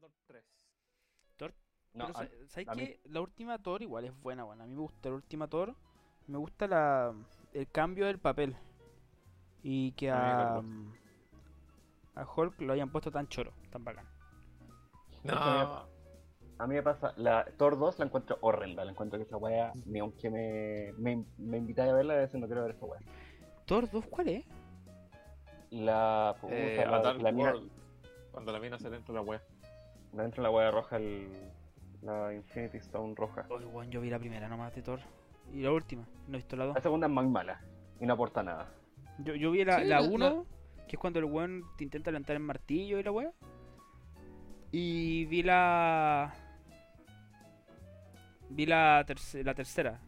Thor 3. Thor. No, pero a- sa- ¿sabes a mí- qué? La última Thor igual es buena, bueno. A mí me gusta la última Thor. Me gusta la, el cambio del papel. Y que a, A a Hulk lo hayan puesto tan choro, tan bacán. No. eh, A mí me pasa, la Thor 2 la encuentro horrenda, la encuentro que esa weá, ni aunque me, me, me invitáis a verla, a veces no quiero ver esa weá. ¿Thor 2 cuál es? La puta, Eh, la, a Dark la mina, World. Cuando la mina se le entra la wea. la entra la weá roja, el, la Infinity Stone roja. Oye, weón, yo vi la primera nomás de Thor. Y la última, no he visto la 2. La segunda es muy mala y no aporta nada. Yo, yo vi la Sí, 1, la- que es cuando el weón te intenta levantar el martillo y la weá. Y vi la. Vi la, terce- la tercera.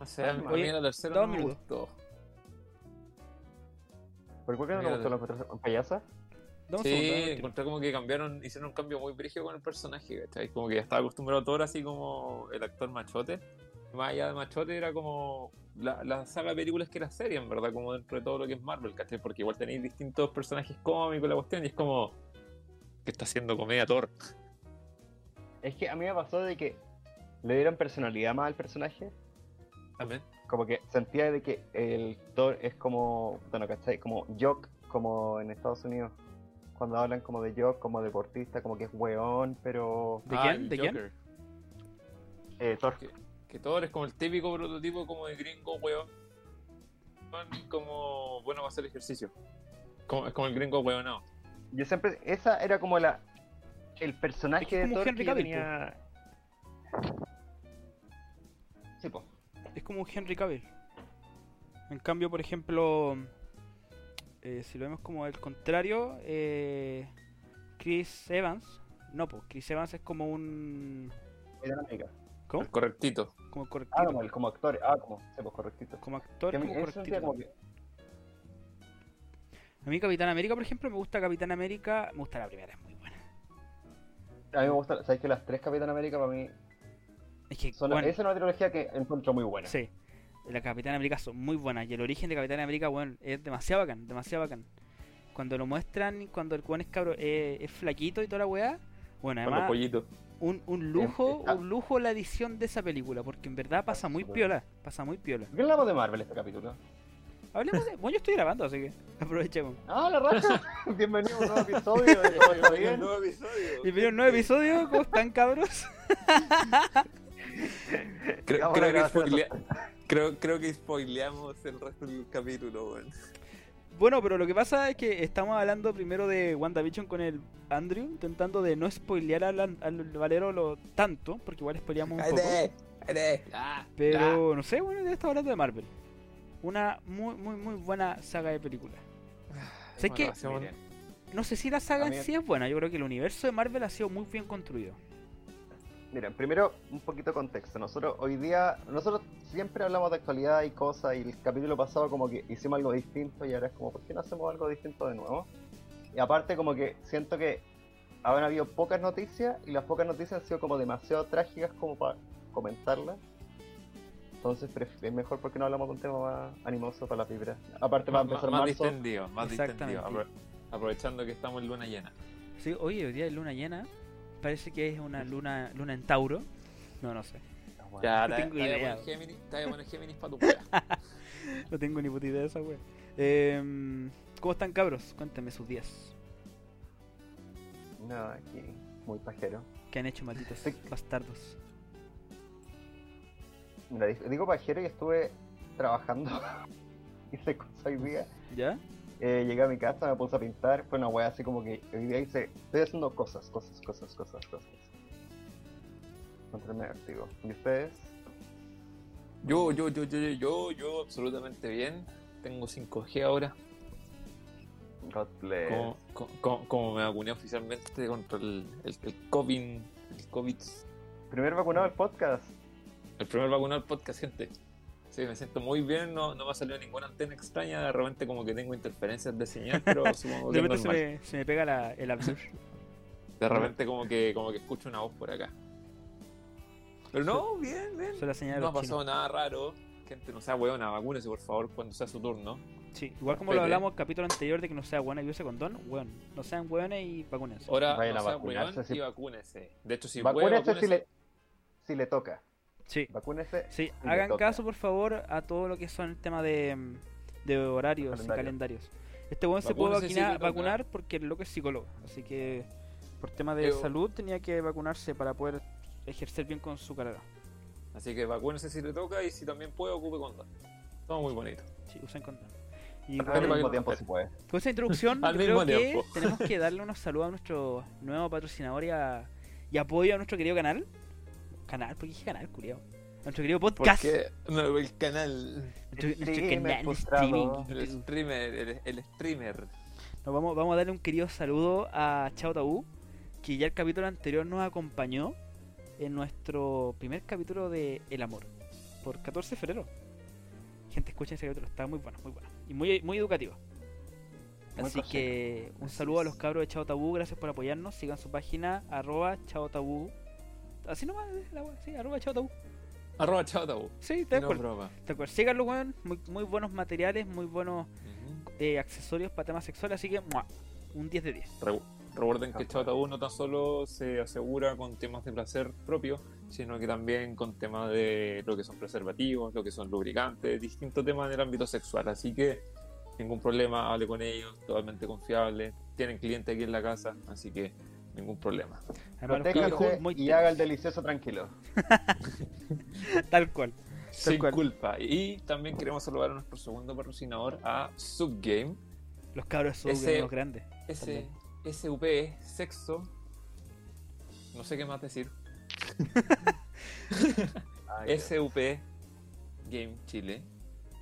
No sé, a mí a Oye, mí Ah, la tercera dos no me minutos. gustó. ¿Por qué no Mira, le gustó la otra payasa? Dame un sí, segundo, dame un tiro. encontré como que cambiaron, hicieron un cambio muy brígido con el personaje, ¿cachai? Como que ya estaba acostumbrado a Thor así como el actor machote. Y Más allá de machote era como la, la saga de películas que era serie, en verdad, como dentro de todo lo que es Marvel, ¿cachai? Porque igual tenéis distintos personajes cómicos, la cuestión, y es como que está haciendo comedia Thor. Es que a mí me pasó de que le dieron personalidad más al personaje, También. como que sentía de que el Thor es como, bueno, ¿cachai? Como jock, como en Estados Unidos. Cuando hablan como de jock, como deportista, como que es weón, pero... ¿De quién? ¿De quién? Eh, Thor. Que Thor es como el típico prototipo como de gringo, weón. Como, bueno, va a hacer ejercicio. Como, es como el gringo weonado. Yo siempre... Esa era como la... El personaje Es que es de como Thor Henry que yo Cavill, tenía... Sí, po. Es como un Henry Cavill. En cambio, por ejemplo, eh, si lo vemos como el contrario, eh, Chris Evans. No, pues Chris Evans es como un. Era una amiga. ¿Cómo? El correctito. Como Ah, correctito. como, el- como actor. Ah, como... Sí, pues, correctito. Como actor, Que a mí como eso sentía correctito. como que- A mí Capitán América, por ejemplo, me gusta Capitán América. Me gusta la primera, es muy buena. A mí me gusta... ¿Sabes que las tres Capitán América para mí... Es que, Son... bueno, Esa es una trilogía que encuentro muy buena. sí. Las Capitán América son muy buenas. Y el origen de Capitán América, bueno, es demasiado bacán, demasiado bacán. Cuando lo muestran, cuando el cuón es cabro, eh, es flaquito y toda la weá. Bueno, Con los además, pollitos. un, un lujo, Em, Está- un lujo la edición de esa película, porque en verdad pasa muy Está- piola, pasa muy piola. ¿Por qué hablamos de Marvel este capítulo? Hablemos de. Bueno, yo estoy grabando, así que aprovechemos. ¡Ah, la raja! Bienvenido a un nuevo episodio. ¿Todo bien? Y vieron nueve episodios, ¿cómo están, cabros? Creo, Vamos creo que a grabar spoilea- creo, creo que spoileamos el resto del capítulo, weón. Bueno, pero lo que pasa es que estamos hablando primero de WandaVision con el Andrew, intentando de no spoilear al, an- al Valero lo tanto, porque igual spoileamos un poco. Ah, Ah. Pero no sé, bueno, ya estaba hablando de Marvel. Una muy, muy, muy buena saga de películas. ¿Sabes qué? No sé si la saga en Ah, También- sí es buena, yo creo que el universo de Marvel ha sido muy bien construido. Miren, primero un poquito de contexto. Nosotros hoy día, nosotros siempre hablamos de actualidad y cosas y el capítulo pasado como que hicimos algo distinto y ahora es como, ¿por qué no hacemos algo distinto de nuevo? Y aparte como que siento que han habido pocas noticias y las pocas noticias han sido como demasiado trágicas como para comentarlas. Entonces pref- es mejor porque no hablamos de un tema más animoso para la fibra. Aparte va a Más, empezar más marzo. distendido, más distendido. Exactamente. Apro- aprovechando que estamos en luna llena. Sí, oye, hoy día es luna llena. Parece que es una luna luna en Tauro. No, no sé. Ya, No te- tengo te voy a idea. poner Géminis- te voy a poner Géminis para tu wea. No tengo ni puta idea de esa wea. Em, ¿Cómo están, cabros? Cuéntame sus días. No, aquí muy pajero. ¿Qué han hecho, malditos Sí. bastardos? Mira, di- digo pajero y estuve trabajando. Hice cosas hoy día. ¿Ya? Eh, llegué a mi casa, me puse a pintar. Fue una wea así como que hoy día hice. Estoy haciendo cosas, cosas, cosas, cosas, cosas. Mantenerme activo. ¿Y ustedes? Yo, yo, yo, yo, yo, yo, yo, absolutamente bien. Tengo 5G ahora. God bless. Como, co- co- como me vacuné oficialmente contra el, el, el COVID. El COVID. Primer vacunado del podcast. El primer vacunado del podcast, gente. Sí, me siento muy bien, no, no me ha salido ninguna antena extraña, de repente como que tengo interferencias de señal, pero supongo que es De repente se normal. me, se me pega la- el absurdo. De repente como que, como que escucho una voz por acá. Pero no, bien, bien. Son las señales No de ha los chinos. pasado nada raro. gente no sea huevona, vacúnese por favor cuando sea su turno. Sí, igual como lo Respete. hablamos en el capítulo anterior de que no sea buena y use condón, weón. No sean hueones y vacúnense. Ahora Vayan no a sea vacunarse, huevón sí. y vacúnese. De hecho, si puede, vacúnese vacúnese. si le, si le toca. Sí, Vacúnese. sí, le hagan toca. caso por favor a todo lo que son el tema de, mm, de horarios y Calendario. calendarios. Este weón se puede Vacúnese si le vacunar, toca. vacunar porque el loco es psicólogo, así que por tema de Pero- salud tenía que vacunarse para poder ejercer bien con su carrera. Así que vacúnese si le toca y si también puede, ocupe condón. Todo muy bonito. Sí, usen condón. Y Al Vale, bueno, vale. mismo tiempo si puede. con esa introducción, Al yo creo mismo que tiempo. tenemos que darle unos saludos a nuestro nuevo patrocinador y, a- y apoyo a nuestro querido canal. Canal, porque dije canal, culiao. A nuestro querido podcast. Porque no, el canal, Nuestro, nuestro Streamer canal de frustrado. streaming. el streamer, el, el streamer. Nos vamos, vamos a darle un querido saludo a Chao Tabú, que ya el capítulo anterior nos acompañó en nuestro primer capítulo de El Amor, por 14 de febrero. Gente, escuchen ese capítulo, está muy bueno, muy bueno. Y muy, muy educativo. Muy Así cosita. que un Así saludo a es. los cabros de Chao Tabú, gracias por apoyarnos. Sigan su página, arroba Chao Tabú. Así nomás, eh, la wea, sí, arroba Chao Tabú. Arroba chao tabú. Sí, te No acuerdo. broma. Te acuerdo. Síganlo, weón. Muy, muy buenos materiales, muy buenos Ujú. eh, accesorios para temas sexuales. Así que, ¡mua! un 10 de 10. Re- Recuerden que Chao Tabú no tan solo se asegura con temas de placer propio, sino que también con temas de lo que son preservativos, lo que son lubricantes, distintos temas del ámbito sexual. Así que ningún problema, hable con ellos, totalmente confiable. Tienen cliente aquí en la casa, así que ningún problema. Además, los Protéjase cabros muy y haga el tenis. delicioso tranquilo. Tal cual. Sin cual. culpa. Y también queremos saludar a nuestro segundo patrocinador, a Subgame. Los cabros son Ese- los grandes. S También. SUP, sexo. No sé qué más decir. Ay, SUP Game Chile.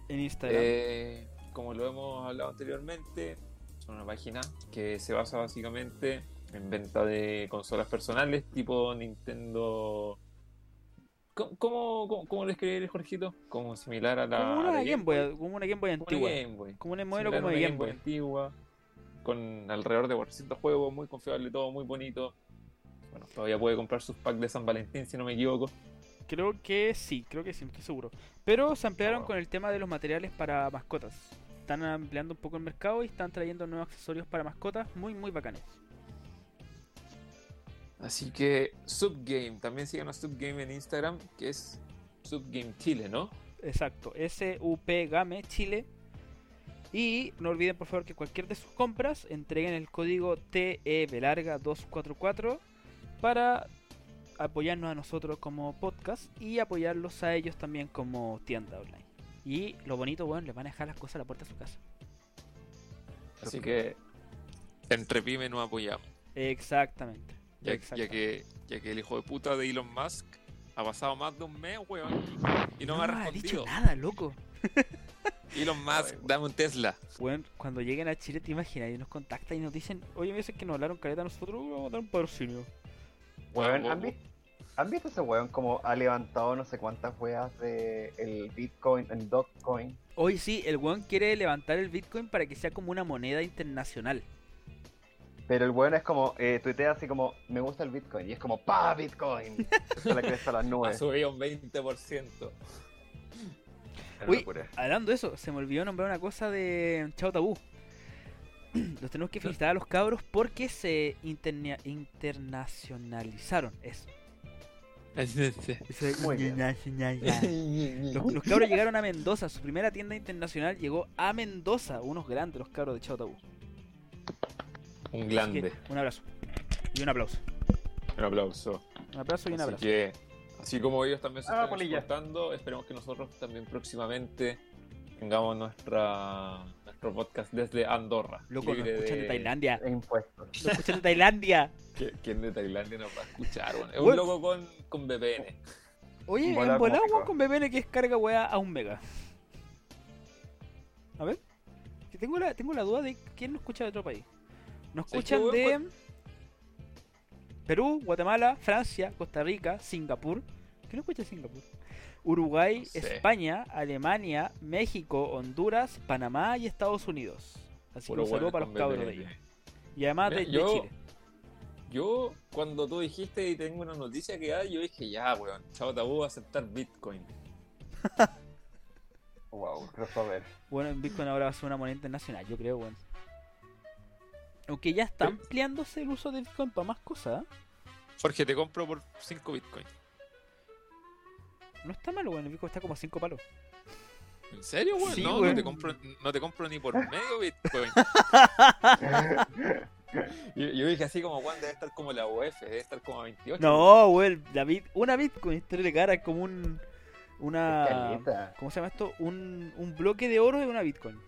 En Instagram. Eh, como lo hemos hablado anteriormente, son una página que se basa básicamente en venta de consolas personales tipo Nintendo. ¿Cómo, cómo, cómo- cómo lo escribiré, Jorgito? Como similar a la. como a la una Game Boy, como una Game Boy Como una antigua. Game Boy. Como un modelo Similar como a de una Game Boy. antigua, con alrededor de 400 juegos, muy confiable todo, muy bonito. Bueno, todavía puede comprar sus packs de San Valentín, si no me equivoco. Creo que sí, creo que sí, no estoy seguro. Pero se ampliaron Wow. con el tema de los materiales para mascotas. Están ampliando un poco el mercado y están trayendo nuevos accesorios para mascotas muy, muy bacanes. Así que Subgame, también sigan a Subgame en Instagram, que es Subgame Chile, ¿no? Exacto, SUP Game Chile. Y no olviden por favor que cualquier de sus compras entreguen el código E larga 244 para apoyarnos a nosotros como podcast y apoyarlos a ellos también como tienda online. Y lo bonito, bueno, les van a dejar las cosas a la puerta de su casa. Así que entre pymes nos apoyamos. Exactamente. Ya, ya, Exactamente. que, ya que el hijo de puta de Elon Musk ha pasado más de un mes, weón, y no, me ha respondido. dicho nada, loco. Elon Musk, dame un Tesla. Bueno, cuando lleguen a Chile, te imaginas, y nos contactan y nos dicen, oye, me dicen que nos hablaron careta a nosotros, vamos a dar un patrocinio. Weón, Weón, weón, ¿han, visto, ¿Han visto ese weón como ha levantado no sé cuántas weas de el Bitcoin, el Dogecoin? Hoy sí, el weón quiere levantar el Bitcoin para que sea como una moneda internacional. Pero el weón es como, eh, tuitea así como, me gusta el Bitcoin. Y es como, pa Bitcoin. Se la cresta a las Ha nubes. subido un 20%. Una Uy, locura. hablando de eso, se me olvidó nombrar una cosa de Chao Tabú. Los tenemos que felicitar a los cabros porque se interna- internacionalizaron. Eso. Muy bien. Los, los cabros llegaron a Mendoza. Su primera tienda internacional llegó a Mendoza. Unos grandes los cabros de Chao Tabú. Un Así que, grande. un abrazo. Y un aplauso. Un aplauso. Un abrazo y un así abrazo. que, así como ellos también se Ah, están polilla. exportando, esperemos que nosotros también próximamente tengamos nuestra nuestro podcast desde Andorra. Loco, nos libre escuchan de Tailandia. E impuestos. Nos escuchan de Tailandia. ¿Qui- ¿Quién de Tailandia nos va a escuchar? bueno? Es un Bueno. loco con, con VPN. Oye, Volar en volado, mónico. weón, con BBN que es carga weá a un mega. A ver. Que Tengo la, tengo la duda de quién nos escucha de otro país. Nos ¿Sabes qué, escuchan de weón? Perú, Guatemala, Francia, Costa Rica, Singapur. ¿Quién nos escucha de Singapur? Uruguay, No sé. España, Alemania, México, Honduras, Panamá y Estados Unidos. Así que Puro un saludo bueno para con los cabros de VPN. ellos. Y además de, Mira, de yo- Chile. Yo, cuando tú dijiste y tengo una noticia que hay, yo dije, ya, weón, chao tabú, aceptar Bitcoin. Wow, crossover. Bueno, en Bitcoin ahora va a ser una moneda internacional, yo creo, weón. Aunque ya está ampliándose el uso de Bitcoin para más cosas. ¿eh? Jorge, te compro por 5 bitcoins. No está malo, weón. El Bitcoin está como a 5 palos. ¿En serio, weón? Sí, no, weón. No, te compro, no te compro ni por medio bitcoin. yo, yo dije así como, weón, debe estar como la UF, debe estar como a 28. No, weón. La bit- una Bitcoin está de cara es como un. Una. Caleta. ¿Cómo se llama esto? Un, un bloque de oro de una Bitcoin.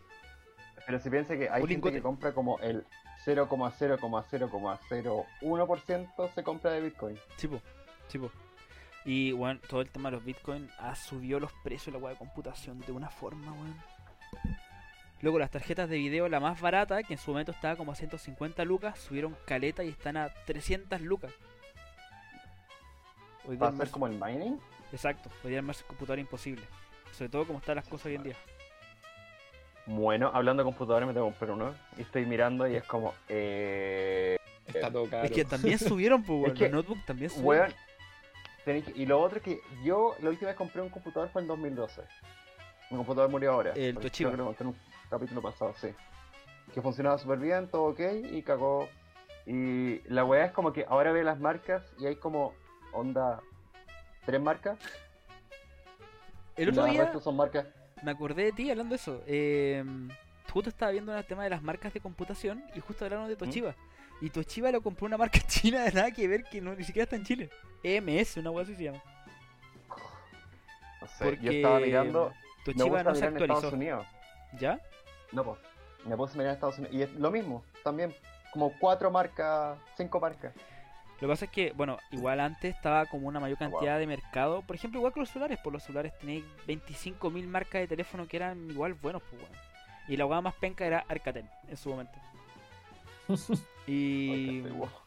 Pero si piensa que hay Un gente lingote. que compra como el 0,0,0,01% se compra de Bitcoin. Tipo, tipo. Y, weón, todo el tema de los Bitcoin ha subido los precios de la weá de computación de una forma, weón. Luego las tarjetas de video, la más barata, que en su momento estaba como a 150 lucas, subieron caleta y están a 300 lucas. Hoy día ¿Va el a ser merc- como el mining? Exacto, hoy día el merc- computador es imposible. Sobre todo como están las cosas hoy en día. Bueno, hablando de computadores me tengo que comprar uno. Y estoy mirando y es como, eh... Está todo caro. Es que también subieron, pues, weón. Es que, Los notebooks también subieron. Weón, tenéis que- y lo otro es que yo la última vez que compré un computador fue en 2012. Mi computador murió ahora. El porque Toshiba. creo que lo conté en un capítulo pasado, sí. Que funcionaba súper bien, todo ok, y cagó. Y la weá es como que ahora ve las marcas y hay como onda tres marcas. el otro y las día restos son marcas. me acordé de ti hablando de eso. Eh, justo estaba viendo el tema de las marcas de computación y justo hablaron de ¿Mm? Toshiba. Y Toshiba lo compró una marca china de nada que ver que no, ni siquiera está en Chile. EMS, una hueá así se llama. No sé, yo Porque estaba mirando. Me Toshiba gusta no se mirar en Estados actualizó. Unidos. ¿Ya? No, pues. Me puse a mirar en Estados Unidos. Y es lo mismo, también. Como cuatro marcas, cinco marcas. Lo que pasa es que, bueno, igual antes estaba como una Ah, mayor cantidad de mercado. Por ejemplo, igual que los celulares, por los celulares tenéis 25.000 marcas de teléfono que eran igual buenos, pues weón. Y la hueá más penca era Arcatel en su momento. y. Ay, wow.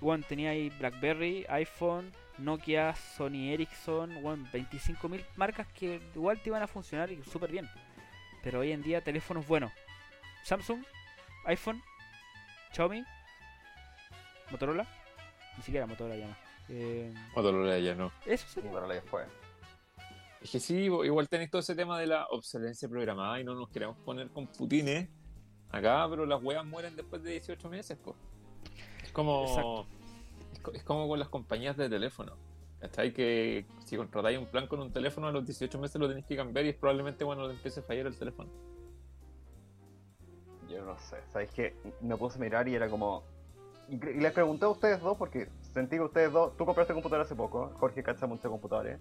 Bueno, tenía ahí BlackBerry, iPhone, Nokia, Sony Ericsson, bueno, 25.000 marcas que igual te iban a funcionar y súper bien. Pero hoy en día teléfonos buenos. Samsung, iPhone, Xiaomi, Motorola, ni siquiera Motorola llama. Eh, Motorola ya no. eso sería. Bueno, la fue. Es que sí, igual tenéis todo ese tema de la obsolescencia programada y no nos queremos poner con putines acá, pero las weas mueren después de 18 meses, pues. Es como. Exacto. Es, co- es como con las compañías de teléfono. ¿Cachai? Que si contratáis un plan con un teléfono, a los 18 meses lo tenéis que cambiar y es probablemente cuando te empiece a fallar el teléfono. Yo no sé, ¿sabes qué? Me puse a mirar y era como... Y cre- y les pregunté a ustedes dos porque sentí que ustedes dos... Tú compraste computador hace poco, Jorge cacha mucho de computadores.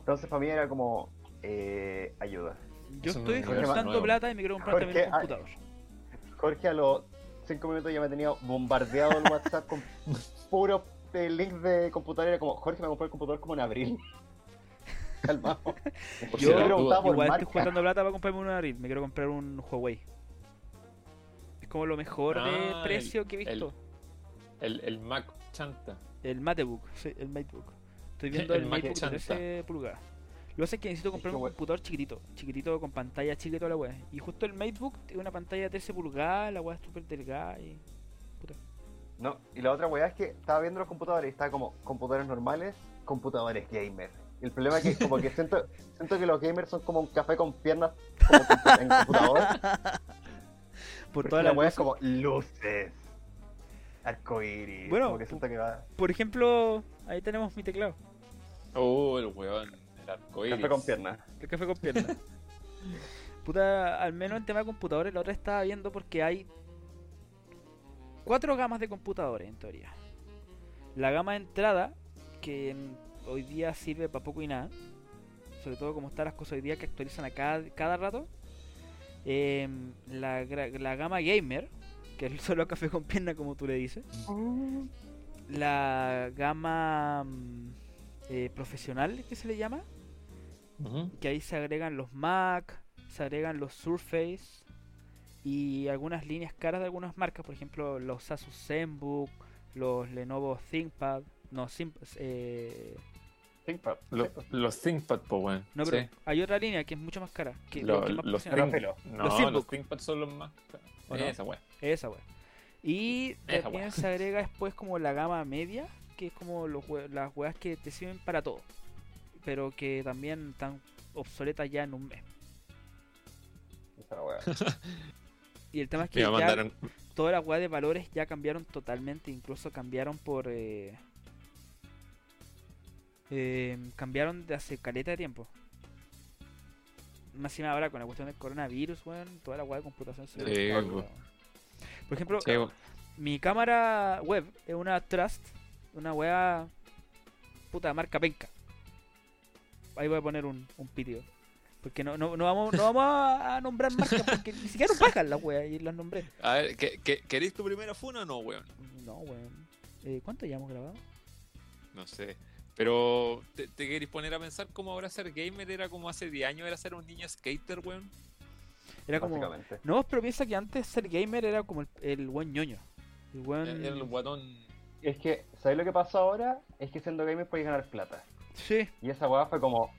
Entonces para mí era como... Eh, ayuda. Yo es un estoy universo juntando nuevo. plata y me quiero comprar también un Porque hay- computador. Jorge a los 5 minutos ya me tenía bombardeado el WhatsApp con puro eh, link de computador. Era como, Jorge me compró el computador como en abril. Calmado. Por Yo- si las dudas. preguntaba por Igual estoy marca. juntando plata para comprarme una Red, me quiero comprar un Huawei. Es como lo mejor de Ah, el- precio que he el- visto. El, el Mac chanta. El Matebook, sí, el Matebook. Estoy viendo El el, Mac Matebook de chanta. 13 pulgadas. Lo que pasa es que necesito comprar que un bueno. computador chiquitito, chiquitito con pantalla chica y toda la weá. Y justo el Matebook tiene una pantalla de 13 pulgadas, la weá es súper delgada y. No, y la otra weá es que estaba viendo los computadores y estaba como computadores normales, computadores gamer. Y el problema es que como que siento, siento que los gamers son como un café con piernas como compu- en computador. Por Porque toda la la weá es como luces, arcoíris, Bueno, como que siento que va Por ejemplo, ahí tenemos mi teclado, Oh, el weón. El arcoíris. café con piernas. el café con pierna. Puta, al menos en tema de computadores, la otra estaba viendo porque hay cuatro gamas de computadores en teoría. La gama de entrada, que en- hoy día sirve para poco y nada, sobre todo como están las cosas hoy día que actualizan a cada, cada rato. Em, la, gra- la gama gamer, que es solo café con pierna como tú le dices. La gama mm, eh, profesional, que se le llama, Ujú. que ahí se agregan los Mac, se agregan los Surface y algunas líneas caras de algunas marcas, por ejemplo los Asus ZenBook, los Lenovo ThinkPad, no, Sim- eh, ThinkPad, Lo- los ThinkPad, pues, weón. no, pero Sí. hay otra línea que es mucho más cara, que, Lo- que más los funciona. Think- Pelo. No, Los los, Thinkbook. ThinkPad son los más. ¿O no? Esa, weón. Esa wea. Y Esa también wea. se agrega después como la gama media, que es como los we- las weas que te sirven para todo, pero que también están obsoletas ya en un mes. esa weá. Y el tema es que Me ya mandaron. toda la weá de valores ya cambiaron totalmente, incluso cambiaron por... eh, eh, cambiaron de hace caleta de tiempo. Más encima ahora con la cuestión del coronavirus, weón, toda la weá de computación se ve Sí, toda, po. weón. Por ejemplo, Sí, bueno. mi cámara web es una Trust, una weá puta marca penca. Ahí voy a poner un, un pitido. Porque no, no, no vamos, no vamos a a nombrar marcas porque ni siquiera nos pagan las weas y las nombré. A ver, ¿qué- qué- ¿queréis tu primera funa o no, weón? No, weón. Eh, ¿Cuánto ya hemos grabado? No sé. Pero, ¿te, te queréis poner a pensar cómo ahora ser gamer era como hace 10 años era ser un niño skater, weón? Era como. Básicamente. No, pero piensa que antes ser gamer era como el, el buen ñoño. El buen. Eh, Era el guatón. Es que, ¿sabéis lo que pasó ahora? Es que siendo gamer podéis ganar plata. Sí. Y esa weá fue como,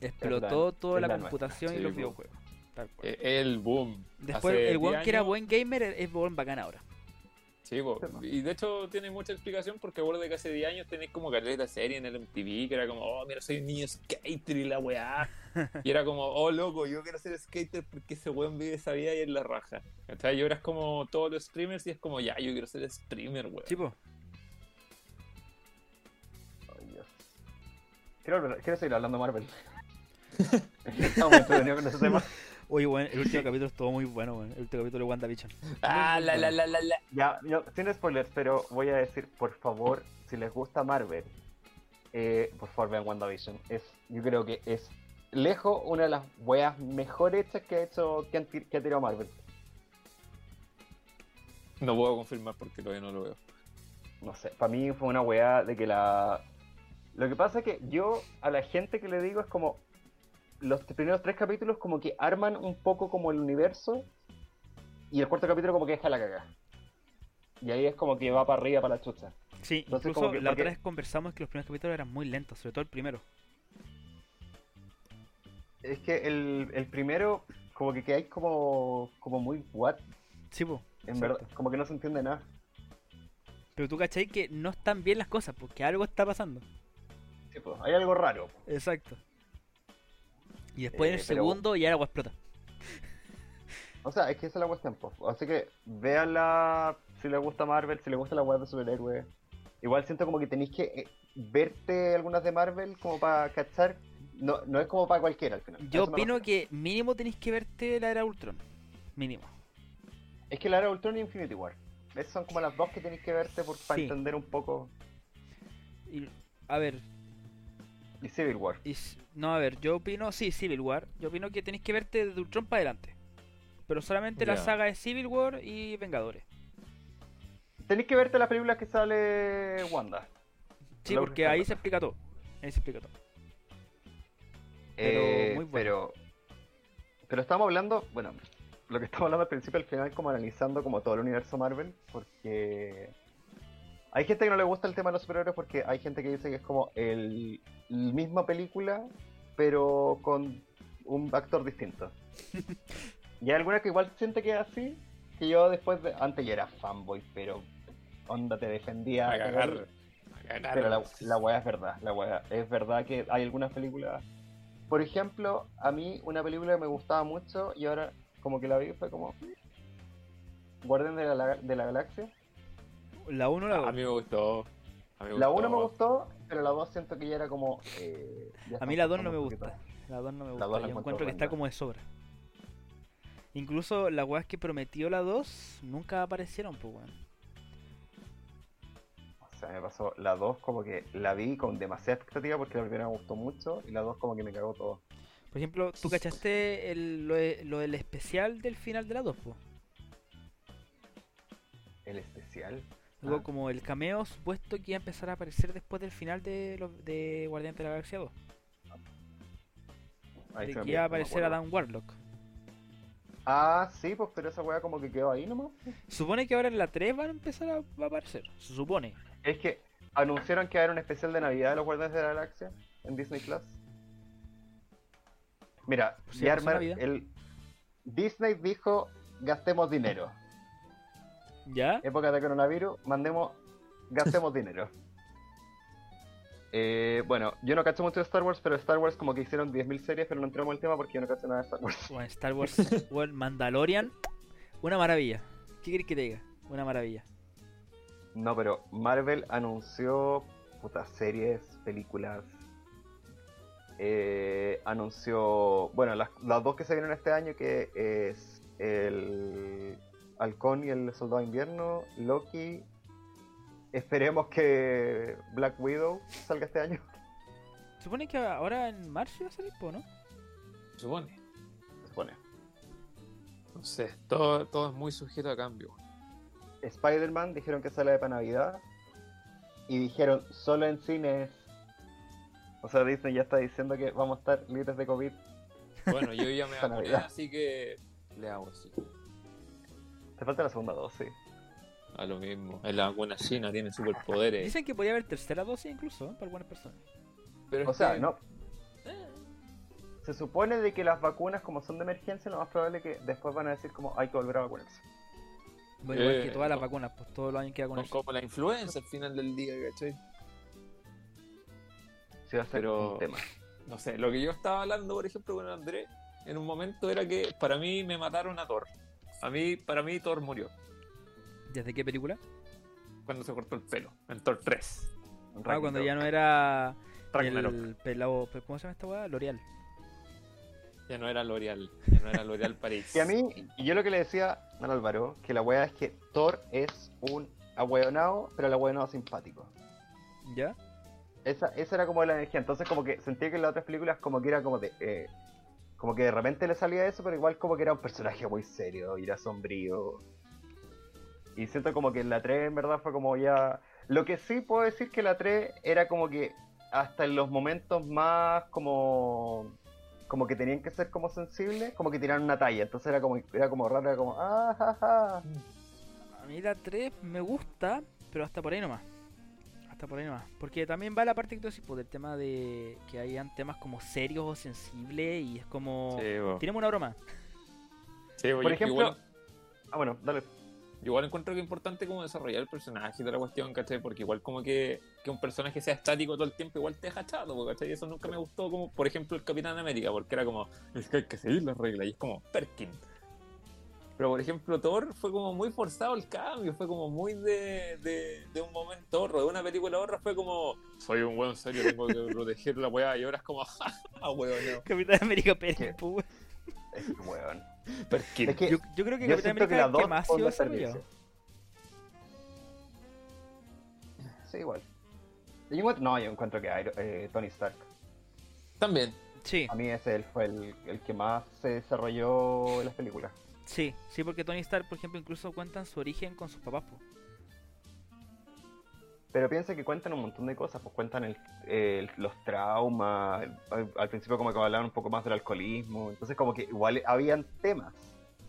Explotó toda es la la computación y nuestra. los Sí, videojuegos. Tal cual. eh, El boom. Después, Hace el buen 10 que era años- buen gamer es es buen bacán ahora. Sí, po. Sí, po. y de hecho tiene mucha explicación porque acuerdo que hace 10 años tenéis como carrera de serie en el MTV que era como, oh, mira, soy un niño skater y la weá. Y era como, oh, loco, yo quiero ser skater porque ese weón vive esa vida y es la raja. ¿Cachai? Y ahora es como todos los streamers y es como, ya, yo quiero ser streamer, weón. Tipo, Ay, Dios. Quiero, volver- quiero seguir hablando de Marvel. Estamos muy entretenidos con ese tema. oye, weón, el último capítulo estuvo muy bueno, weón. El último capítulo de WandaVision. pues, ah, la, la, la, la, la. Ya, yo, sin spoilers, pero voy a decir, por favor, si les gusta Marvel, eh, por favor vean WandaVision. Es, yo creo que es lejos una de las weas mejor hechas que ha hecho, que, han tir- que ha tirado Marvel. No puedo confirmar porque todavía no lo veo. No sé, para mí fue una wea de que la... Lo que pasa es que yo a la gente que le digo es como, los t- primeros tres capítulos como que arman un poco como el universo y el cuarto capítulo como que deja la caga. Y ahí es como que va para arriba, para la chucha. Sí, Entonces, incluso como que- la porque- otra vez conversamos que los primeros capítulos eran muy lentos, sobre todo el primero. Es que el, el primero, como que hay como, como muy what, Sí, po. en Exacto. verdad, como que no se entiende nada. Pero tú cachai que no están bien las cosas, porque algo está pasando. Sí, pues, hay algo raro. Exacto. Y después en Eh, el pero- segundo ya el agua explota. O sea, es que esa es la cuestión, pues. Así que véanla si les gusta Marvel, si les gusta la web de superhéroes. Igual siento como que tenéis que eh, verte algunas de Marvel como para cachar. No, no es como para cualquiera al final. A Yo eso me opino refiero. que mínimo tenéis que verte la era de Ultron. Mínimo. Es que la era Ultron y Infinity War. Esas son como las dos que tenéis que verte por, para Sí. entender un poco. Y- a ver, Y Civil War. y s- no, a ver, yo opino, sí, Civil War. Yo opino que tenéis que verte de Ultron para adelante. Pero solamente la Ya. saga de Civil War y Vengadores. Tenéis que verte las películas que sale Wanda. Sí, Lo porque que- ahí se explica todo. Ahí se explica todo. Pero Pero, muy bueno. Eh, pero, pero estamos hablando, bueno, lo que estamos hablando al principio y al final, como analizando como todo el universo Marvel, porque hay gente que no le gusta el tema de los superhéroes porque hay gente que dice que es como el, el misma película, pero con un actor distinto. y hay alguna que igual siente que es así, que yo después, de, antes yo era fanboy, pero onda te defendía. A a cagar. cagar. A cagar. Pero Ah, la, la weá es verdad, la weá. Es verdad que hay algunas películas. Por ejemplo, a mí una película que me gustaba mucho y ahora como que la vi fue como. "Mm, Guardián de la, de la Galaxia. La 1 la Ah, A 2. mí me gustó. A mí me La gustó. 1 me gustó, pero la 2 siento que ya era como. eh, ya A estamos mí la 2 no pasando me un poquito. gusta. La 2 no me gusta. dos la Yo encuentro encuentro que está horrenda. como de sobra. Incluso las weas que prometió la 2 nunca aparecieron, pues weón. O sea, me pasó. La 2 como que la vi con demasiada expectativa porque la primera me gustó mucho y la 2 como que me cagó todo. Por ejemplo, ¿tú cachaste el- lo, de- lo del especial del final de la 2? po? El especial. Luego Ah. como el cameo supuesto que iba a empezar a aparecer después del final de, lo- de Guardián de la Galaxia 2. de Ahí se me que iba olvidó, a no me aparecer acuerdo. Adam Warlock. Ah, sí, pues pero esa weá como que quedó ahí nomás. Supone que ahora en la 3 van a empezar a, va a aparecer. Se supone. Es que anunciaron que va a haber un especial de Navidad de los Guardianes de la Galaxia en Disney Plus. Mira, Pues sí, ya pues es armar Navidad. el Disney dijo gastemos dinero. ¿Ya? Época de coronavirus, mandemos gastemos dinero. Eh, bueno, yo no cacho mucho de Star Wars, pero Star Wars como que hicieron 10.000 series, pero no entramos en el tema porque yo no cacho nada de Star Wars. Bueno, Star Wars, bueno, Mandalorian, una maravilla. ¿Qué querés que te diga? Una maravilla. No, pero Marvel anunció putas series, películas. Eh, anunció, bueno, las, las dos que se vieron este año que es el Halcón y el Soldado de Invierno, Loki. Esperemos que Black Widow salga este año. Supone que ahora en marzo iba a salir, po, ¿no? Supone. Se supone. Entonces, todo, todo es muy sujeto a cambio. Spider-Man dijeron que sale para Navidad. Y dijeron solo en cines. O sea, Disney ya está diciendo que vamos a estar libres de COVID. Bueno, yo ya me Esta vacuné, Navidad. así que le hago así. Te falta la segunda dosis. A lo mismo. Es la buena China, tiene superpoderes. Dicen que podía haber tercera dosis incluso, ¿eh? para algunas personas. Pero O es sea, que- no. Se supone de que las vacunas, como son de emergencia, lo más probable es que después van a decir como hay que volver a vacunarse. Bueno, igual Eh, que todas las no. vacunas, pues todos los años que Son vacunas. como la influenza al final del día, ¿cachai? Sí, va a ser Pero- un tema. No sé, lo que yo estaba hablando, por ejemplo, con Andrés, en un momento era que para mí me mataron a Thor. A mí, para mí Thor murió ¿Desde qué película? cuando se cortó el pelo, en Thor 3. Ah, Ragnarok. cuando ya no era Ragnarok. el pelado, ¿cómo se llama esta weá? L'Oreal. Ya no era L'Oreal, ya no era L'Oreal París. Y a mí, y yo lo que le decía al Álvaro, que la wea es que Thor es un ahueonado, pero el ahueonado simpático. ¿Ya? Esa, esa era como la energía. Entonces como que sentía que en las otras películas como que era como de... eh, como que de repente le salía eso, pero igual como que era un personaje muy serio y era sombrío. Y siento como que en la 3 en verdad fue como ya... Lo que sí puedo decir que la 3 era como que hasta en los momentos más como... Como que tenían que ser como sensibles, como que tiraron una talla. Entonces era como, era como raro, era como... Ah, ja, ja". A mí la 3 me gusta, pero hasta por ahí nomás. Hasta por ahí nomás. Porque también va la parte que tú decís, pues, del tema de que hayan temas como serios o sensibles y es como... Sí, bo. Tenemos una broma. Sí, bo, Por yo- ejemplo- igual, Ah, bueno, dale. igual encuentro que es importante como desarrollar el personaje y toda la cuestión, ¿cachai? Porque igual como que, que un personaje sea estático todo el tiempo, igual te deja chato, bo, ¿cachai? Y eso nunca me gustó, como por ejemplo el Capitán América, porque era como, es que hay que seguir las reglas, y es como, Perkin. Pero por ejemplo, Thor fue como muy forzado el cambio, fue como muy de, de, de un momento a otro, de una película a otra, fue como, soy un buen serio, tengo que proteger la weá, y ahora es como, ja, ja, weón, no, Capitán América Pérez, ¿Qué? pues, weón. Es que, weón. Perkin. Es que yo, yo creo que Yo Capitán siento América que es la el que 2 más ha sido desarrollado. Sí, igual. Yo encuentro- no, yo encuentro que Iron- eh, Tony Stark. También, Sí, A mí ese él fue el, el que más se desarrolló en las películas. sí, sí, porque Tony Stark, por ejemplo, incluso cuentan su origen con sus papás, pues. Pero piensa que cuentan un montón de cosas, pues cuentan el, el- los traumas, al, al principio como que hablaban un poco más del alcoholismo, entonces como que igual habían temas.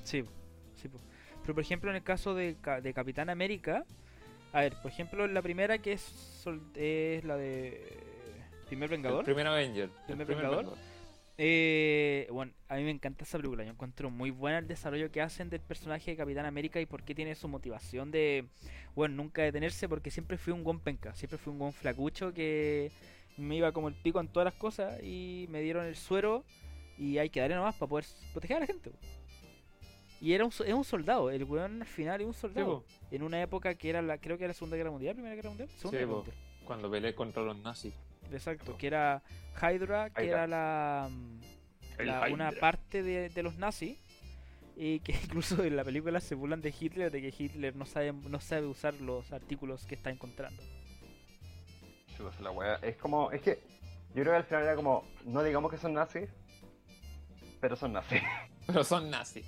Sí, po, sí. po. Pero por ejemplo, en el caso de, Ca- de Capitán América, a ver, por ejemplo, la primera que es, sol- es la de eh, Primer el Vengador. primer Avenger. ¿Primer Vengador? eh, bueno, a mí me encanta esa película. Yo encuentro muy buena el desarrollo que hacen del personaje de Capitán América y por qué tiene su motivación de, bueno, nunca detenerse porque siempre fui un buen penca, siempre fui un buen flacucho que me iba como el pico en todas las cosas y me dieron el suero y hay que darle nomás para poder proteger a la gente. po. Y era un, so- es un soldado, el weón al final es un Sí, soldado. po. en una época que era la, creo que era la Segunda Guerra Mundial, Primera Guerra Mundial, Segunda Guerra po. Mundial. Cuando peleé contra los nazis. Exacto, Claro. que era Hydra, que Hydra. era la, mm, El la- Hydra. una parte de, de los nazis y que incluso en la película se burlan de Hitler de que Hitler no sabe no sabe usar los artículos que está encontrando. Chuta, se la wea. Es como, es que yo creo que al final era como, no digamos que son nazis, pero son nazis. Pero son nazis.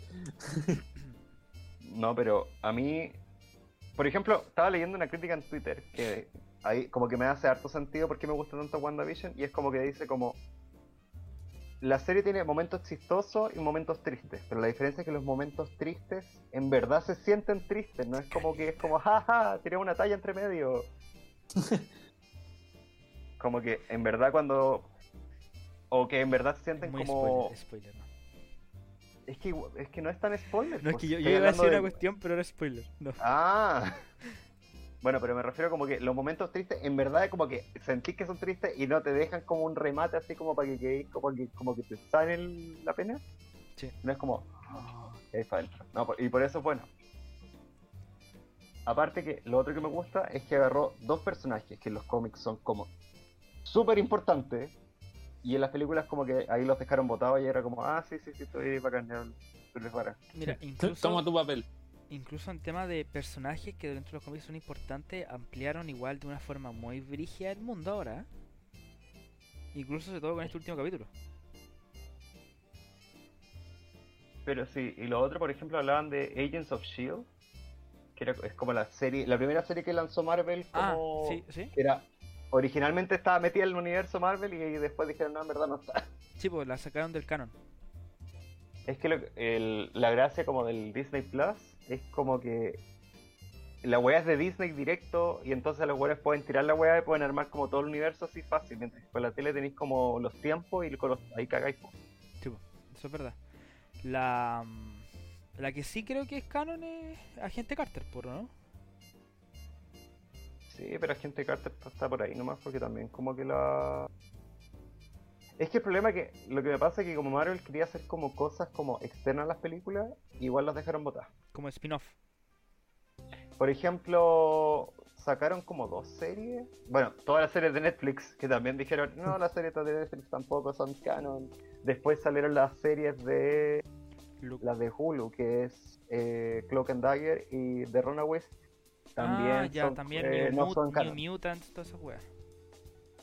No, pero a mí, por ejemplo, estaba leyendo una crítica en Twitter que ahí como que me hace harto sentido porque me gusta tanto WandaVision y es como que dice como la serie tiene momentos chistosos y momentos tristes, pero la diferencia es que los momentos tristes en verdad se sienten tristes, no es como que es como jaja, tiré una talla entre medio. como que en verdad cuando o que en verdad se sienten Muy como spoiler, spoiler, no. es que igu- es que no es tan spoiler. No es pues, que yo, estoy Ah. yo iba a hablando decir una de- cuestión, pero era spoiler. No. Ah. Bueno, pero me refiero como que los momentos tristes, en verdad es como que sentís que son tristes y no te dejan como un remate así como para que quedéis- como que, como que te sale el- la pena. Sí. No es como... "Ah, qué falta". No, por- y por eso es bueno. Aparte que lo otro que me gusta es que agarró dos personajes que en los cómics son como súper importantes y en las películas como que ahí los dejaron botados y era como, ah, sí, sí, sí, estoy bacán, ya, tú eres bacán". Mira, Toma incluso, tu papel. incluso en tema de personajes que dentro de los cómics son importantes, ampliaron igual de una forma muy brígida el mundo ahora. ¿eh? Incluso sobre todo con este último capítulo. Pero sí, y lo otro, por ejemplo, hablaban de Agents of Shield, E que era, es como la serie, la primera serie que lanzó Marvel Ah, como sí, sí. era originalmente estaba metida en el universo Marvel y después dijeron, "No, en verdad no está." Sí, pues la sacaron del canon. Es que lo- el- la gracia como del Disney Plus es como que la weá es de Disney directo y entonces los weones pueden tirar la weá y pueden armar como todo el universo así fácil, mientras que con la tele tenéis como los tiempos y con los- ahí cagáis. po. Sí, po, eso es verdad. La, mm, la que sí creo que es canon es Agente Carter, por no? Sí, pero Agente Carter está por ahí nomás porque también como que la... Es que el problema es que lo que me pasa es que como Marvel quería hacer como cosas como externas a las películas, igual las dejaron botadas. Como spin-off. Por ejemplo, sacaron como dos series. Bueno, todas las series de Netflix que también dijeron, Mm. no, las series de Netflix tampoco son canon. Después salieron las series de... Luke. Las de Hulu, que es eh, Cloak and Dagger y The Runaways. También ah, ya, son- también eh, New, no Mut- son New canon. Mutants, todas esas weas.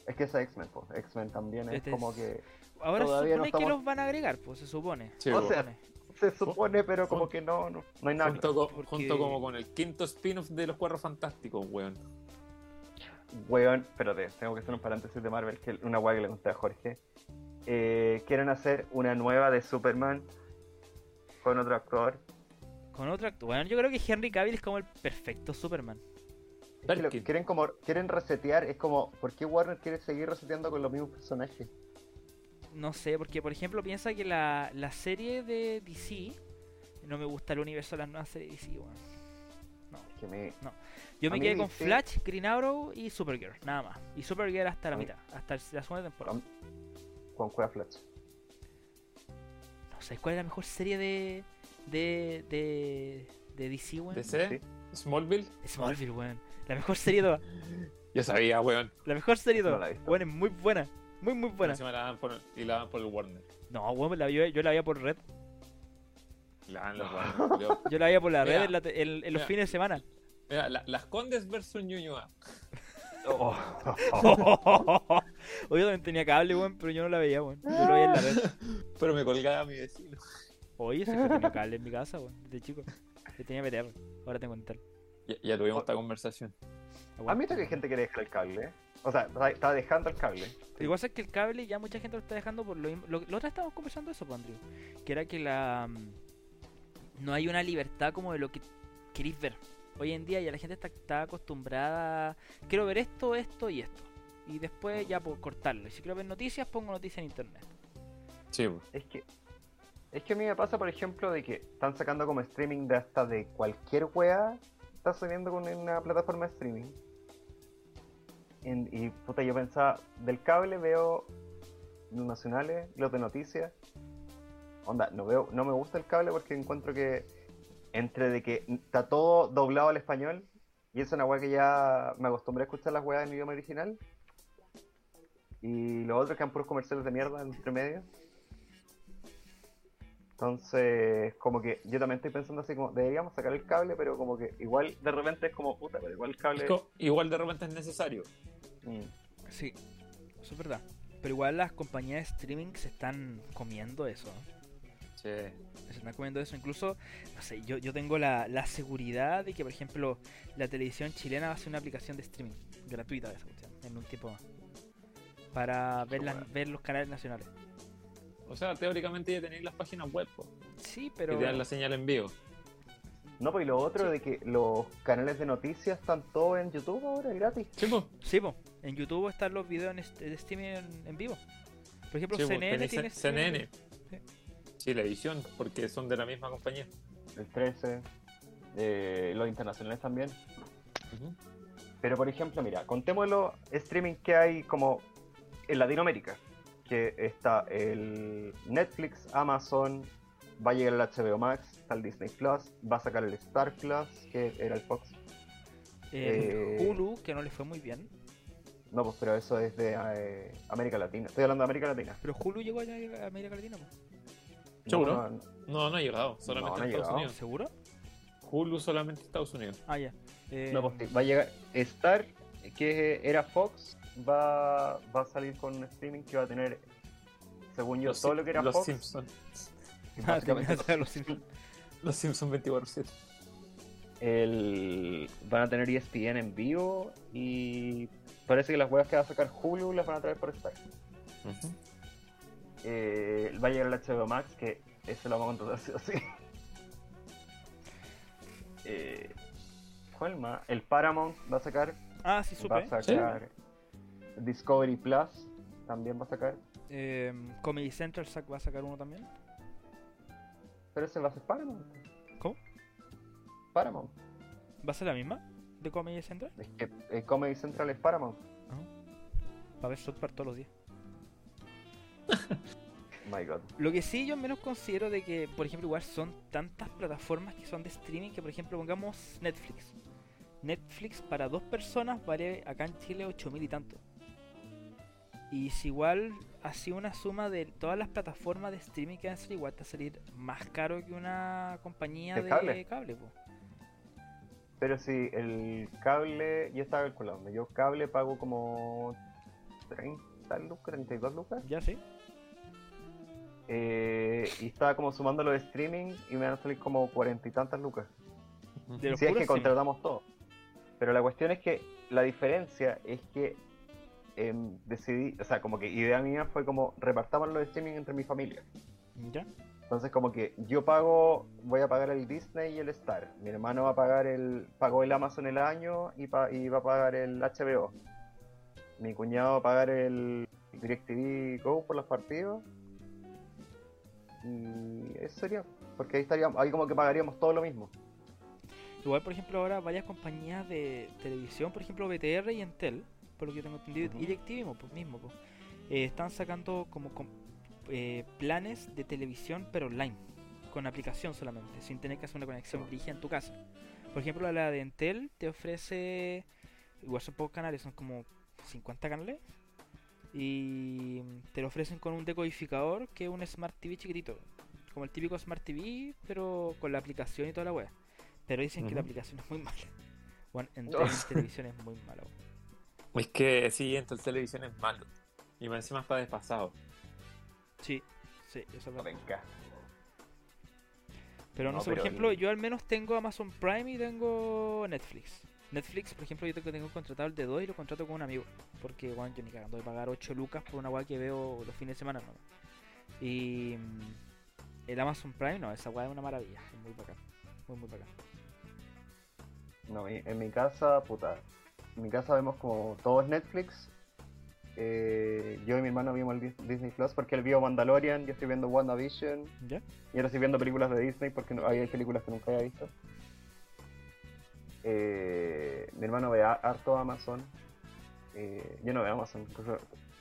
Es que es X-Men, pues. X-Men también es Este es- como que. Ahora se Todavía supone no que estamos- los van a agregar, pues se supone. Sí, O po. sea, Supone. Se supone, pero como Junto- que no, no, no hay nada. junto, co- porque- junto como con el quinto spin-off de los cuatro fantásticos, weón. claro. Weón, espérate, tengo que hacer un paréntesis de Marvel, que una weá que le conté a Jorge. Eh, quieren hacer una nueva de Superman con otro actor. Con otro acto. Bueno, yo creo que Henry Cavill es como el perfecto Superman. Es que lo Perkin. quieren como quieren resetear, es como, ¿por qué Warner quiere seguir reseteando con los mismos personajes? No sé, porque por ejemplo piensa que la, la serie de DC no me gusta el universo de las nuevas series de DC, weón. Que me- Yo A me mí quedé con DC. Flash, Green Arrow y Supergirl, nada más. Y Supergirl hasta la A mí- mitad, hasta la segunda temporada. con Cueva Flash. No sé, ¿cuál es la mejor serie de. de. de. de DC, weón? DC, Smallville. Smallville, weón. La mejor serie de. Yo sabía, weón. La mejor serie de. No la he visto. weón, es muy buena. Muy, muy buena. Encima la dan por, y la dan por el Warner. No, weón, la vi- yo la veía por red. La dan los Warner, culiao. Yo la veía por la red Mira, en, la te- en- en los mira. fines de semana. Mira, la- las Condes versus Ñuñoa. Oh. Oye, yo también tenía cable, weón, pero yo no la veía, weón. Yo la veía en la red. Pero me colgaba a mi vecino. Oye, siempre he tenido cable en mi casa, weón, desde chico. Yo tenía PTR, ahora tengo Intel. Ya, ya tuvimos esta conversación. A mí que hay gente que quiere dejar el cable. ¿eh? O sea, está- está dejando el cable. Lo que pasa es que el cable ya mucha gente lo está dejando por lo mismo. Lo, lo otro estábamos conversando eso, pues, Andrew. Que era que la. mm, No hay una libertad como de lo que queréis ver. Hoy en día ya la gente está, está acostumbrada. a, Quiero ver esto, esto y esto. Y después ya por cortarlo. Y Si quiero ver noticias, pongo noticias en internet. Sí, po. Es que, es que a mí me pasa, por ejemplo, de que están sacando como streaming de hasta de cualquier wea, está subiendo con una plataforma de streaming. En- y puta, yo pensaba, del cable veo los nacionales, los de noticias. Onda, no veo, no me gusta el cable porque encuentro que entre de que está todo doblado al español, y es una wea que ya me acostumbré a escuchar las weas en idioma original. Y los otros que han puros comerciales de mierda entre medio. Entonces, como que yo también estoy pensando así como, deberíamos sacar el cable, pero como que igual de repente es como, puta, pero igual el Es cable... co- Igual de repente es necesario. Mm. Sí, eso es verdad. Pero igual las compañías de streaming se están comiendo eso. ¿no? Sí. se están comiendo eso. Incluso, no sé, yo, yo tengo la, la seguridad de que, por ejemplo, la televisión chilena va a hacer una aplicación de streaming gratuita de esa cuestión en un tiempo más. Para ver, las- bueno. ver los canales nacionales. O sea, teóricamente ya tenéis las páginas web, po, Sí, que pero. te dan la señal en vivo. No, pues y lo otro Sí. de que los canales de noticias están todos en YouTube ahora gratis. Sí, po. Sí, po, en YouTube están los videos en est- de streaming en, en vivo. Por ejemplo, Sí, po. CNN Tenéis tiene. CNN. Sí. Chilevisión, porque son de la misma compañía. El 13, eh, los internacionales también. Pero por ejemplo, mira, contemos los streaming que hay como en Latinoamérica. Que está el Netflix, Amazon, va a llegar el HBO Max, está el Disney Plus, va a sacar el Star Plus, que era el Fox. Eh, Eh, Hulu, que no le fue muy bien. No, pues pero eso es de eh, América Latina. Estoy hablando de América Latina. Pero Hulu llegó allá a América Latina, po. ¿Seguro? No, no, No, no ha llegado. Solamente No, no en ha Estados llegado. Unidos. ¿Seguro? Hulu solamente en Estados Unidos. Ah, ya. Eh, No, pues va a llegar Star, que era Fox, va, va a salir con un streaming que va a tener, según yo, Los todo Sim- lo que era los Fox. Simpsons. básicamente terminaste a los Simpsons. Los Simpsons 24-7. el- van a tener E ESPN en vivo y parece que las huevas que va a sacar Hulu las van a traer por Star. Eh, va a llegar el HBO Max, que ese lo vamos a contratar sí o sí. Eh, ¿Cuál más? El Paramount va a sacar. Ah, sí, Va supe. a sacar Discovery Plus también va a sacar. Eh, Comedy Central sac- va a sacar uno también. Pero ese va a ser Paramount. ¿Cómo? Paramount. ¿Va a ser la misma de Comedy Central? Es que eh, Comedy Central es Paramount. Va a ver South Park todos los días. My God. Lo que sí yo al menos considero de que, por ejemplo, igual son tantas plataformas que son de streaming que, por ejemplo, pongamos Netflix. Netflix para dos personas vale acá en Chile 8 mil y tanto. Y si igual así una suma de todas las plataformas de streaming que van a salir, igual te va a salir más caro que una compañía ¿De de cable. cable? po. Pero sí, el cable, yo estaba calculando, yo cable pago como 30 lucas, 32 lucas. ¿Ya sí? eh, y estaba como sumando los streaming y me van a salir como cuarenta y tantas lucas. De los Si es puros que streaming. contratamos todo. Pero la cuestión es que la diferencia es que em, decidí, o sea, como que idea mía fue como repartamos los streaming entre mi familia. ¿Ya? Entonces como que yo pago, voy a pagar el Disney y el Star. Mi hermano va a pagar el, pagó el Amazon el año y, pa- y va a pagar el HBO. Mi cuñado va a pagar el DirecTV Go por los partidos. Y eso sería, porque ahí estaríamos, ahí como que pagaríamos todo lo mismo. Igual, por ejemplo, ahora varias compañías de televisión, por ejemplo, BTR y Entel, por lo que tengo entendido, Ujú. y DirecTV mo- pues, mismo, po, eh, están sacando como com- eh, planes de televisión, pero online, con aplicación solamente, sin tener que hacer una conexión Claro. rígida en tu casa. Por ejemplo, la de Entel te ofrece, igual son pocos canales, son como 50 canales, y te lo ofrecen con un decodificador que es un Smart TV chiquitito, como el típico Smart TV, pero con la aplicación y toda la web. Pero dicen que la Ujú. aplicación es muy mala. Bueno, en No. tele- televisión es muy mala. weón. Es que sí, entonces televisión es malo. Y más encima está desfasado. Sí, sí, eso es No, verdad. venga. Pero no, No, sé, por pero ejemplo, el- yo al menos tengo Amazon Prime y tengo Netflix. Netflix, por ejemplo, yo tengo, tengo contratado el de 2 y lo contrato con un amigo. Porque, bueno, yo ni cagando de pagar 8 lucas por una weá que veo los fines de semana. nomás. Y mm, el Amazon Prime, no, esa weá es una maravilla. Es muy bacán. Muy, muy bacán. No, mi- en mi casa, puta. En mi casa vemos como todo es Netflix. Eh, yo y mi hermano vimos el Dis- Disney Plus porque él vio Mandalorian, yo estoy viendo WandaVision. ¿Ya? Y ahora estoy viendo películas de Disney porque no, hay películas que nunca había visto. Eh, mi hermano ve a- harto Amazon. Eh, yo no veo Amazon. incluso-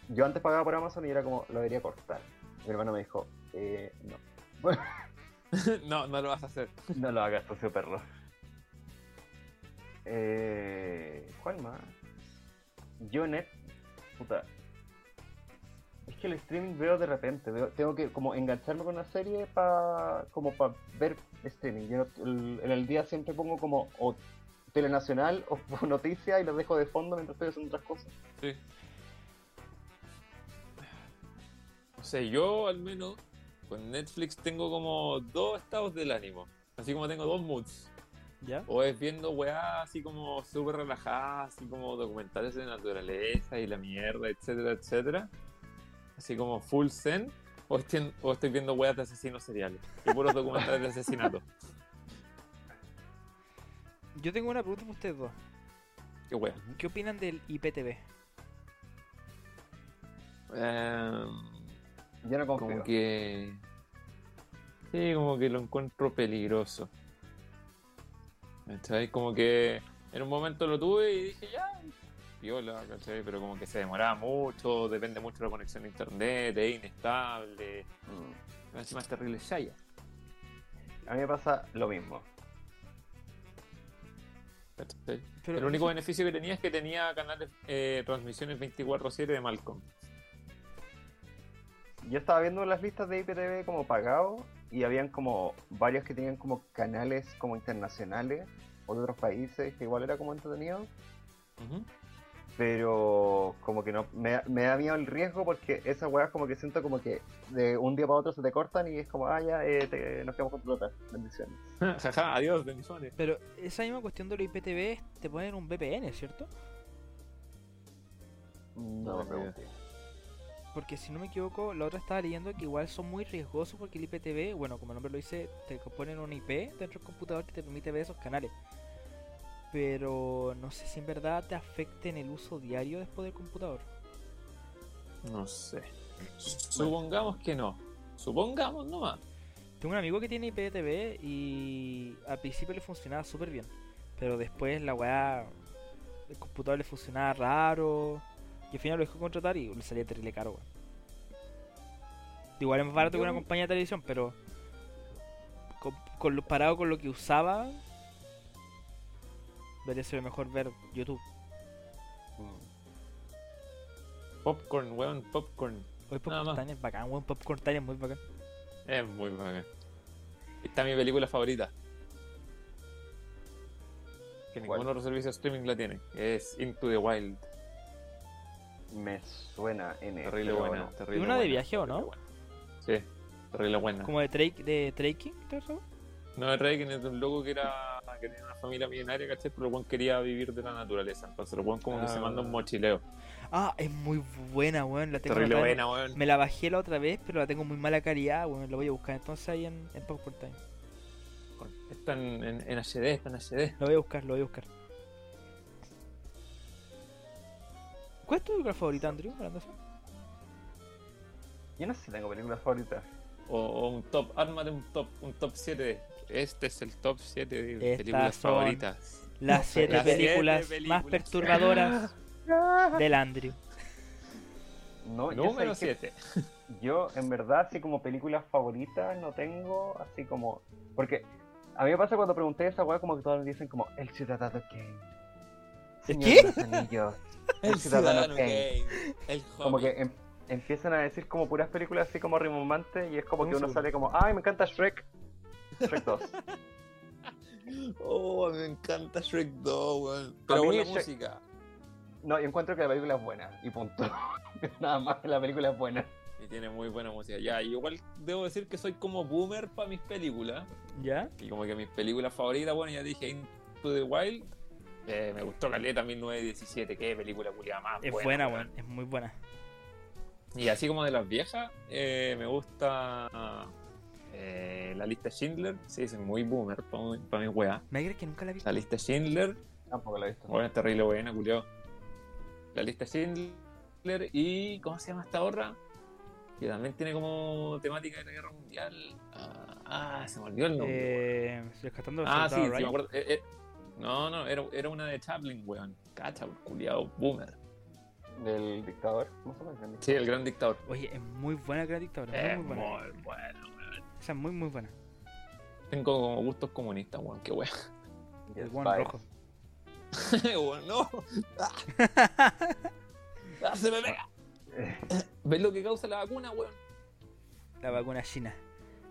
Yo antes pagaba por Amazon y era como, lo debería cortar. Mi hermano me dijo, eh, no, no, no lo vas a hacer. no lo hagas, sucio perro. Eh, ¿Cuál más? Yo net... Puta. Es que el streaming veo de repente. veo- tengo que como engancharme con una serie para como para ver streaming. Yo no- el- en el día siempre pongo como o Telenacional o, o Noticias y los dejo de fondo mientras estoy haciendo otras cosas. Sí. O sea, yo al menos con Netflix tengo como dos estados del ánimo. Así como tengo dos moods. ¿Ya? O es viendo weá así como súper relajada, así como documentales de naturaleza y la mierda, etcétera, etcétera. Así como full zen. O estoy, o estoy viendo weas de asesinos seriales y puros documentales de asesinato. Yo tengo una pregunta para ustedes dos. Qué wea. ¿Qué opinan del IPTV? Em, Yo no confío. como que. Sí, como que lo encuentro peligroso. ¿Cachai? Como que. En un momento lo tuve y dije, ya, piola, ¿cachai? Pero como que se demoraba mucho, depende mucho de la conexión a internet, es inestable. Mm. Encima es terrible Shaya. A mí me pasa lo mismo. ¿cachai? Pero el único eso- beneficio que tenía es que tenía canales, eh, transmisiones 24-7 de Malcolm. Yo estaba viendo las listas de IPTV como pagado y habían como varios que tenían como canales como internacionales o de otros países que igual era como entretenido, Ujú. pero como que no me, me da miedo el riesgo porque esas weas como que siento como que de un día para otro se te cortan y es como, ah, ya, eh, te- nos quedamos con pelotas, bendiciones. Jaja, adiós, bendiciones. Pero esa misma cuestión de los IPTV es- te ponen un VPN, ¿cierto? No me tengo pregunté. Porque si no me equivoco, la otra estaba leyendo que igual son muy riesgosos porque el IPTV, bueno, como el nombre lo dice, te ponen una IP dentro del computador que te permite ver esos canales. Pero no sé si en verdad te afecte en el uso diario después del computador. No sé. Supongamos que no. Supongamos nomás. Tengo un amigo que tiene IPTV y al principio le funcionaba súper bien. Pero después la weá, el computador le funcionaba raro. Y al final lo dejó contratar y le salía terrible caro, weón. Igual es más barato que una Yo- compañía de televisión, pero con, con lo, parado con lo que usaba, debería ser mejor ver YouTube. Popcorn, weón, popcorn. Nada Hoy Popcorn más. Time es bacán, weón. Popcorn Time es muy bacán. Es muy bacán. Esta es mi película favorita. Que ¿Cuál? ningún otro servicio de streaming la tiene. Es Into the Wild. Me suena en el Terrible buena. Terrible ¿Y una de buena, viaje o terrible no? buena. Sí, terrible buena. Como de, trek- de trekking, todo eso. No me reí que es de un loco que era que tenía una familia millonaria, ¿cachai? Pero el weón quería vivir de la naturaleza. Entonces el weón como que Ah. se manda un mochileo. Ah, es muy buena, weón. La tengo Terrible anotada en- buena, weón. Me la bajé la otra vez, pero la tengo muy mala calidad, weón. La voy a buscar entonces ahí en, en Popcorn Time. Está en, en, en HD, está en HD. La voy a buscar, la voy a buscar. ¿Cuál es tu película favorita, Andrew? hablando así? Yo no sé si tengo películas favoritas. O, o un top, ármate un top, un top 7. Este es el top 7 de Estas películas son- favoritas. Las siete Las siete películas más películas. perturbadoras del Andrew. No, yo Número sé que- 7. Yo, en verdad, así como películas favoritas no tengo, así como... Porque a mí me pasa cuando pregunté esa weá, como que todos me dicen como, el ciudadano Kane. ¿El Señor qué? de los Anillos, El ciudadano Kane. El Como que em- empiezan a decir como puras películas así como rimbombantes y es como Un que uno segundo. sale como, ay, me encanta Shrek. Shrek 2. Oh, me encanta Shrek 2, weón. A Pero mí buena Shrek- música. No, yo encuentro que la película es buena y punto. Nada más que la película es buena. Y tiene muy buena música. Ya, y igual debo decir que soy como boomer para mis películas. ¿Ya? Y como que mis películas favoritas, bueno, ya dije Into the Wild. Eh, me gustó Caleta 1917, qué película culiada más. Es buena, weón. Es muy buena. Y así como de las viejas, eh, me gusta eh, la lista Schindler. Sí, es muy boomer para mi weá. Me alegra que nunca la he visto. La lista Schindler, Tampoco la he visto. bueno, es terrible buena, culiao. La lista Schindler y. ¿Cómo se llama esta otra? Que también tiene como temática de la guerra mundial. Ah, ah, se me olvidó el nombre. weón. Eh, rescatando al Ah, sí, soldado sí, me Ryan. acuerdo. Eh, eh, no, no, era, era una de Chaplin, weón. Cacha, culiado, boomer. Del dictador. ¿Cómo se llama? Sí, el gran dictador. Oye, es muy buena Gran Dictadora. Es muy, muy buena. muy bueno. Esa es muy, muy buena. Tengo como gustos comunistas, weón, qué weón. El Yes, buen bye. rojo. Weón, no. Ah. Ah, se me pega. ¿Ves lo que causa la vacuna, weón? Ah, La vacuna china.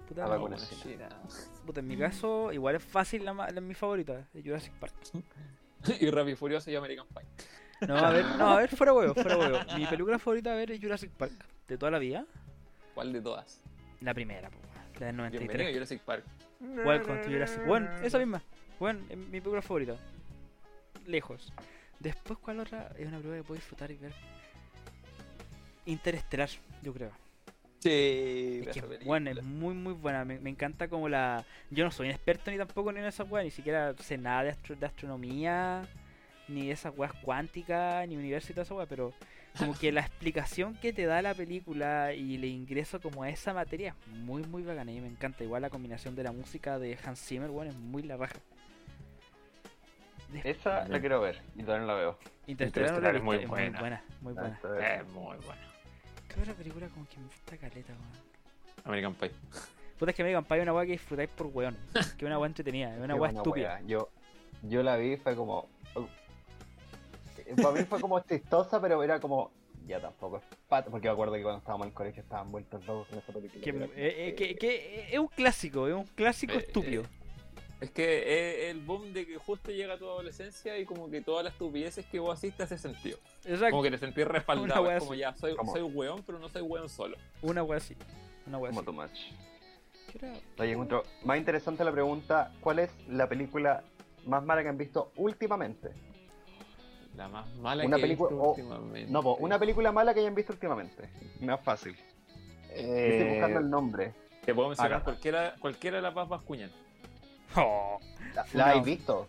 Puta La madre. vacuna Puta, en mi caso, igual es fácil la, ma- la- mi favorita, de Jurassic Park. Y Rápido y Furioso y American Pie. No, a ver, no, a ver, fuera huevo, fuera huevo. Mi película favorita a ver es Jurassic Park, de toda la vida. ¿Cuál de todas? La primera, po, weón, la del Bienvenido a 93. Jurassic Park. Welcome to Jurassic Bueno, esa misma. Bueno, es mi película favorita. Lejos. Después, ¿cuál otra? Es una película que puedo disfrutar y ver. Interestelar, yo creo. Sí, Es que, bueno, es muy, muy buena. Me, me encanta como la. Yo no soy un experto ni tampoco ni en esa weá, ni siquiera sé nada de, astro- de astronomía, ni de esas weas cuánticas, ni universo y toda esa weá, pero como que la explicación que te da la película y le ingreso como a esa materia es muy, muy bacana. Y me encanta. Igual la combinación de la música de Hans Zimmer, bueno, es muy la raja. Esa la quiero ver y todavía no la veo. Interestelar, Interestelar no es muy la he visto, buena. Muy buena, muy Ah, buena. está bien. Es muy bueno. ¿Qué otra película como que me gusta caleta, weón? American Pie. Puta, es que American Pie es una weá que disfrutáis por weón. Que es una weá entretenida, es una Sí, weá una estúpida. wea. Yo, yo la vi y fue como. uh. Para mí fue como chistosa, pero era como. Ya tampoco es pato, porque me acuerdo que cuando estábamos en el colegio estaban vueltos locos con esa película. Que, Era- eh, eh, que- que- es un clásico, es un clásico Eh, estúpido. eh, Es que es el boom de que justo llega tu adolescencia y como que todas las estupideces que vos haciste hace sentido. Exacto, eh, Como que te sentís respaldado. wea Es como ya, soy, Como- soy weón, pero no soy weón solo. una weá así. Una weá así. Como too much. ¿Qué era? Oye, encuentro más interesante la pregunta: ¿Cuál es la película más mala que han visto últimamente? La más mala Una que he visto película- o- últimamente. No, po, una película mala que hayan visto últimamente. Más fácil. Estoy Eh, buscando el nombre. Te puedo mencionar Agatha. cualquiera, cualquiera de las más bascuñan. Oh, ¿La, Funao. la habéis visto?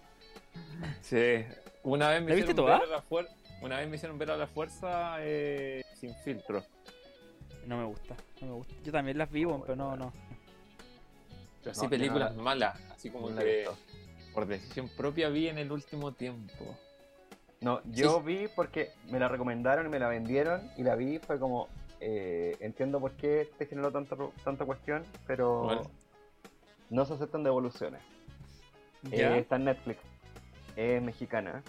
Sí. Una vez me ¿La viste hicieron toda? ver a la fuerza. Una vez me hicieron ver a la fuerza eh, sin filtro. no me gusta, no me gusta. Yo también las vi, weón, pero no, no. Pero No, así yo películas no malas, así como No la he que visto. por decisión propia vi en el último tiempo. No, yo vi porque me la recomendaron y me la vendieron y la vi fue como, eh, entiendo por qué te generó tanta tanta cuestión, pero ¿Cuál? no se aceptan devoluciones. Ya. Eh, está en Netflix. Es mexicana.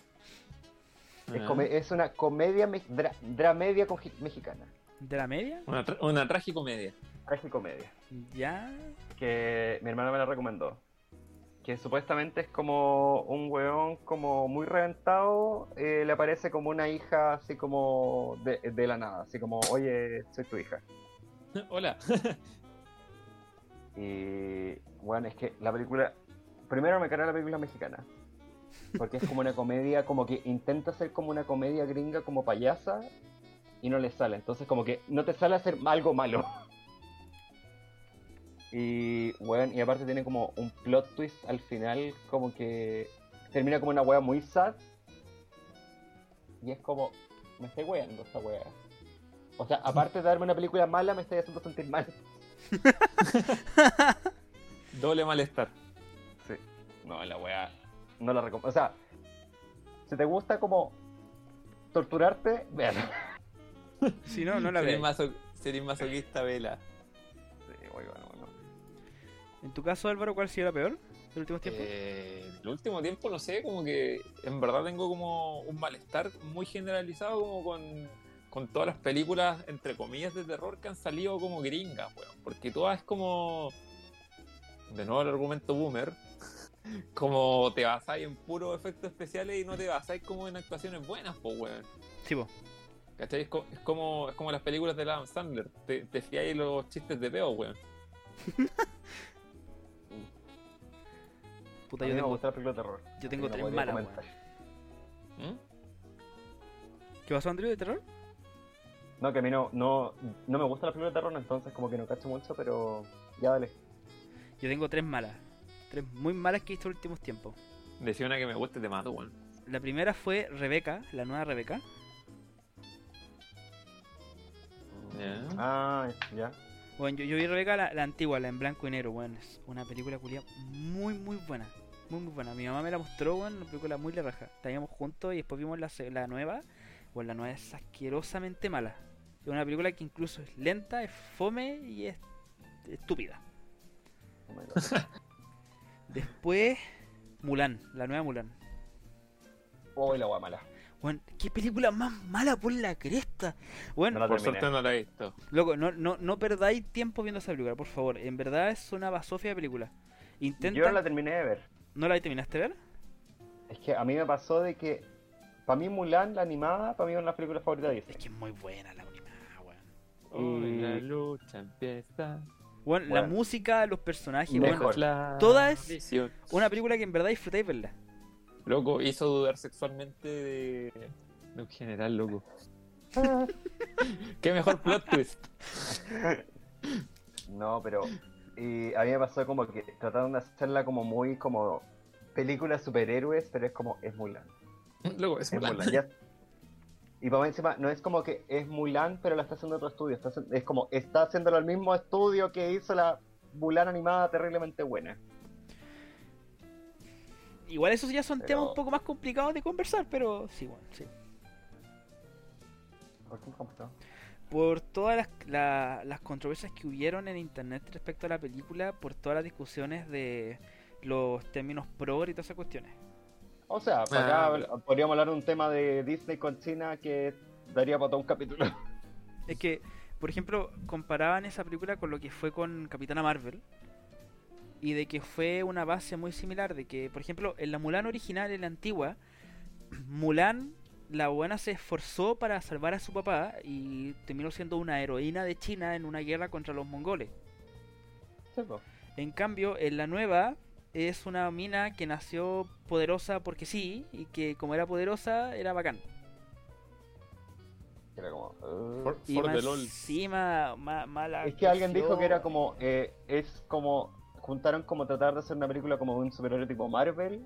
Es, Ah. come- es una comedia, me- dra- dramedia con gi- mexicana. ¿De la media? Una, tra- una tragicomedia. Tragicomedia. Ya. que mi hermana me la recomendó. Que supuestamente es como un weón como muy reventado, eh, le aparece como una hija así como de, de la nada, así como, oye, soy tu hija. Hola. Y bueno, es que la película, primero me carga la película mexicana, porque es como una comedia, como que intenta hacer como una comedia gringa como payasa y no le sale, entonces como que no te sale hacer algo malo. Y bueno, y aparte tiene como un plot twist al final, como que termina como una wea muy sad. Y es como, me estoy weando esta wea. O sea, aparte de darme una película mala, me estoy haciendo sentir mal. Doble malestar. Sí. No, la weá. No la recomiendo. O sea, si te gusta como torturarte, véala. Si no, no la Seré veo. maso- seré masoquista, vela. Sí, oye, bueno, bueno. En tu caso, Álvaro, ¿cuál ha sido la peor? ¿Del último tiempo? Eh, el último tiempo, no sé, como que en verdad tengo como un malestar muy generalizado como con, con todas las películas, entre comillas, de terror que han salido como gringas, weón. Porque todas es como, de nuevo el argumento boomer, como te basáis en puros efectos especiales y no te basáis como en actuaciones buenas, pues, weón. Sí, po. ¿Cachai? Es, co- es como, es como las películas de Adam Sandler. Te, te fiáis los chistes de peo, weón. Puta, a mí yo me tengo, gusta la película de terror. yo tengo Así que no tres podría malas, comentar. weón. ¿Mm? ¿Qué pasó, Andrew, de terror? No, que a mí no, no, no me gusta la película de terror, entonces como que no cacho mucho, pero ya dale. Yo tengo tres malas. Tres muy malas que he visto en los últimos tiempos. Decía una que me guste, te mato, weón. La primera fue Rebeca, la nueva Rebeca. Ya. Ah, ya. Bueno, yo, yo vi Rebeca la, la antigua, la en blanco y negro, weón. Es una película culia muy, muy buena. Muy, muy buena. Mi mamá me la mostró, weón, una película muy la raja. Estábamos juntos y después vimos la, se- la nueva. Bueno, la nueva es asquerosamente mala. Es una película que incluso es lenta, es fome y es estúpida. Oh my God. Después, Mulan, la nueva Mulan. Uy, la wea mala. Weón, qué película más mala por la cresta. Bueno, No la Por terminé. suerte no la he visto. Loco, no, no, no perdáis tiempo viendo esa película, por favor. En verdad es una basofia de película. Intenta. Yo no la terminé de ver. ¿No la terminaste de ver? Es que a mí me pasó de que, para mí Mulan, la animada, para mí es una película favorita de Es Disney. que es muy buena la animada, weón. Hoy Y- la lucha empieza. Weón, la Bueno. música, los personajes, Mejor. weón. La Toda es- visión. Una película que en verdad disfrutáis verla. Loco, hizo dudar sexualmente de. de un general, loco. Qué mejor plot twist. No, pero y a mí me pasó como que trataron de hacerla como muy como película de superhéroes, pero es como es Mulan. Loco, es Es Mulan. Mulan. ya. Y para encima, no es como que es Mulan, pero la está haciendo otro estudio. está haci- es como está haciéndolo al mismo estudio que hizo la Mulan animada terriblemente buena. Igual esos ya son Pero- temas un poco más complicados de conversar, pero sí, bueno, sí. ¿Por qué compró? Por todas las, la- las controversias que hubieron en internet respecto a la película, por todas las discusiones de los términos progre y todas esas cuestiones. O sea, para Ah, acá podríamos hablar de un tema de Disney con China que daría para todo un capítulo. Es que, por ejemplo, comparaban esa película con lo que fue con Capitana Marvel. Y de que fue una base muy similar. De que, por ejemplo, en la Mulan original, en la antigua, Mulan, la buena se esforzó para salvar a su papá y terminó siendo una heroína de China en una guerra contra los mongoles. Sí, po. En cambio, en la nueva es una mina que nació poderosa porque sí, y que como era poderosa, era bacán. Era como, "Uh". For, Y for más the lol. encima, ma- mala Es que alguien dijo que era actuación. como. eh, es como. Juntaron como tratar de hacer una película como de un superhéroe tipo Marvel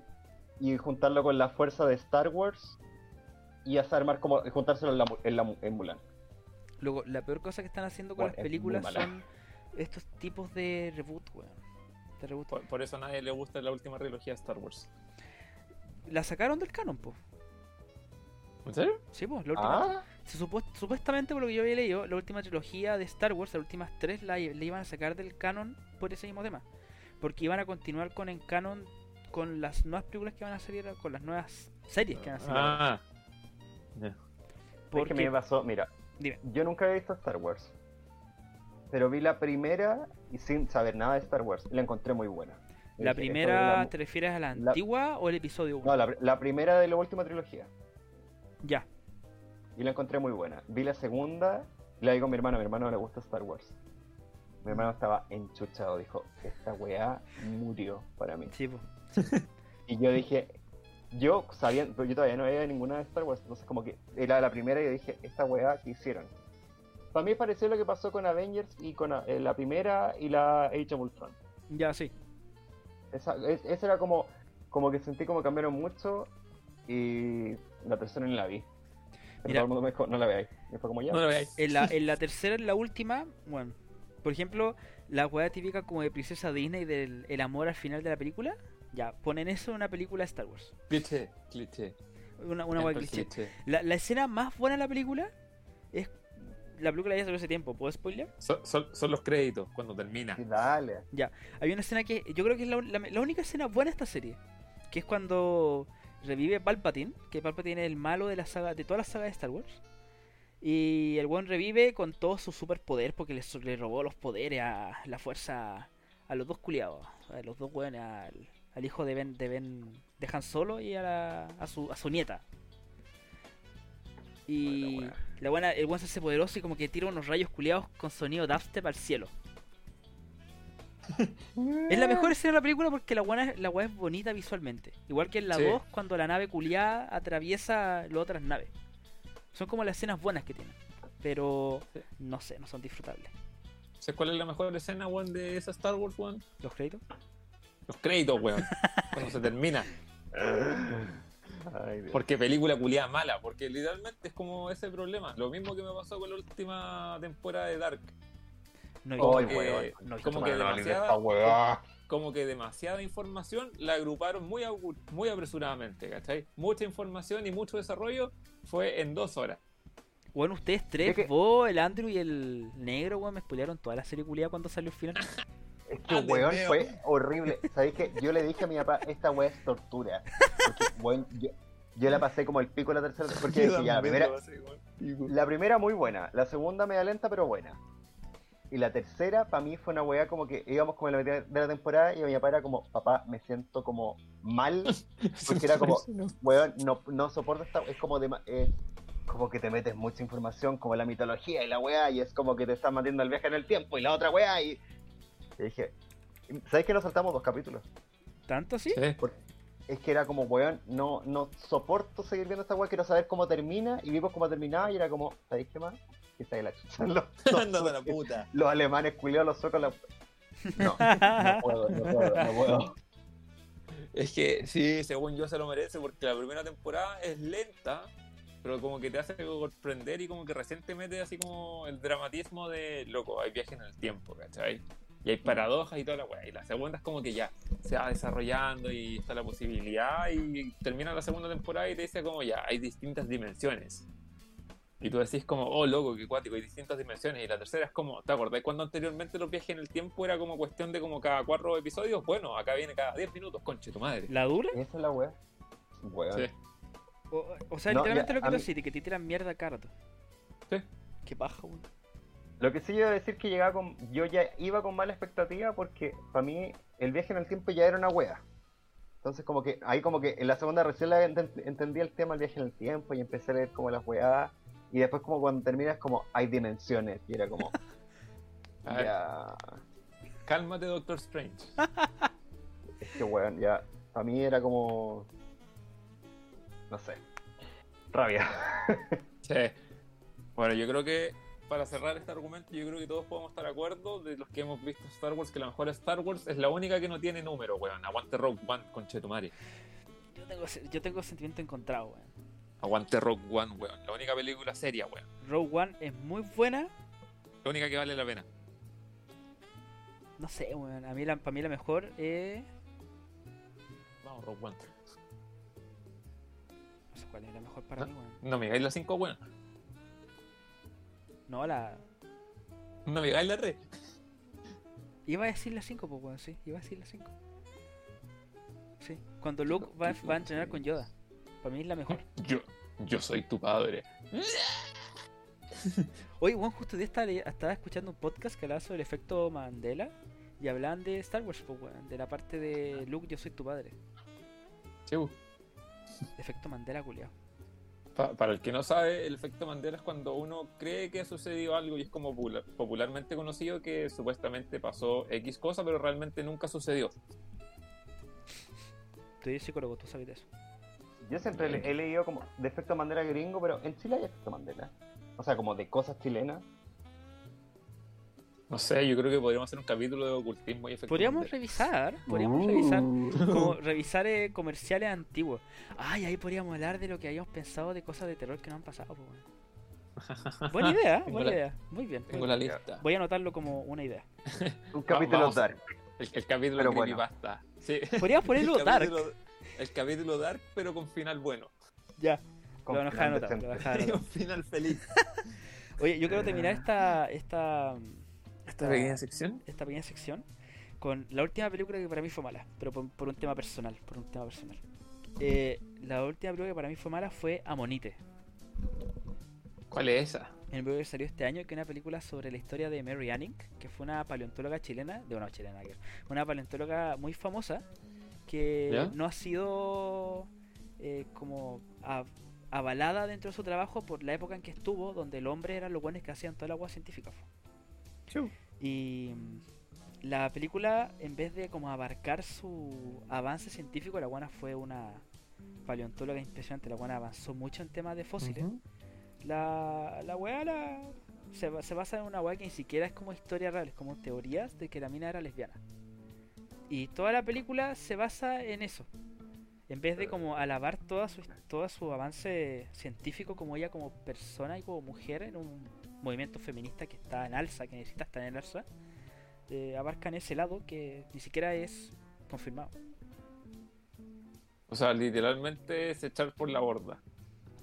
y juntarlo con la fuerza de Star Wars y hacer armar como. y juntárselo en, la, mu- en, la mu- en Mulan. Luego, la peor cosa que están haciendo con Bueno, las es muy películas mala. son estos tipos de reboot, weón. De reboot. Por, por eso a nadie le gusta la última trilogía de Star Wars. La sacaron del canon, po. ¿En serio? Sí, po, la última. Ah, Se supo- supuestamente, por lo que yo había leído, la última trilogía de Star Wars, las últimas tres, la, i- le iban a sacar del canon por ese mismo tema. Porque iban a continuar con el canon con las nuevas películas que van a salir, con las nuevas series que van a salir. Ah, porque porque me pasó. Mira, Dime. yo nunca había visto Star Wars. Pero vi la primera y sin saber nada de Star Wars. y La encontré muy buena. Y dije, la esto primera, es la mu- ¿te refieres a la la- antigua o el episodio 1? No, la, la primera de la última trilogía. Ya. Y la encontré muy buena. Vi la segunda, y la digo a mi hermano, a mi hermano le gusta Star Wars. Mi hermano estaba enchuchado, dijo, esta weá murió para mí. Sí, po. Y yo dije, yo sabía, pero yo todavía no había ninguna de Star Wars, entonces como que era la primera y yo dije, esta weá que hicieron. Para mí pareció lo que pasó con Avengers y con eh, la primera y la Age of Ultron. Ya, sí. Esa, es- esa era como, como que sentí como cambiaron mucho y la tercera ni la vi. Pero Mira. todo el mundo me dijo, no la veáis. Y fue como ya. no lo veáis. En la, en la tercera, en la última, bueno, por ejemplo, la hueá típica como de Princesa Disney del el amor al final de la película, ya, ponen eso en una película de Star Wars. Cliché, cliché. Una, una hueá Entra el cliché. La, la escena más buena de la película es. La película ya salió hace tiempo, ¿puedo spoiler? Son, son- son los créditos cuando termina. Sí, dale. Hay una escena que yo creo que es la, la- la única escena buena de esta serie, que es cuando revive Palpatine, que Palpatine es el malo de la saga de toda la saga de Star Wars. Y el buen revive con todo su superpoder porque le, so- le robó los poderes a la fuerza a los dos culiados, a los dos weones, al, al hijo de Ben, de Ben de Han Solo y a, la- a su, a su nieta. Y Buena, la buena, el buen se hace poderoso y como que tira unos rayos culiados con sonido dubstep al cielo. Es la mejor escena de la película porque la weá la weá es bonita visualmente. Igual que en la Sí. 2, cuando la nave culiada atraviesa las otras naves. Son como las escenas buenas que tienen. Pero Sí. no sé, no son disfrutables. ¿Sabes cuál es la mejor escena, weón, de esa Star Wars, weón? ¿Los créditos? Los créditos, weón. cuando se termina. Ay, Dios. Porque película culiada mala. Porque literalmente es como ese problema. Lo mismo que me pasó con la última temporada de Dark. No, Ay, yo- que- weón. no, yo- como que Bueno, demasiada- esta weá. como que demasiada información la agruparon muy, agu- muy apresuradamente, ¿cachai? Mucha información y mucho desarrollo fue en dos horas. Bueno, ustedes tres, Es que- vos, el Andrew y el negro, weón, me spoilearon toda la serie culiada cuando salió el final. Es que, Ah, te weón, veo. fue horrible. ¿Sabéis que Yo le dije a mi papá, esta weá es tortura. Porque, weón, yo, yo la pasé como el pico la tercera. Porque dije, ya, la primera, la primera muy buena. La segunda media lenta, pero buena. Y la tercera, para mí, fue una weá como que íbamos como en la mitad de la temporada y mi papá era como, papá, me siento como mal. Porque era como, weón, no, no soporto esta. Es como, de, es como que te metes mucha información, como la mitología y la weá, y es como que te estás metiendo al viaje en el tiempo y la otra weá. Y, y dije, ¿sabes que nos saltamos dos capítulos? ¿Tanto así? Sí. Es que era como, weón, no, no soporto seguir viendo esta weá, quiero saber cómo termina, y vimos cómo terminaba, y era como, ¿sabéis qué más? Que está ahí la chucha. Los, Ándate a la puta. los alemanes culiados, los suecos, la. No, no puedo, no puedo, no puedo. Es que sí, según yo se lo merece, porque la primera temporada es lenta, pero como que te hace sorprender y como que recientemente así como el dramatismo de, loco, hay viaje en el tiempo, ¿cachai? Y hay paradojas y toda la weá. Y la segunda es como que ya se va desarrollando y está la posibilidad. Y termina la segunda temporada y te dice como ya, hay distintas dimensiones. Y tú decís como, oh, loco, qué cuático, hay distintas dimensiones. Y la tercera es como, ¿te acordás cuando anteriormente los viajes en el tiempo era como cuestión de como cada cuatro episodios? Bueno, acá viene cada diez minutos, conche tu madre. ¿La dura? Esa es la wea. Weón. Sí. O, o sea, No, literalmente ya, lo que a tú mí- decís, de que te tiran mierda cada rato. Sí. Qué paja, weón. Lo que sí yo iba a decir que llegaba con. Yo ya iba con mala expectativa porque para mí el viaje en el tiempo ya era una wea. Entonces, como que ahí, como que en la segunda recién la ent- entendí el tema del viaje en el tiempo y empecé a leer como las weadas. Y después, como cuando terminas, como hay dimensiones. Y era como. A ver, ya. cálmate, Doctor Strange. Es que weón, ya. Para mí era como. No sé. Rabia. Sí. Bueno, yo creo que para cerrar este argumento, yo creo que todos podemos estar de acuerdo de los que hemos visto Star Wars, que la mejor Star Wars es la única que no tiene número, weón. Aguante Rogue One, conchetumare. Yo tengo, se- yo tengo sentimiento encontrado, weón. Aguante Rogue One, weón. La única película seria, weón. Rogue One es muy buena. La única que vale la pena. No sé, weón. A mí la, para mí la mejor es. Vamos, Rogue One. No sé cuál es la mejor ¿Ah? para mí, weón. No me digáis la 5, weón. No, la. No me digáis la red. Iba a decir la 5, pues, weón, sí. Iba a decir la 5. Sí. Cuando Luke va, va a entrenar con Yoda. Para mí es la mejor. Yo, yo soy tu padre. Oye, Juan, justo de estaba, le- estaba escuchando un podcast que hablaba sobre el efecto Mandela y hablaban de Star Wars, pues, weón, de la parte Ah. de Luke, yo soy tu padre. Chivo. Efecto Mandela, culiao. Pa- para el que no sabe, el efecto Mandela es cuando uno cree que ha sucedido algo y es como pula- popularmente conocido que supuestamente pasó X cosa, pero realmente nunca sucedió. Tú eres psicólogo, tú sabes de eso. Yo siempre le- he leído como de efecto Mandela gringo, pero en Chile hay efecto Mandela. O sea, como de cosas chilenas. No sé, yo creo que podríamos hacer un capítulo de ocultismo y efecto Podríamos Mandela. revisar, Oh. podríamos revisar, como revisar eh, comerciales antiguos. Ay, ahí podríamos hablar de lo que habíamos pensado de cosas de terror que no han pasado, pues, weón. Buena idea, Tengo buena la- idea. Muy bien. Tengo la lista. Voy a anotarlo como una idea. Un capítulo vamos. dark. El, el capítulo Pero de bueno. Creepypasta. Sí. Podríamos ponerlo El dark. capítulo- El capítulo dark, pero con final bueno. Ya, lo con voy a dejar plan anotado, lo decente. voy a dejar anotado. un final feliz. Oye, yo quiero terminar esta esta Esta pequeña sección. esta pequeña sección con la última película que para mí fue mala, pero por, por un tema personal, por un tema personal. Eh, la última película que para mí fue mala fue Amonite, ¿Cuál es esa? el video que salió este año, que es una película sobre la historia de Mary Anning, que fue una paleontóloga chilena, de una chilena, que- una paleontóloga muy famosa, que ¿Ya? no ha sido eh, como a- avalada dentro de su trabajo por la época en que estuvo, donde el hombre era los buenos que hacían toda la agua científica. po. Y mm, la película, en vez de como abarcar su avance científico, la guana fue una paleontóloga impresionante. La guana avanzó mucho en temas de fósiles. Ujú. La, la weá la- se, ba- se basa en una weá que ni siquiera es como historia real, es como teorías de que la mina era lesbiana. Y toda la película se basa en eso. En vez de como alabar toda su, todo su avance científico como ella como persona y como mujer en un movimiento feminista que está en alza, que necesita estar en alza, eh, abarcan ese lado que ni siquiera es confirmado. O sea, literalmente es echar por la borda.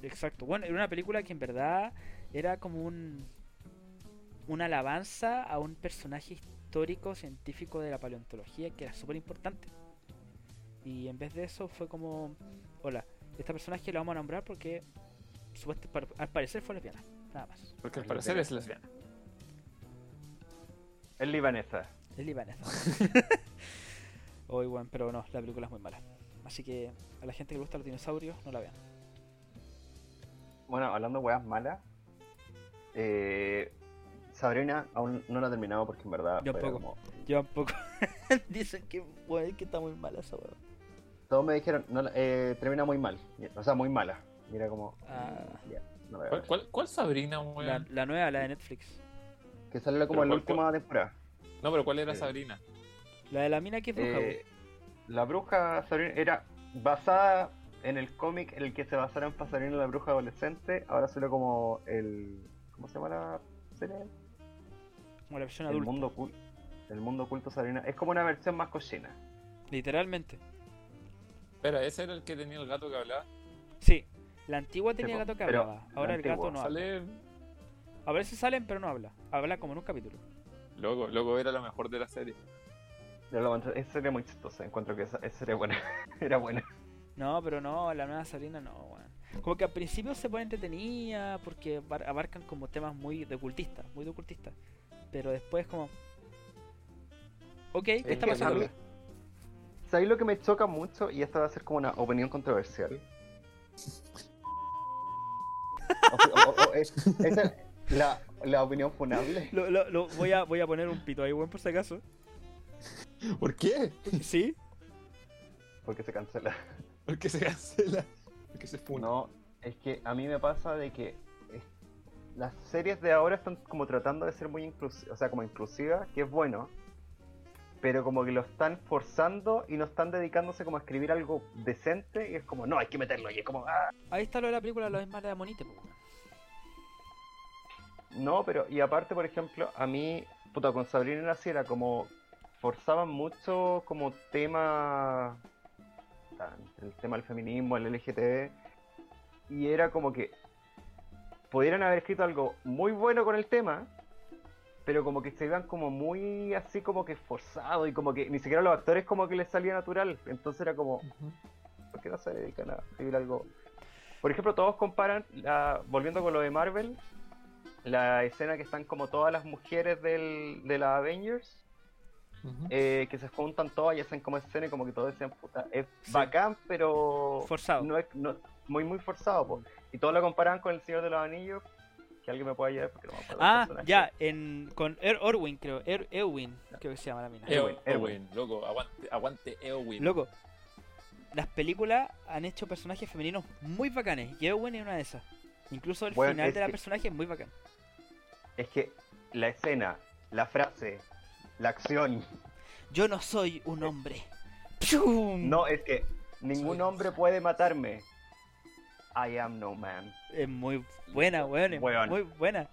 Exacto. Bueno, era una película que en verdad era como un una alabanza a un personaje histórico científico de la paleontología que era súper importante. Y en vez de eso fue como, hola, esta personaje la vamos a nombrar porque supuesto- par- al parecer fue lesbiana, nada más. Porque al Ay, parecer pero- es lesbiana. Es libanesa. Es libanesa. Hoy, bueno, pero no, la película es muy mala. Así que a la gente que le gustan los dinosaurios, no la vean. Bueno, hablando de weas malas, eh, Sabrina aún no la he terminado porque en verdad Yo fue tampoco. como- Yo tampoco. Dicen que, bueno, que está muy mala esa weón. Todos me dijeron, no, la- eh, termina muy mal. Y- O sea, muy mala. Y era como, Ah. ya, no la voy a ¿Cuál, ver. cuál, cuál Sabrina, weón? La, la nueva, la de Netflix. Que salió como en la ¿Pero cuál- última temporada. No, pero ¿cuál era Eh. Sabrina? La de la mina que es bruja. Eh, la bruja Sabrina era basada en el cómic en el que se basaron para Sabrina la bruja adolescente. Ahora salió como el. ¿Cómo se llama la serie? bu, como la versión el adulta. mundo oculto. El mundo oculto de Sabrina. Es como una versión más cochina. Literalmente. Espera, ese era el que tenía el gato que hablaba. Sí. La antigua tenía po, gato que pero hablaba. Ahora la el gato antigua, no habla. Sale. A veces salen, pero no habla. Habla como en un capítulo. Loco, loco, era lo mejor de la serie. Yo lo encuentro- Esa sería muy chistosa. Encuentro que esa, esa sería buena. Era buena. No, pero no, la nueva Sabrina no, weón. Como que al principio se pone entretenida porque abar- abarcan como temas muy de ocultista, muy de ocultista. Pero después como... Ok, ¿qué Es está que a pasando? mí- ¿Sabéis lo que me choca mucho? Y esta va a ser como una opinión controversial. O- o- o- es- esa es la, la opinión funable. Lo, lo- lo- voy, a, voy a poner un pito ahí, weón, por si acaso. ¿Por qué? ¿Sí? Porque se cancela. Porque se cancela. Porque se funa. No, es que a mí me pasa de que eh, las series de ahora están como tratando de ser muy inclusivas, o sea, como inclusivas, que es bueno, pero como que lo están forzando y no están dedicándose como a escribir algo decente y es como, no, hay que meterlo y es como, ah, Ahí está lo de la película Lo es más de Monite, po, weón. no, pero y aparte, por ejemplo, a mí, puta, con Sabrina era así, era como forzaban mucho como tema, puta, el tema del feminismo, el LGTB, y era como que pudieran haber escrito algo muy bueno con el tema, pero como que se iban como muy así como que forzado y como que ni siquiera a los actores como que les salía natural. Entonces era como, ¿por qué no se dedican a escribir algo? Por ejemplo, todos comparan, la- volviendo con lo de Marvel, la escena que están como todas las mujeres del, de la Avengers, eh, que se juntan todas y hacen como escena y como que todos decían, puta, es Sí. bacán, pero Forzado. no es no- muy muy forzado po. y todos lo comparan con el señor de los anillos que alguien me pueda ayudar porque no me acuerdo del Ah, personaje. ya, en, con Er Orwin, creo. Er Erwin, creo que se llama la mina. Eowyn, Eowyn. Eowyn, loco, aguante, aguante Eowyn. Loco, las películas han hecho personajes femeninos muy bacanes. Y Erwin es una de esas. Incluso el Bueno, final es de la que- personaje es muy bacán. es que la escena la frase la acción Yo no soy un hombre. ¡Pium! no es que ningún Soy- hombre puede matarme I am no man Es muy buena, weón. es Weón. Muy buena.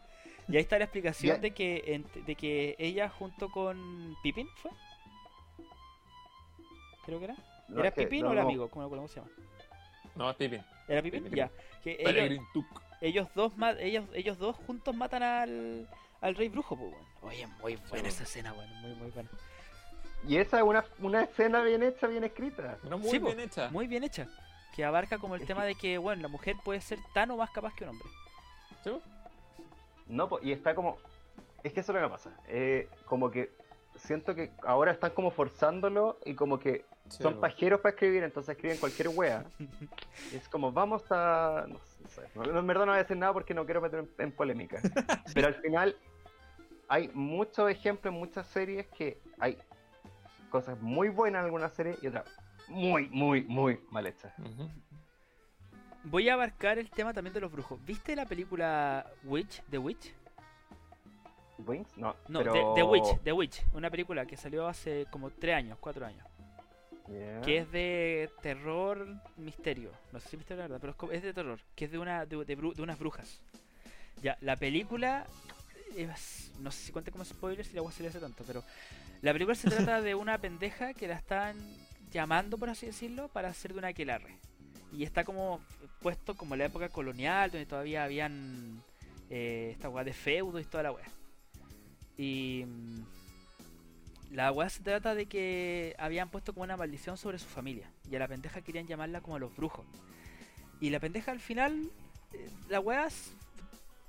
Y ahí está la explicación Ya- de que ent- de que ella junto con Pippin fue. Creo que era. No, ¿Era es que- Pippin no, o el no. amigo? ¿Cómo, cómo se llama? No, es Pippin. ¿Era Pippin? Pippin. Ya. Que ellos- Peregrin Tuk. ellos dos ma- ellos, ellos dos juntos matan al, al rey brujo, pues, weón. Oye, muy buena esa escena, weón. Muy, muy buena. y esa es una, una escena bien hecha bien escrita Una muy Sí, po, bien hecha. Muy bien hecha. Que abarca como el tema de Ah. que, bueno, la mujer puede ser tan o más capaz que un hombre. Sí, po. No, po, y está como. Es que eso es lo que pasa. Eh, como que siento que ahora están como forzándolo y como que Sí, son po. pajeros para escribir, entonces escriben cualquier wea. es como, vamos a. No sé, no sé. No, en verdad no voy a decir nada porque no quiero meter en, en polémica. Pero al final, hay muchos ejemplos en muchas series que hay cosas muy buenas en algunas series y otras muy, muy, muy mal hechas. Ujú. Voy a abarcar el tema también de los brujos. ¿Viste la película Witch? The Witch? ¿Wings? No, No, pero... The, The Witch, The Witch. Una película que salió hace como 3 años, 4 años. Yeah. Que es de terror, misterio. No sé si misterio la verdad, pero es co- es de terror. Que es de, una, de, de bru- de unas brujas. Ya, la película. es- no sé si cuenta como spoiler si la voy a hacer hace tanto, pero. La película se trata de una pendeja que la están llamando, por así decirlo, para hacer de una aquelarre. Y está como puesto como en la época colonial, donde todavía habían. eh, esta weá de feudo y toda la weá. Y. mm, la weá se trata de que habían puesto como una maldición sobre su familia. Y a la pendeja querían llamarla como a los brujos. Y la pendeja al final, eh, la weá es,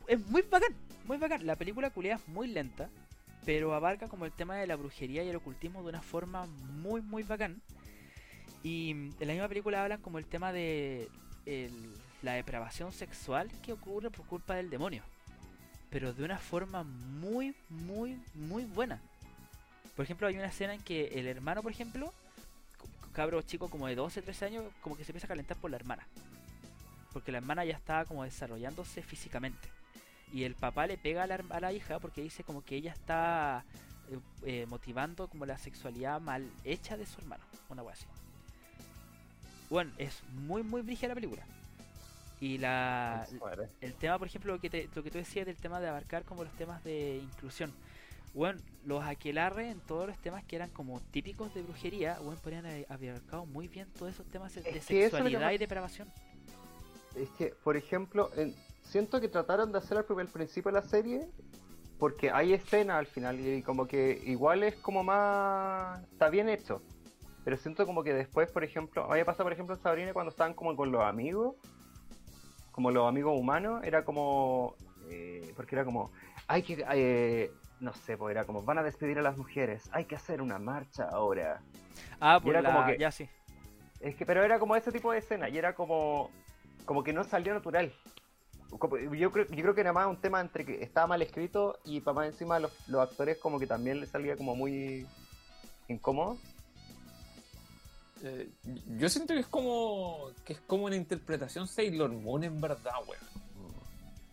es muy bacán, muy bacán. La película culea es muy lenta, pero abarca como el tema de la brujería y el ocultismo de una forma muy, muy bacán. Y mm, en la misma película hablan como el tema de el- la depravación sexual que ocurre por culpa del demonio. Pero de una forma muy, muy, muy buena. Por ejemplo, hay una escena en que el hermano, por ejemplo, c- cabro chico como de 12, 13 años, como que se empieza a calentar por la hermana. Porque la hermana ya estaba como desarrollándose físicamente. Y el papá le pega a la, herm- a la hija porque dice como que ella está eh, eh, motivando como la sexualidad mal hecha de su hermano. Una wea así. Bueno, es muy, muy brígida la película. Y la, Madre. el tema, por ejemplo, lo que, te- lo que tú decías del tema de abarcar como los temas de inclusión. Bueno, los aquelarres en todos los temas que eran como típicos de brujería, bueno, podrían haber abarcado muy bien todos esos temas de que eso es lo que sexualidad y más- depravación. Es que, por ejemplo, en- siento que trataron de hacer al primer- al principio de la serie porque hay escena al final y como que igual es como más... está bien hecho. Pero siento como que después, por ejemplo, había pasado por ejemplo en Sabrina cuando estaban como con los amigos, como los amigos humanos, era como... eh, porque era como, hay que... eh, no sé, pues era como, van a despedir a las mujeres, hay que hacer una marcha ahora. Ah, Y por era la... como que- ya sí. Es que, pero era como ese tipo de escena y era como, como que no salió natural. Como- Yo creo, yo creo que era más un tema entre que estaba mal escrito y para más encima los, los actores como que también les salía como muy incómodo. Eh, yo siento que es como que es como una interpretación Sailor Moon en verdad, weón.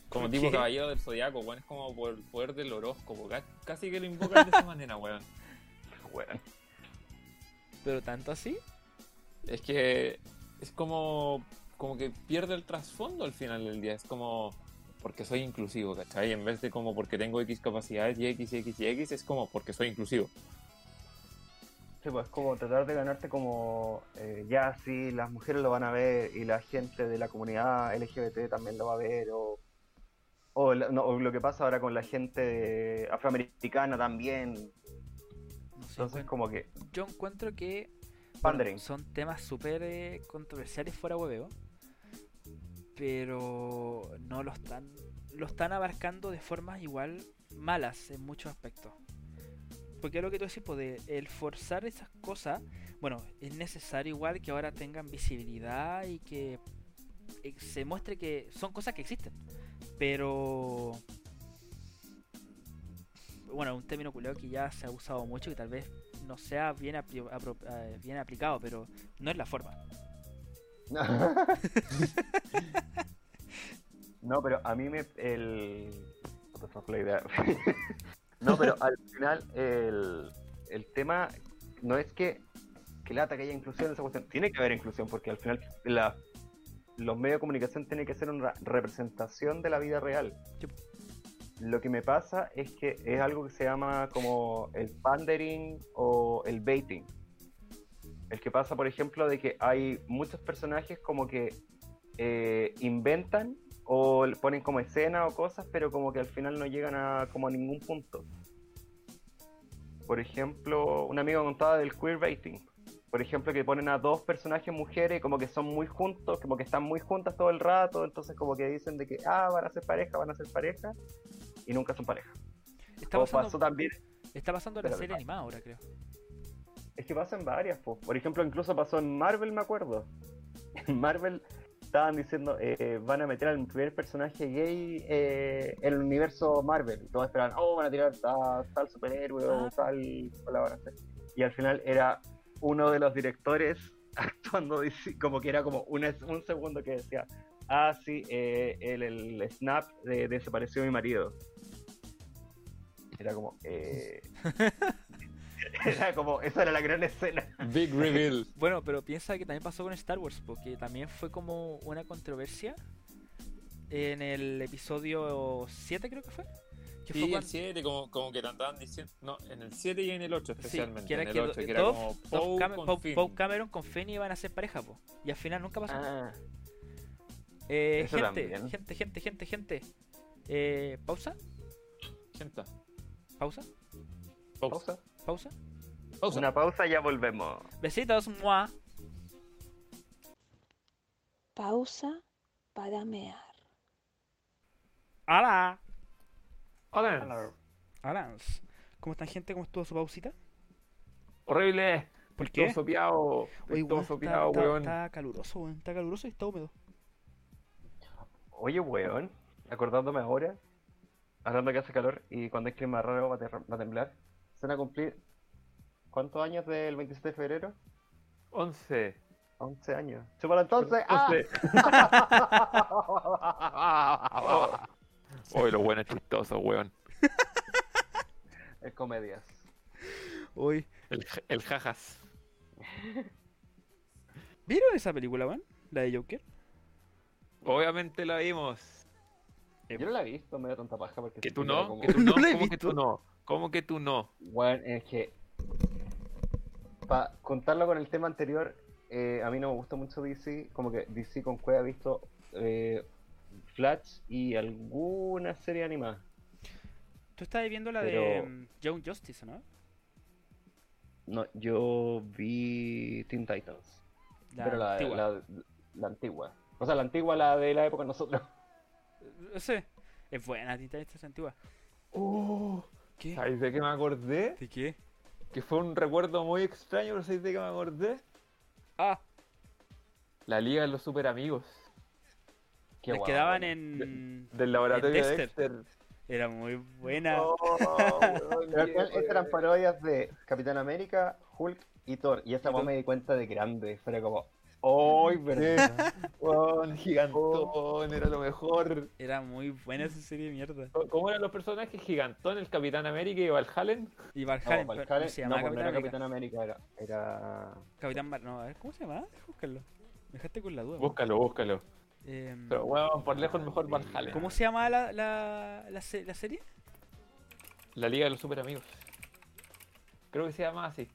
Como ¿Por tipo qué? caballero del zodiaco, weón. Es como por el poder del horóscopo. ca- Casi que lo invocan de esa manera, weón. Bueno, Pero tanto así. Es que es como, como que pierde el trasfondo al final del día. Es como porque soy inclusivo, ¿cachai? En vez de como porque tengo X capacidades y X y X y X, es como porque soy inclusivo. sí, pues como tratar de ganarte como, eh, ya sí, las mujeres lo van a ver y la gente de la comunidad LGBT también lo va a ver o, o la- no, o lo que pasa ahora con la gente afroamericana también. No sé, Entonces encuent- como que, Yo encuentro que Bueno, pandering. son temas súper eh, controversiales fuera hueveo. Pero no lo están. Lo están abarcando de formas igual malas en muchos aspectos. Porque es lo que tú decís, po, de el forzar esas cosas, bueno, es necesario igual que ahora tengan visibilidad y que eh, se muestre que son cosas que existen. Pero bueno, un término culiao que ya se ha usado mucho y tal vez no sea bien, apli- apro- eh, bien aplicado, pero no es la forma. No, pero a mí me. El... puta, se me fue la idea. no, pero al final, el, el tema no es que, que lata que haya inclusión en esa cuestión. Tiene que haber inclusión, porque al final la- los medios de comunicación tienen que ser una representación de la vida real. Sí. Lo que me pasa es que es algo que se llama como el pandering o el baiting. El que pasa, por ejemplo, de que hay muchos personajes como que eh, inventan o le ponen como escena o cosas, pero como que al final no llegan a como a ningún punto. Por ejemplo, un amigo contaba del queerbaiting. Por ejemplo, que ponen a dos personajes mujeres y como que son muy juntos, como que están muy juntas todo el rato, entonces como que dicen de que, ah, van a ser pareja, van a ser pareja, y nunca son pareja. Está Como pasó pasando, también está pasando en la Espérame, serie pa- animada ahora, creo. Es que pasan varias, po. por ejemplo, incluso pasó en Marvel, me acuerdo. En Marvel estaban diciendo, eh, van a meter al primer personaje gay eh, en el universo Marvel. Y todos esperaban, oh, van a tirar a tal superhéroe o Ah. tal colaboración. Y al final era uno de los directores actuando, dici- como que era como una- un segundo que decía, ah, sí, eh, el, el snap de desapareció mi marido. Era como, eh, era como, esa era la gran escena. Big reveal. Bueno, pero piensa que también pasó con Star Wars, porque también fue como una controversia en el episodio 7, creo que fue. Que fue Sí, el cuando- 7, como, como que te andaban diciendo. No, en el 7 y en el 8 especialmente. que era en el que 8, do- que era dos- como Tom Poe Cam- con Poe- Finn. Poe Cameron con Finn iban a ser pareja, po. Y al final nunca pasó. Ah, Eh, eso gente, también. gente, gente, gente, gente. Eh, pausa, Gente, pausa, pausa. pausa. pausa. Pausa. Una pausa y ya volvemos. Besitos, muah. Pausa para mear. ¡Hala! Hola. Alans. ¿Cómo están, gente? ¿Cómo estuvo su pausita? Horrible. ¿Por qué? sopeado. Oye, todo weón, está, sopeado, está- weón. está caluroso, weón. Está caluroso y está húmedo. Oye, weón, acordándome ahora, hablando que hace calor y cuando hay clima raro va a, ter- va a temblar, se van a cumplir ¿cuántos años del 27 de febrero? 11. 11 años. ¡Chúpalo entonces! ¡Ah! Hoy los buenos chistosos, weón. es comedias. Uy. El, el jajas. ¿Vieron esa película, weón? La de Joker. Obviamente la vimos. Yo no la he visto, me da tanta paja porque... Que tú siempre era no, como- que tú no, No la he ¿cómo que visto. tú no? ¿Cómo que tú no? Bueno, es que. Para contarlo con el tema anterior, eh, a mí no me gusta mucho DC. Como que DC con Cueva ha visto eh, Flash y alguna serie animada. Tú estabas viendo la de Pero- mm, Young Justice, ¿no? No, yo vi Teen Titans. pero la, antigua. La, la antigua. O sea, la antigua, la de la época de nosotros. No sé. Es buena, Teen Titans es antigua. Oh, ¿Qué? ¿Sabes de qué me acordé? ¿De qué? Que fue un recuerdo muy extraño, pero ¿sabes de qué me acordé? Ah, La Liga de los Super Amigos. Qué les guau, quedaban bueno. en... Del laboratorio de Dexter. Dexter. Era muy buena. Oh, weón, Pero qué- igual, estas eran parodias de Capitán América, Hulk y Thor. Y esa Y Thor. weá me di cuenta de grande. Fue como, ¡ay, verdad! Weón, gigantón, era lo mejor. Era muy buena esa serie de mierda. ¿Cómo eran los personajes? Gigantón, el Capitán América y Valhallen. Y Van No, Halen, pero Valhalla- ¿cómo se no, llamaba pues no Capitán era América? Capitán América, era. era... Capitán Mar... No, a ver, ¿cómo se llamaba? Deja buscarlo. Me dejaste con la duda. Búscalo, búscalo. Em, Pero weón, por lejos el mejor Valhallen. ¿Cómo se llamaba la, la, la, se- la serie? La Liga de los Super Amigos. Creo que se llama así.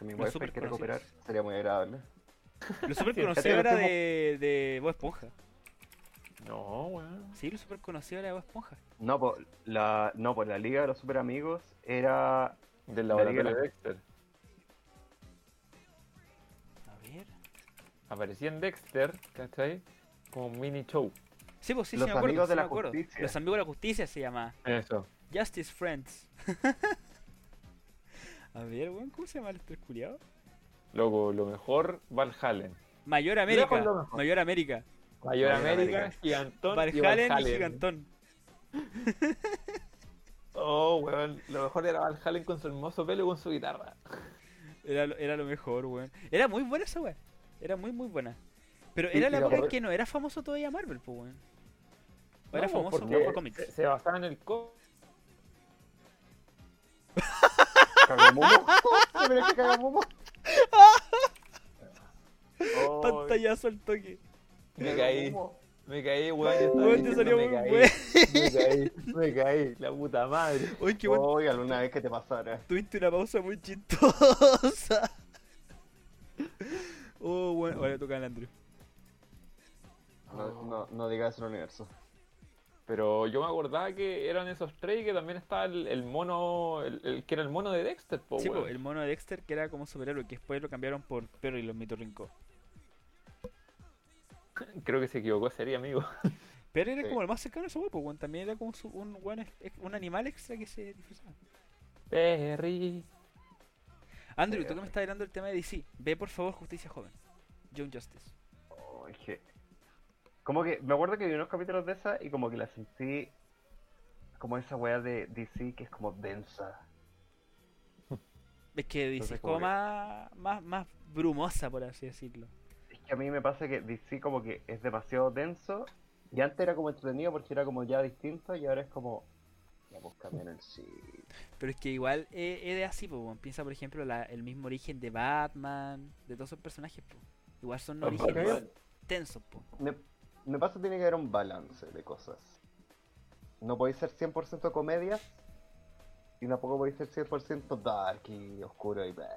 Si mi Los wifi quiere superconocidos. recuperar, sería muy agradable. Lo super Sí, conocido creo era que de, de Bob Esponja. No, weón. Sí, lo super conocido era de Bob Esponja. No, pues la, no, pues la Liga de los Super Amigos era. Del La Liga de laboratorio de la- Dexter. A ver. Aparecía en Dexter, ¿cachai? Como un mini show. Sí, pues sí, Los sí me acuerdo. Amigos sí de me la acuerdo. Justicia. Los amigos de la justicia se llama. Eso. Justice Friends. A ver, weón, ¿cómo se llama el tres culiado? Loco, lo mejor Valhallen. Mayor Lejos lo América. mejor. Mayor América. Mayor Mayor América, América. Gigantón Van y Halen y Valhallen. Gigantón. Oh, weón. Lo mejor era Valhallen con su hermoso pelo y con su guitarra. Era, lo- era lo mejor, weón. Era muy buena esa weón. Era muy, muy buena. Pero Sí, era la y la época en verdad- que no era famoso todavía Marvel, pues, weón. O Era No, famoso porque por cómics. se- Se basaba en el cómic. Cagamumo. Pero es que Cagamumo. Pantallazo al toque. me caí, Cagamumo. me caí, weón. yo estaba Weón, te diciendo, salió me muy caí, bueno. Me caí, me caí, la puta madre. Oye, qué bueno. Uy, alguna vez que te pasara. Tuviste una pausa muy chistosa. Oh, bueno. Ahora toca al Andrew. No, no, no digas el universo. Pero yo me acordaba que eran esos tres y que también estaba el, el mono, el, el que era el mono de Dexter, po, Sí, Oh, weón. po, el mono de Dexter que era como superhéroe, que después lo cambiaron por Perro y los Mitorrinco. Creo que se equivocó sería amigo. Pero era Sí. como el más cercano a ese guapo, weón. También era como su- un, weón ex- un animal extra que se disfrazaba. Perry. Andrew, Sí, eh. tú que me ok. estás hablando del tema de DC, ve por favor Justicia Joven. John Justice. Oh, es que- Como que me acuerdo que vi unos capítulos de esa y como que la sentí como esa weá de DC que es como densa. Es que DC Entonces, es como como que- más, más, más brumosa, por así decirlo. Es que a mí me pasa que DC como que es demasiado denso y antes era como entretenido porque era como ya distinto y ahora es como... Ya pues cambian el sí. Pero es que igual eh, es de así, po, weón. Piensa, por ejemplo, la- el mismo origen de Batman, de todos esos personajes, po. Igual son Batman. orígenes tensos, po. Me, me pasa que tiene que haber un balance de cosas. No podéis ser 100% comedias y tampoco podéis ser 100% dark y oscuro y... bla.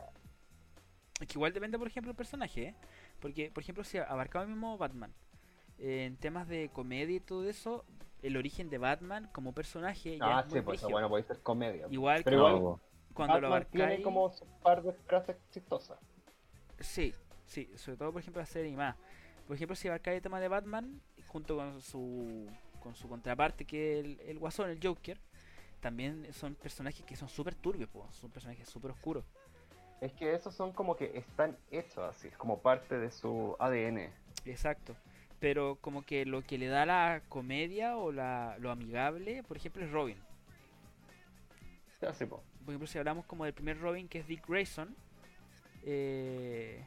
Es que igual depende, por ejemplo, del personaje, ¿eh? Porque, por ejemplo, si abarcaba el mismo Batman, eh, en temas de comedia y todo eso, el origen de Batman como personaje ya Ah, es muy sí, pues brígido. bueno, podéis ser comedia. Igual Pero que igual- cuando lo Batman abarcáis... tiene como su par de frases chistosas. Sí, sí, sobre todo por ejemplo la serie animada. Por ejemplo, si abarca el tema de Batman, junto con su, con su contraparte que es el, el Guasón, el Joker, también son personajes que son súper turbios, po, son personajes súper oscuros. Es que esos son como que están hechos así, es como parte de su ADN. Exacto. Pero como que lo que le da la comedia o la, lo amigable, por ejemplo, es Robin. Así, pues, po. Por ejemplo, si hablamos como del primer Robin, que es Dick Grayson, eh,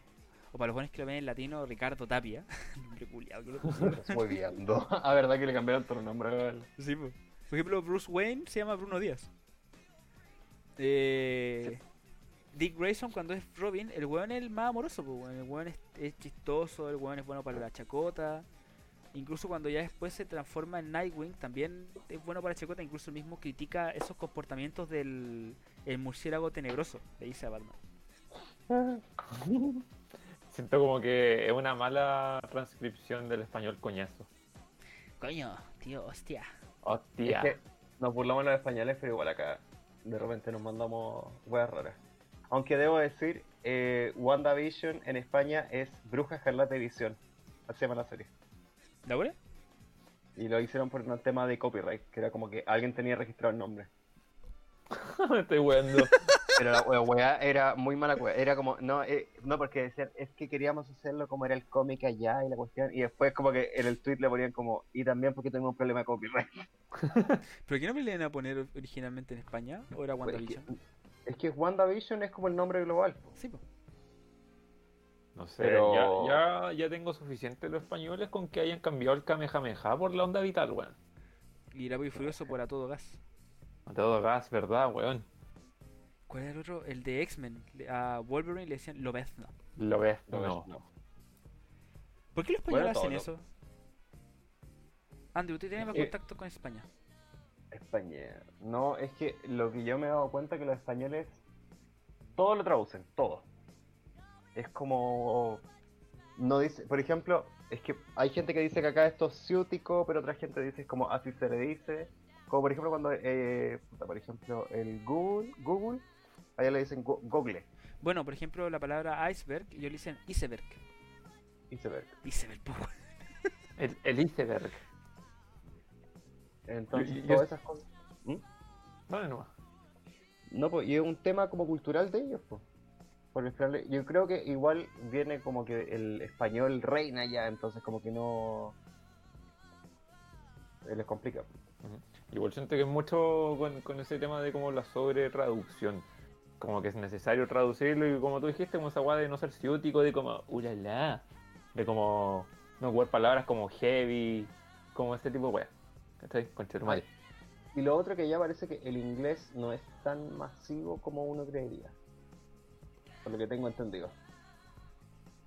o para los buenos que lo ven en latino, Ricardo Tapia. Nombre culiao que le pusieron. Muy bien. A verdad que le cambiaron todo el nombre. al- Sí, po. Por ejemplo, Bruce Wayne se llama Bruno Díaz. Eh, Dick Grayson, cuando es Robin, el weón es el más amoroso, po, weón. El weón es, es chistoso, el weón es bueno para la chacota. Incluso cuando ya después se transforma en Nightwing, también es bueno para Chacota. Incluso él mismo critica esos comportamientos del el murciélago tenebroso, le dice a Batman. Siento como que es una mala transcripción del español coñazo. Coño, tío, hostia. Hostia. Es que nos burlamos los españoles, pero igual acá de repente nos mandamos weas raras. Aunque debo decir, eh, WandaVision en España es Bruja Escarlata y Visión. Así se llama la serie. ¿La buena? Y lo hicieron por un tema de copyright, que era como que alguien tenía registrado el nombre. Me estoy weando. Pero la wea- weá era muy mala wea. Era como, no, eh, no, porque decían, es que queríamos hacerlo como era el cómic allá y la cuestión. Y después como que en el tweet le ponían como, y también porque tengo un problema de copyright. ¿Pero qué nombre le iban a poner originalmente en España? ¿O era Pues es, que, WandaVision? es que WandaVision es como el nombre global. po. Sí, po. No sé, Pero- ya, ya, ya tengo suficiente los españoles con que hayan cambiado el Kamehameha por la onda vital, weón. Y Rápido y Furioso por A Todo Gas. A todo gas, ¿verdad, weón? ¿Cuál era el otro? El de X-Men. Le- A Wolverine le decían Lobezno. Lo ves, Lo ves, no. no. ¿Por qué los españoles Bueno, hacen todo. eso? Andrew, tú tienes más Eh, contacto con España. España. No, es que lo que yo me he dado cuenta es que los españoles todo lo traducen, todo. Es como no dice, por ejemplo, es que hay gente que dice que acá esto es ciútico, pero otra gente dice es como así se le dice. Como por ejemplo cuando eh, puta, por ejemplo el Google, Google, allá le dicen go- Google, Bueno, por ejemplo, la palabra iceberg, ellos le dicen iceberg. iceberg. Iceberg, pues, po. El, el iceberg. Entonces, Y- y todas es- esas cosas. Dale nomás. No, pues, y es un tema como cultural de ellos, pues. Porque al final, yo creo que igual viene como que el español reina ya, entonces como que no... eh, Les complica. Igual siento que es mucho con, con ese tema de como la sobre traducción. Como que es necesario traducirlo y como tú dijiste, como esa guada de no ser ciútico, de como, ulala, de como no jugar palabras como heavy, como ese tipo de weas. ¿Cachai? Conche tu madre. Y lo otro que ya parece que el inglés no es tan masivo como uno creería. Por lo que tengo entendido.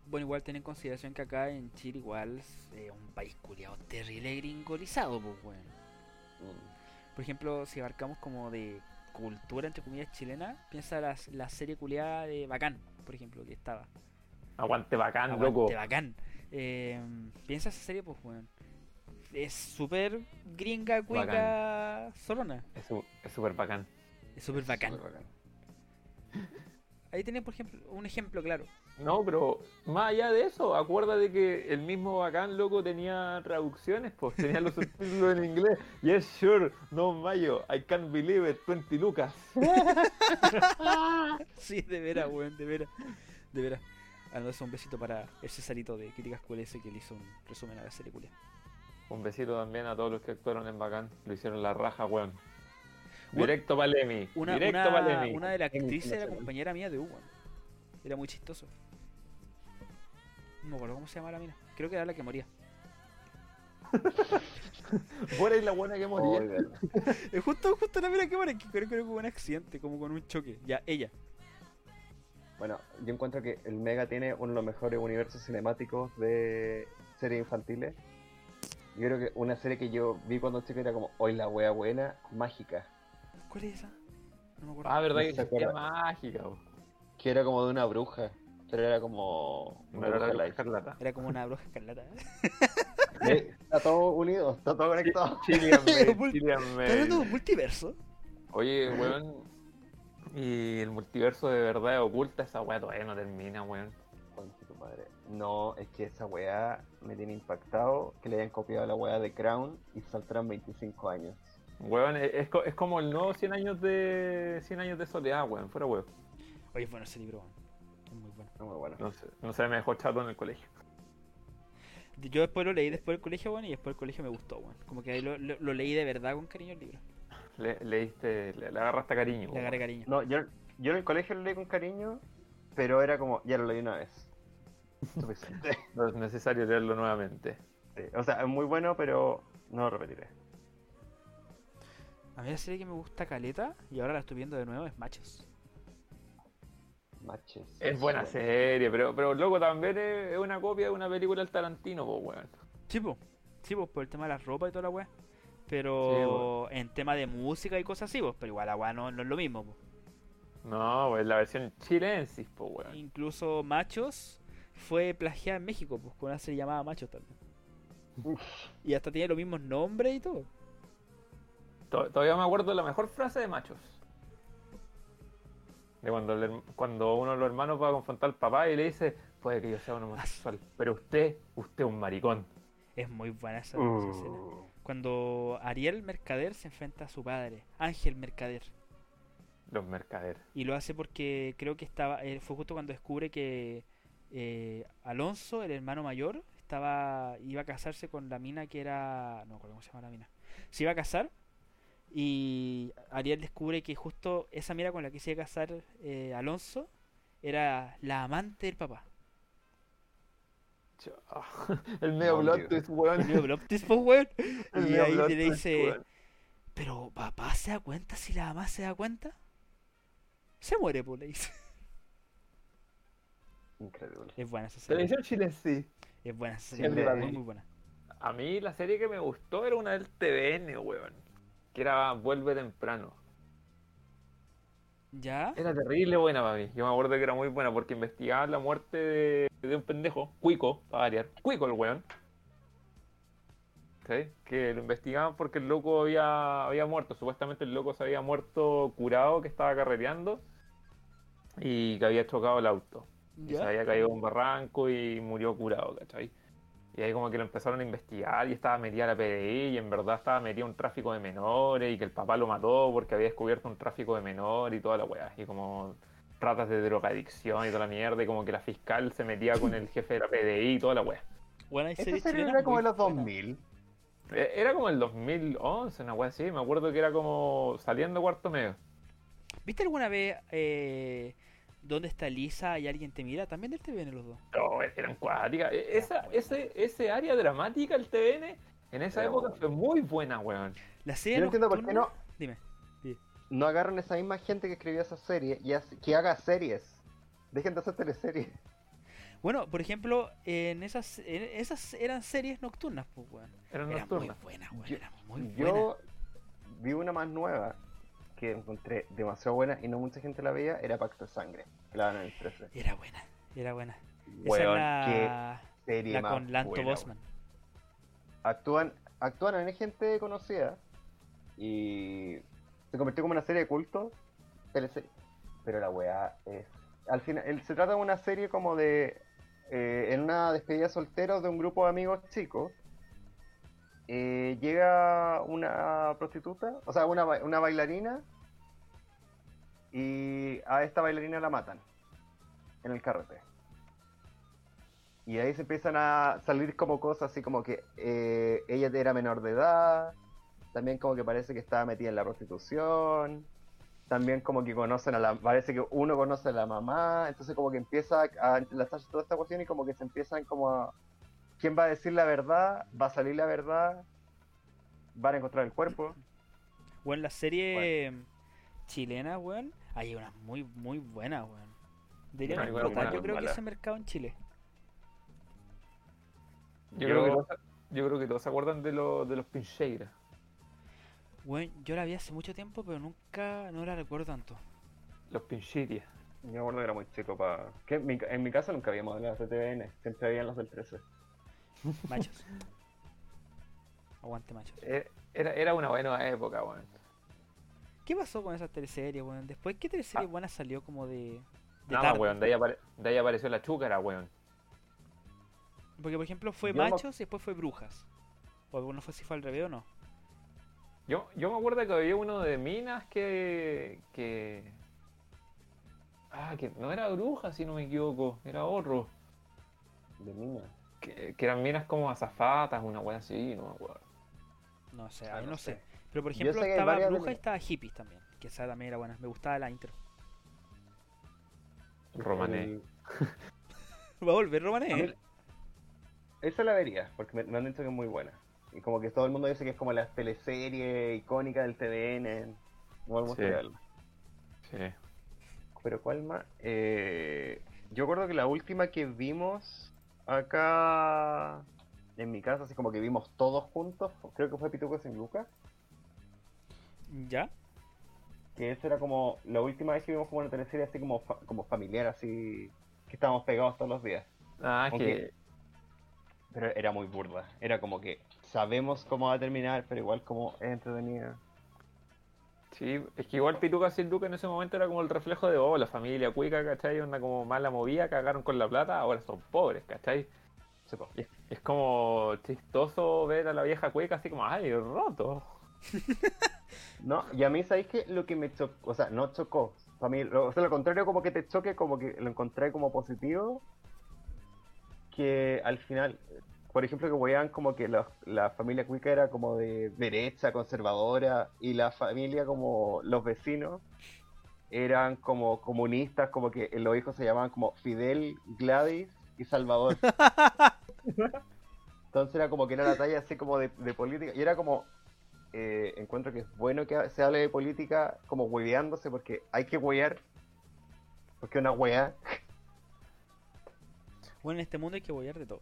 Bueno, igual ten en consideración que acá en Chile igual es eh, un país culiado terrible gringolizado, pues, weón. Mm. Por ejemplo, si abarcamos como de cultura, entre comillas, chilena, piensa las- la, serie culiada de Bacán, por ejemplo, que estaba. Aguante bacán, Aguante, loco. Bacán. Eh, piensa esa serie, pues, weón. Es súper gringa, cuica, zorrona. Es su- Es súper bacán. Es súper bacán. Súper bacán. Ahí tenés, por ejemplo, un ejemplo claro. No, pero más allá de eso, acuérdate que el mismo bacán loco tenía traducciones, pues tenía los subtítulos en inglés. Yes, sure, no mayo, I can't believe it, 20 lucas. Sí, de veras, weón, de veras. De veras. Al menos un besito para el Cesarito de Críticas QLS que le hizo un resumen a la serie culia. Un besito también a todos los que actuaron en Bacán, lo hicieron la raja, weón. Directo para Lemmy, Una, directo una- para Lemmy. una de las Emi, actrices era nacional. compañera mía de U, weón. Era muy chistoso. No me acuerdo cómo se llamaba la mina. Creo que era la que moría. Buena y la buena que moría. Ay, verdad. Eh, justo, justo la mina que muere, que creo, creo que hubo un accidente, como con un choque. Ya, ella. Bueno, yo encuentro que el Mega tiene uno de los mejores universos cinemáticos de series infantiles. Yo creo que una serie que yo vi cuando chico era como Hoy la wea buena, mágica. ¿Cuál es esa? No me acuerdo. Ah, verdad No que se existía acuerda. mágica, weón. Que era como de una bruja. Pero era como. No era la bruja bruja light. escarlata. Era como una bruja escarlata. Ve, Está todo unido, está todo conectado. Chilean Mul- Maid, Chilean ¿Estás hablando de Maid. un multiverso? Oye, weón, y el multiverso de verdad es oculta, esa weá todavía no termina, weón. Conche tu madre. No, es que esa weá me tiene impactado que le hayan copiado la weá de Crown y saltaran 25 años. Weón, e-, es, es co- es como el nuevo 100 años de 100 años de soledad, weón, fuera weón. Oye, es bueno ese libro, weón. Es muy bueno. No, muy bueno. No sé, no sé, me dejó chato en el colegio. Yo después lo leí después del colegio, bueno, y después del colegio me gustó, bueno. Como que ahí lo, lo- lo leí de verdad con cariño el libro. Le, leíste, le, le agarraste cariño. Le weón. agarré cariño. No, yo, yo en el colegio lo leí con cariño, pero era como, ya lo leí una vez. Suficiente. No es necesario leerlo nuevamente. Sí, O sea, es muy bueno, pero no lo repetiré. A mí la serie que me gusta caleta, y ahora la estoy viendo de nuevo, es Machos. Matches. Es buena Bueno. serie, pero, pero loco, también es es una copia de una película del Tarantino, pues, weón. Chipo, Sí, pues por el tema de la ropa y toda la weá. Pero en tema de música y cosas así, pues, pero igual la weá no, no es lo mismo. pues. No, pues la versión chilensis, po, weón. Incluso Machos fue plagiada en México, pues con una serie llamada Machos también. Y hasta tiene los mismos nombres y todo. To- Todavía me acuerdo de la mejor frase de machos. De cuando, el her- cuando uno de los hermanos va a confrontar al papá y le dice, puede que yo sea un homosexual, pero usted, usted es un maricón. Es muy buena esa, esa Uh, escena. Oh. Cuando Ariel Mercader se enfrenta a su padre, Ángel Mercader. Los mercaderes. Y lo hace porque creo que estaba. eh, fue justo cuando descubre que eh, Alonso, el hermano mayor, estaba. iba a casarse con la mina que era. No me acuerdo cómo se llama la mina. Se iba a casar. Y Ariel descubre que justo esa mina con la que se iba a casar eh, Alonso era la amante del papá. Chao. El medio Mon Dios. plot twist, weón. El medio plot twist, po, weón. El Y medio ahí plot le twist, dice, weón. pero papá se da cuenta si la mamá se da cuenta. Se muere, po, le dice. Increíble. Es buena esa serie. Televisión chilensis. Es buena esa Siempre serie. la Muy, vi. muy buena. A mí la serie que me gustó era una del TVN, weón. Que era Vuelve temprano. ¿Ya? Era terrible buena para mí. Yo me acuerdo que era muy buena porque investigaba la muerte de, de un pendejo, Cuico, para variar. Cuico el weón. ¿Sí? Que lo investigaban porque el loco había, había muerto. Supuestamente el loco se había muerto curado, que estaba carreteando y que había chocado el auto. Y se ¿Ya? había caído en un barranco y murió curado, ¿cachai? Y ahí como que lo empezaron a investigar y estaba metida la PDI y en verdad estaba metida un tráfico de menores y que el papá lo mató porque había descubierto un tráfico de menores y toda la weá. Y como tratas de drogadicción y toda la mierda y como que la fiscal se metía con el jefe de la PDI y toda la weá. Bueno, hay Esta series serie chilenas era como muy de los buenas. 2000. Eh, Era como el 2011, una weá así. Me acuerdo que era como saliendo cuarto medio. ¿Viste alguna vez eh, dónde está Lisa y alguien te mira? También del TVN los dos. No, eran cuáticas. E- Esa, ese, ese área dramática, el TVN, en esa Era época buena. fue muy buena, weón. La Yo serie no entiendo por qué no, nocturna- Dime. no agarran esa misma gente que escribió esa serie y hace- que haga series. Dejen de hacer teleseries. Bueno, por ejemplo, en esas, en esas eran series nocturnas, pues, weón. Eran Eran muy nocturnas. buenas, weón. Yo- Eran muy buenas. Yo vi una más nueva que encontré demasiado buena y no mucha gente la veía, era Pacto de Sangre, que la dan en el 13. Era buena, era buena. Weón, Esa qué serie es la, la más con Lanto buena, Bosman. weón. Actúan, actúan en gente conocida y se convirtió como una serie de culto, telese- pero la weá es... Al final, el- se trata de una serie como de... eh, en una despedida soltero de un grupo de amigos chicos, eh, llega una prostituta, o sea, una, ba- una bailarina, y a esta bailarina la matan en el carrete. Y ahí se empiezan a salir como cosas así como que eh, ella era menor de edad, también como que parece que estaba metida en la prostitución, también como que conocen a la, parece que uno conoce a la mamá, entonces como que empieza a enlazarse toda esta cuestión y como que se empiezan como a, ¿quién va a decir la verdad? ¿Va a salir la verdad? ¿Van a encontrar el cuerpo? Weón, la serie chilena, weón. Hay unas muy, muy buenas, weón. Deberían Hay unas explotar, buenas, yo creo que malas. ese mercado en Chile. Yo, creo que todos, yo creo que todos se acuerdan de, los de los Pincheiras. Bueno, yo la vi hace mucho tiempo, pero nunca, no la recuerdo tanto. Los Pincheiras. Yo me acuerdo que era muy chico para... En mi, en mi casa nunca habíamos las de TVN, siempre habían los del 13. Machos. Aguante, machos. Eh, Era, era una buena época, weón. ¿Qué pasó con esa teleserie, weón? Después, ¿qué Ah. teleserie buena salió como de, de Nada, tarde? weón. De ahí, apare- de ahí apareció la chúcara, weón. Porque, por ejemplo, fue Yo me- Machos y después fue Brujas. O no fue si fue al revés o no. Yo, yo me acuerdo que había uno de Minas que. que. Ah, que no era bruja, si no me equivoco. Era otro. De mina. Que, que eran minas como azafatas, una weón así, no me acuerdo. No sé, Ah, ahí no no sé. sé. Pero, por Yo ejemplo, sé que hay estaba varias de Brujas y mí. estaba Hippies también. Que esa también era buena. Me gustaba la intro. Romané. El- Va a volver Romané, A ¿eh? mí- Esa la vería, porque me, me han dicho que es muy buena. Y como que todo el mundo dice que es como la teleserie icónica del TVN. No me Sí. gustaría verla. Sí. Pero cuál más. Eh, yo acuerdo que la última que vimos acá en mi casa, así como que vimos todos juntos, creo que fue Pituco sin Lucas, ¿Ya? que eso era como la última vez que vimos como una teleserie así como, fa- como familiar, así que estábamos pegados todos los días. Ah, Ok. que. Pero era muy burda, era como que sabemos cómo va a terminar, pero igual como es entretenida. Sí, es que igual Pituca sin Luca en ese momento era como el reflejo de, oh, la familia cuica, ¿cachai? Una como mala movida, cagaron con la plata, ahora son pobres, ¿cachai? Sí, po. Y es, es como chistoso ver a la vieja cuica así como, ay, roto. No, y a mí, ¿sabéis que Lo que me chocó, o sea, no chocó. Para mí, lo, o sea, lo contrario, como que te choque, como que lo encontré como positivo. Que al final, por ejemplo, que weían como que los- la familia cuica era como de derecha, conservadora, y la familia como los vecinos eran como comunistas, como que los hijos se llamaban como Fidel, Gladys y Salvador. Entonces era como que era una talla así como de, de política, y era como, eh, encuentro que es bueno que se hable de política como hueveándose, porque hay que huevear, porque una hueá, Bueno, en este mundo hay que boyar de todo.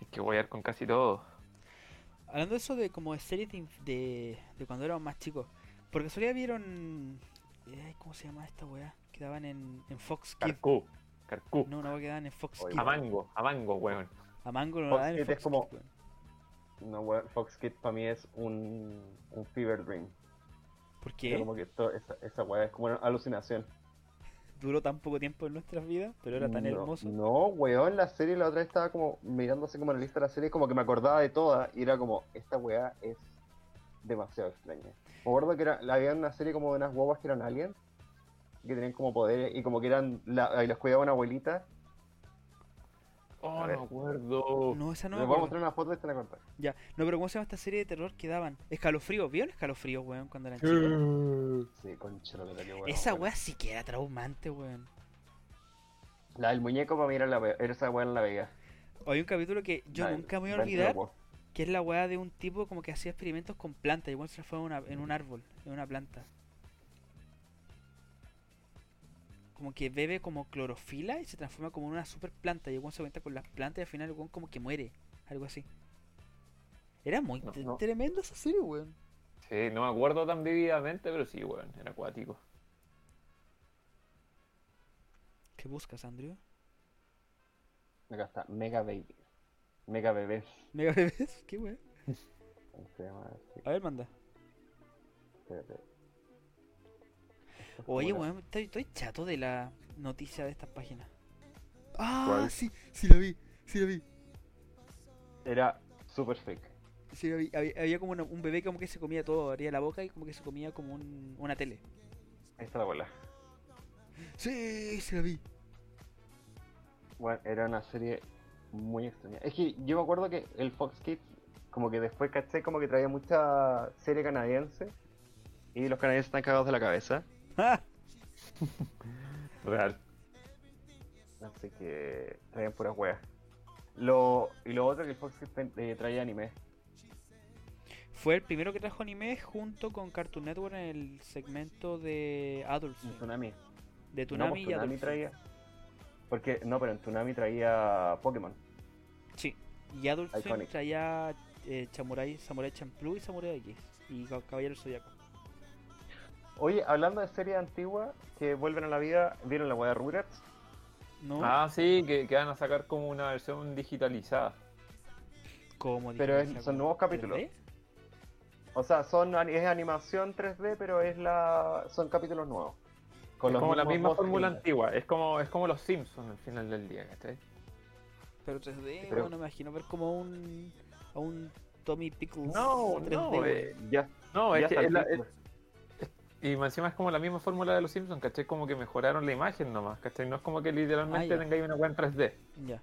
Es que voy a ir con casi todo. Hablando de eso de como de series de, inf- de, de cuando éramos más chicos. Porque solía vieron... eh, ¿Cómo se llama esta weá? Que daban en, en Fox Kids. Carcú, Carcú. No, una weá que daban en Fox Oye, Kids. A mango, a mango, weón. A Mango no Fox daban en Kids es Fox como- Kids, weón. una hueá- Fox Kids para mí es un, un fever dream. ¿Por O sea, qué? Como que to- esa, esa hueá es como una alucinación. Duró tan poco tiempo en nuestras vidas, pero era tan No, hermoso. No, weón, la serie la otra vez estaba como mirando así como la lista de la serie, como que me acordaba de toda y era como, esta weá es demasiado extraña. Me acuerdo que era, la- había una serie como de unas guaguas que eran aliens, que tenían como poderes y como que eran, la, y los cuidaba una abuelita. Oh, A ver. no me acuerdo. No, esa no Les me voy a acuerdo. mostrar una foto y se la cortar. Ya, no, pero ¿cómo se llama esta serie de terror que daban? Escalofríos, ¿vieron escalofríos, weón, cuando eran chicos? Sí, concha la verdad, qué weón. Esa weá sí que era traumante, weón. La del muñeco para mí era, la, pe- era esa weá en la vega. Hay un capítulo que yo La del nunca me voy a olvidar, ventrílocuo. que es la weá de un tipo como que hacía experimentos con plantas, igual se fue a una- en un árbol, en una planta. Como que bebe como clorofila y se transforma como en una super planta. Y el weón se cuenta con las plantas y al final el weón como que muere. Algo así. Era muy No, tre- no. tremenda esa serie, weón. Sí, no me acuerdo tan vividamente, pero sí, weón, era acuático. ¿Qué buscas, Andrew? Acá está, Mega Baby. Mega Bebés. ¿Mega bebés? ¿Qué weón? Se llama así, A ver, manda. espérate. Oye, Hola. weón, estoy, estoy chato de la noticia de estas páginas. Ah, ¿Cuál? sí, sí la vi, sí la vi, Era super fake. sí la vi. Había, había como una- un bebé como que se comía todo, abría la boca y como que se comía como un- una tele. Ahí está la bola. Sí, sí la vi. Bueno, era una serie muy extraña. Es que yo me acuerdo que el Fox Kids, como que después caché, como que traía mucha serie canadiense. Y los canadienses están cagados de la cabeza. Ah, Real. Así que traían puras weas. Lo, y lo otro que el Fox Kids ten- eh, traía anime. Fue el primero que trajo anime junto con Cartoon Network en el segmento de Adult Un Swim, tsunami. de no, Tsunami pues, y Adult Toonami Swim. traía. Porque, no, pero en Tsunami traía Pokémon. Sí, y Adult Swim Iconic. traía eh, Samurai, Samurai Champloo y Samurai X y Ca- Caballero del Zodiaco. Oye, hablando de series antiguas que vuelven a la vida, ¿vieron la wea de Rugrats? No, Ah, sí, que, que van a sacar como una versión digitalizada. como pero dijeron, es- o sea, son como nuevos capítulos. 3D. O sea, son es animación 3D, pero es la son capítulos nuevos. Con Es los como la mismos misma voz fórmula gringas. antigua. Es como, es como los Simpsons al final del día, ¿cachai? Pero 3D, Pero- bueno, me imagino ver como a un, a un Tommy Pickles. No, no, weón. eh, Ya, No, es ya que está el es la- título. Y más encima es como la misma fórmula de los Simpsons, ¿cachai? Como que mejoraron la imagen nomás, ¿cachai? No es como que literalmente Ah, ya. tengáis una web en 3D. Ya.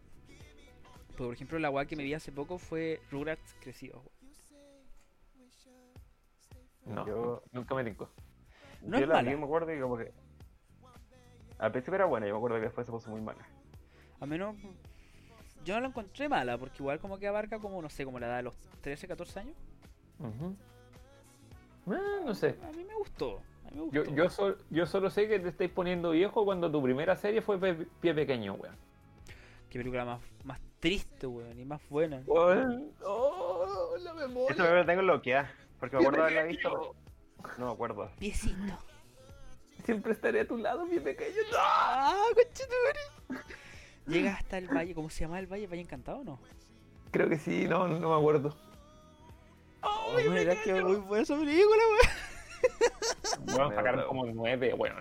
Pues, por ejemplo, la weá que me vi hace poco fue Rugrats crecido. weón. No, Yo- nunca me tinco. no yo es la mala. vi, me acuerdo y como que al principio era buena, yo me acuerdo que después se puso muy mala. A menos. Yo no la encontré mala, porque igual como que abarca como, no sé, como la edad de los 13, 14 años. Ujú. Ah, no sé. A mí me gustó. A mí me Yo, gustó. yo, sol- yo solo sé que te estáis poniendo viejo cuando tu primera serie fue Pe- Pie Pequeño, weón. Qué película más, más triste, weón, y más buena. ¡Oh! ¡La Este memoria! meme lo tengo bloqueado. Porque me acuerdo de haberla visto. pero No me acuerdo. Piecito. Siempre estaré a tu lado, mi pequeño. ¡Ah, conchetumare! Llega hasta el valle, ¿cómo se llama el valle? ¿Valle Encantado o no? Creo que sí, no, no me acuerdo. Oh, weón, era que muy buena esa película, weón. Bueno, sacaron como nueve, weón.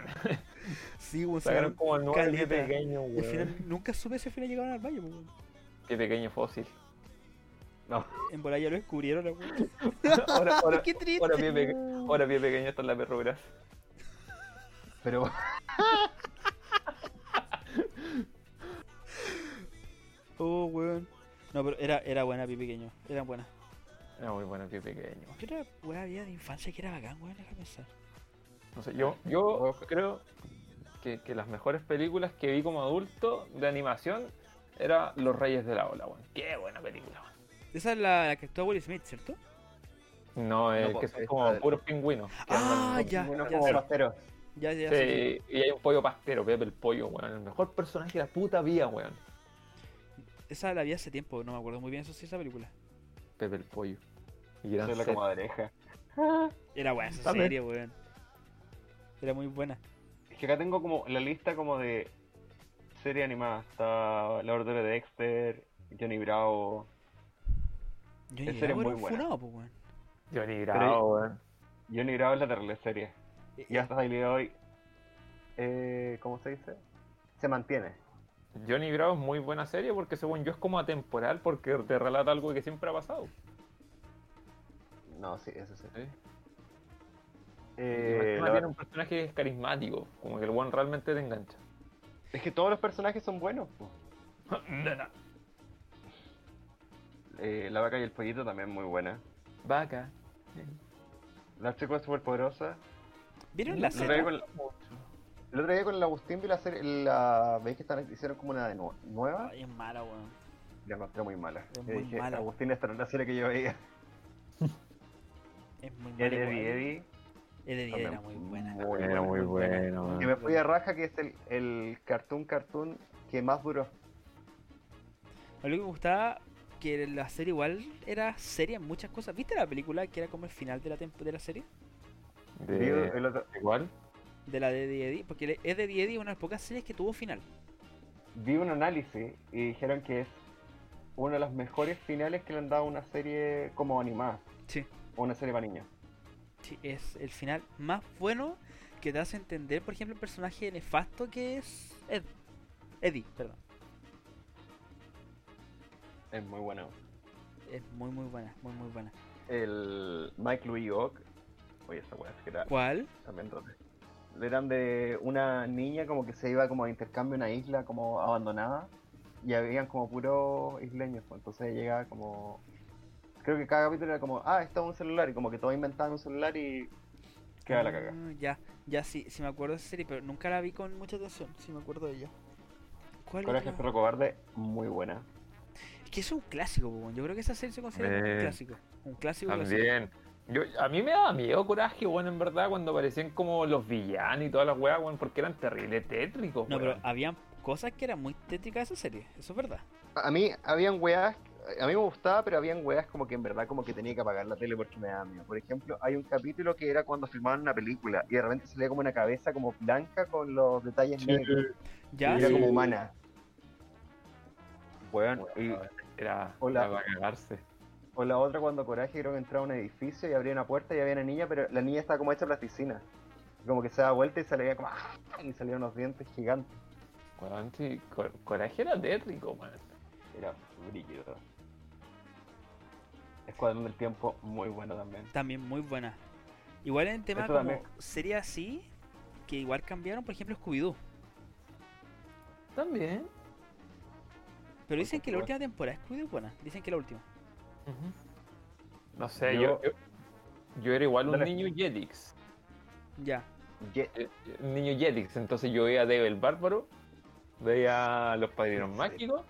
Sí, weón, Sacaron sacaron- como nueve pie caleta. pequeño, al weón. final nunca supe si al final llegaron al valle, weón. Pie pequeño fósil. No. En bola ya lo descubrieron, weón. Ahora, ahora, Qué triste. ahora, pie, peque- ahora pie pequeño está en la perrograsa. Pero. Oh, weón. No, pero era, era buena, pi pequeño. Era buena. Era muy bueno pie pequeño. Yo era weá había de infancia que era bacán, weón, déjame pensar. No sé, yo, yo creo que, que las mejores películas que vi como adulto de animación era Los Reyes de la Ola, weón. Qué buena película, weón. Esa es la, la que actúa Will Smith, ¿cierto? No, es No, que pues, son es como la del- puros pingüinos. que Ah, andan- ya, Bueno, ya, como sí. pastero. Ya, ya, Sí, sí, sí. y hay un pollo pastero, Pepe el pollo, weón. El mejor personaje de la puta vida, weón. Esa la vi hace tiempo, no me acuerdo muy bien eso sí, esa película. Pepe el pollo. Y eran Soy la set. comadreja. Era buena esa También. serie, weón. Era muy buena. Es que acá tengo como la lista como de serie animada. Está La Ordre de Dexter, Johnny Bravo. Yo Esa ni era era muy muy buena. funado, pues, weón. Johnny Pero- Bravo, weón. Johnny Bravo es la terrible serie. Eh, Y hasta el día de hoy. Eh, ¿Cómo se dice? Se mantiene. Johnny Bravo es muy buena serie porque según yo es como atemporal porque te relata algo que siempre ha pasado. No, sí, eso sí. ¿sí? Eh, Además, la- tiene un personaje que es carismático, como que el weón realmente te engancha. Es que todos los personajes son buenos. po. Eh, la vaca y el pollito también muy buena. Vaca. La chica superpoderosa. ¿Vieron la El otro, serie? día con, el otro día con el Agustín vi la serie. La, ¿Veis que están, hicieron como una de nu- nueva? Ay, es mala, weón. La encontré muy mala. Es Y muy dije, mala. Agustín, esta no es la serie que yo veía. Es muy mala. El weón. Eddie Eddie. Eddie, Eddie era también muy buena. muy Era muy bueno, Que me fui a raja, que es el, el cartoon cartoon que más duró. A mí lo que me gustaba que la serie igual era seria en muchas cosas. ¿Viste la película que era como el final de la, tempo- de la serie? Vi el otro- Igual. De la de Eddie Eddie. Porque es de Eddie Eddie una de las pocas series que tuvo final. vi un análisis y dijeron que es uno de los mejores finales que le han dado a una serie como animada. Sí. O una serie para niños. Sí, es el final más bueno que te hace entender, por ejemplo, el personaje nefasto que es Ed. Eddie, perdón. Es muy bueno. Es muy, muy buena, muy, muy buena. El Mike Louis Ock. Oye, esa weá, es que era ¿Cuál? también rote. Eran de una niña como que se iba como de intercambio a una isla como abandonada. Y habían como puros isleños. pues, Entonces llegaba como. Creo que cada capítulo era como, ah, esto es un celular. Y como que todos inventaban un celular y. Queda la caga. Ah, ya, ya sí, sí me acuerdo de esa serie, pero nunca la vi con mucha atención. Sí me acuerdo de ella. ¿Cuál Coraje otra? Perro Cobarde, muy buena. Es que es un clásico, po, weón. yo creo que esa serie se considera como un Eh, clásico. Un clásico clásico. También. Yo, a mí me daba miedo coraje, bueno, en verdad, cuando aparecían como los villanos y todas las weas, bueno, porque eran terribles tétricos, No, pero weón. habían cosas que eran muy tétricas de esa serie, eso es verdad. A mí habían weas, a mí me gustaba, pero habían weas como que en verdad como que tenía que apagar la tele porque me daba miedo. Por ejemplo, hay un capítulo que era cuando filmaban una película y de repente salía como una cabeza como blanca con los detalles negros. Ya, y era sí. como humana. Weón, y- Era, Hola. era para cagarse. o la otra cuando Coraje creo que entraba a un edificio y abría una puerta y había una niña, pero la niña estaba como hecha plasticina. Y Como que se daba vuelta y salía como ¡ah! y salían unos dientes gigantes. Weón, sí, cor- coraje era tétrico, weón. Era brígido. Escuadrón del tiempo, muy bueno también. también muy buena. Igual en tema Eso como también. serie así, que igual cambiaron, por ejemplo, Scooby-Doo. También. Pero dicen Por que la supuesto. última temporada de Scooby-Doo es buena. Dicen que la última. No sé, Yo- yo, yo, yo era igual un Dale. niño Jetix. Ya. Ye- eh, niño Jetix, entonces yo veía a Dave el Bárbaro, veía a los Padrinos Sí. Mágicos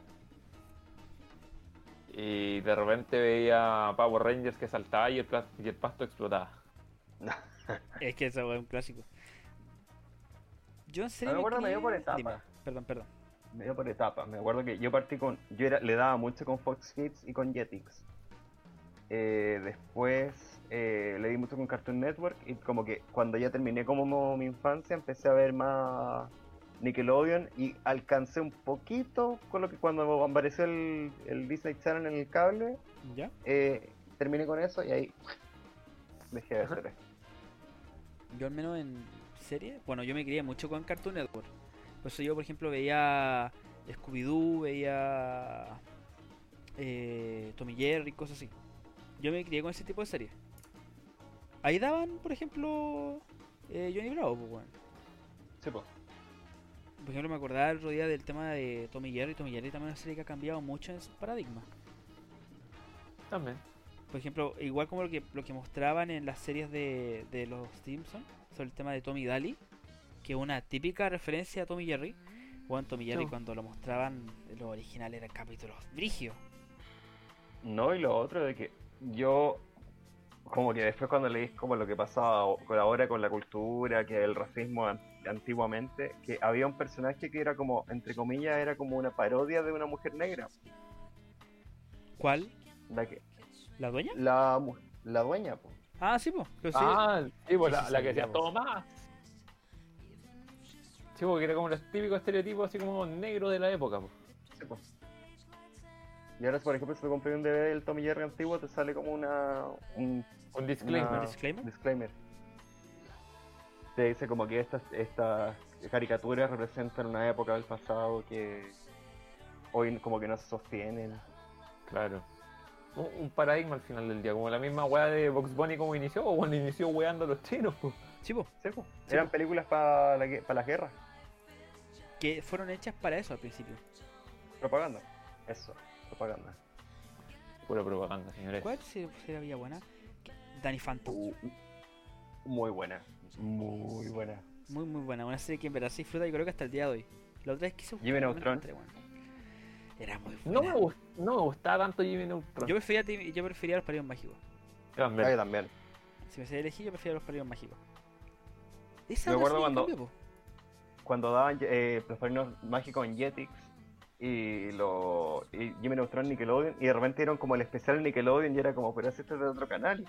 y de repente veía a Power Rangers que saltaba y el, plas- y el pasto explotaba. Es que eso es un clásico. Yo en A serio. mí me acuerdo medio por Dime, etapa. perdón, perdón. medio por etapas. Me acuerdo que yo partí con. Yo era, le daba mucho con Fox Kids y con Jetix. Eh, después eh, le di mucho con Cartoon Network y como que cuando ya terminé como mi infancia empecé a ver más Nickelodeon y alcancé un poquito con lo que cuando apareció el, el Disney Channel en el cable, ¿Ya? eh, terminé con eso y ahí dejé de hacer esto. Yo al menos en serie, bueno, yo me crié mucho con Cartoon Network. Por eso yo, por ejemplo, veía Scooby-Doo, veía eh, Tommy Jerry, cosas así. Yo me crié con ese tipo de series. Ahí daban, por ejemplo, eh, Johnny Bravo, pues, weón. Sí, po. Por ejemplo, me acordaba el otro día del tema de Tommy Jerry. Tommy Jerry también es una serie que ha cambiado mucho en su paradigma. También. Por ejemplo, igual como lo que, lo que mostraban en las series de, de los Simpsons sobre el tema de Tommy Daly, que es una típica referencia a Tommy Jerry. Bueno, Tommy Jerry Sí. cuando lo mostraban, lo original era capítulos brígidos. No, y lo otro de que yo, como que después cuando leí como lo que pasaba o- con ahora con la cultura, que el racismo an- antiguamente, que había un personaje que era como, entre comillas, era como una parodia de una mujer negra. ¿Cuál? La, que, ¿La dueña? la, mu- la dueña, po. Ah, sí, pues. Ah, sí, pues, Sí, la, sí, la que sabía, decía, pues. toma. Sí, porque era como los típicos estereotipos así como negro de la época. pues. Sí, po. Y ahora, por ejemplo, si te compré un DVD del Tommy Jerry antiguo, te sale como una, un Un disclaimer. Una- ¿Disclaimer? disclaimer. Te dice como que estas, estas caricaturas representan una época del pasado que hoy como que no se sostienen. Claro. Un, un paradigma al final del día, como la misma weá de Box Bunny como inició, o cuando inició weando a los chinos. pues. Sí, po, Sí, po. Sí, Eran películas para la, gue- pa las guerras, Que fueron hechas para eso al principio. propaganda. Eso, propaganda. Pura propaganda, señores. ¿Cuál se- sería había buena? Que- Danny Phantom. Uh, muy buena, muy buena. Muy, muy buena. Una serie que en verdad se disfruta, yo creo que hasta el día de hoy. La otra vez quise buscar, Jimmy no la Neutron. encontré, weón. Era muy buena. No me, gust- no me gustaba tanto Jimmy Neutron. Yo prefería, Tim- yo prefería los pareos mágicos. También. Ah, yo también. Si me sé elegir, yo prefiero los pareos mágicos. Esa Me es la acuerdo serie cuando- que cambió, po. Cuando daban eh, los padrinos mágicos en Jetix y, lo, y Jimmy Neutron en Nickelodeon y de repente dieron como el especial en Nickelodeon y era como, pero si este es de otro canal.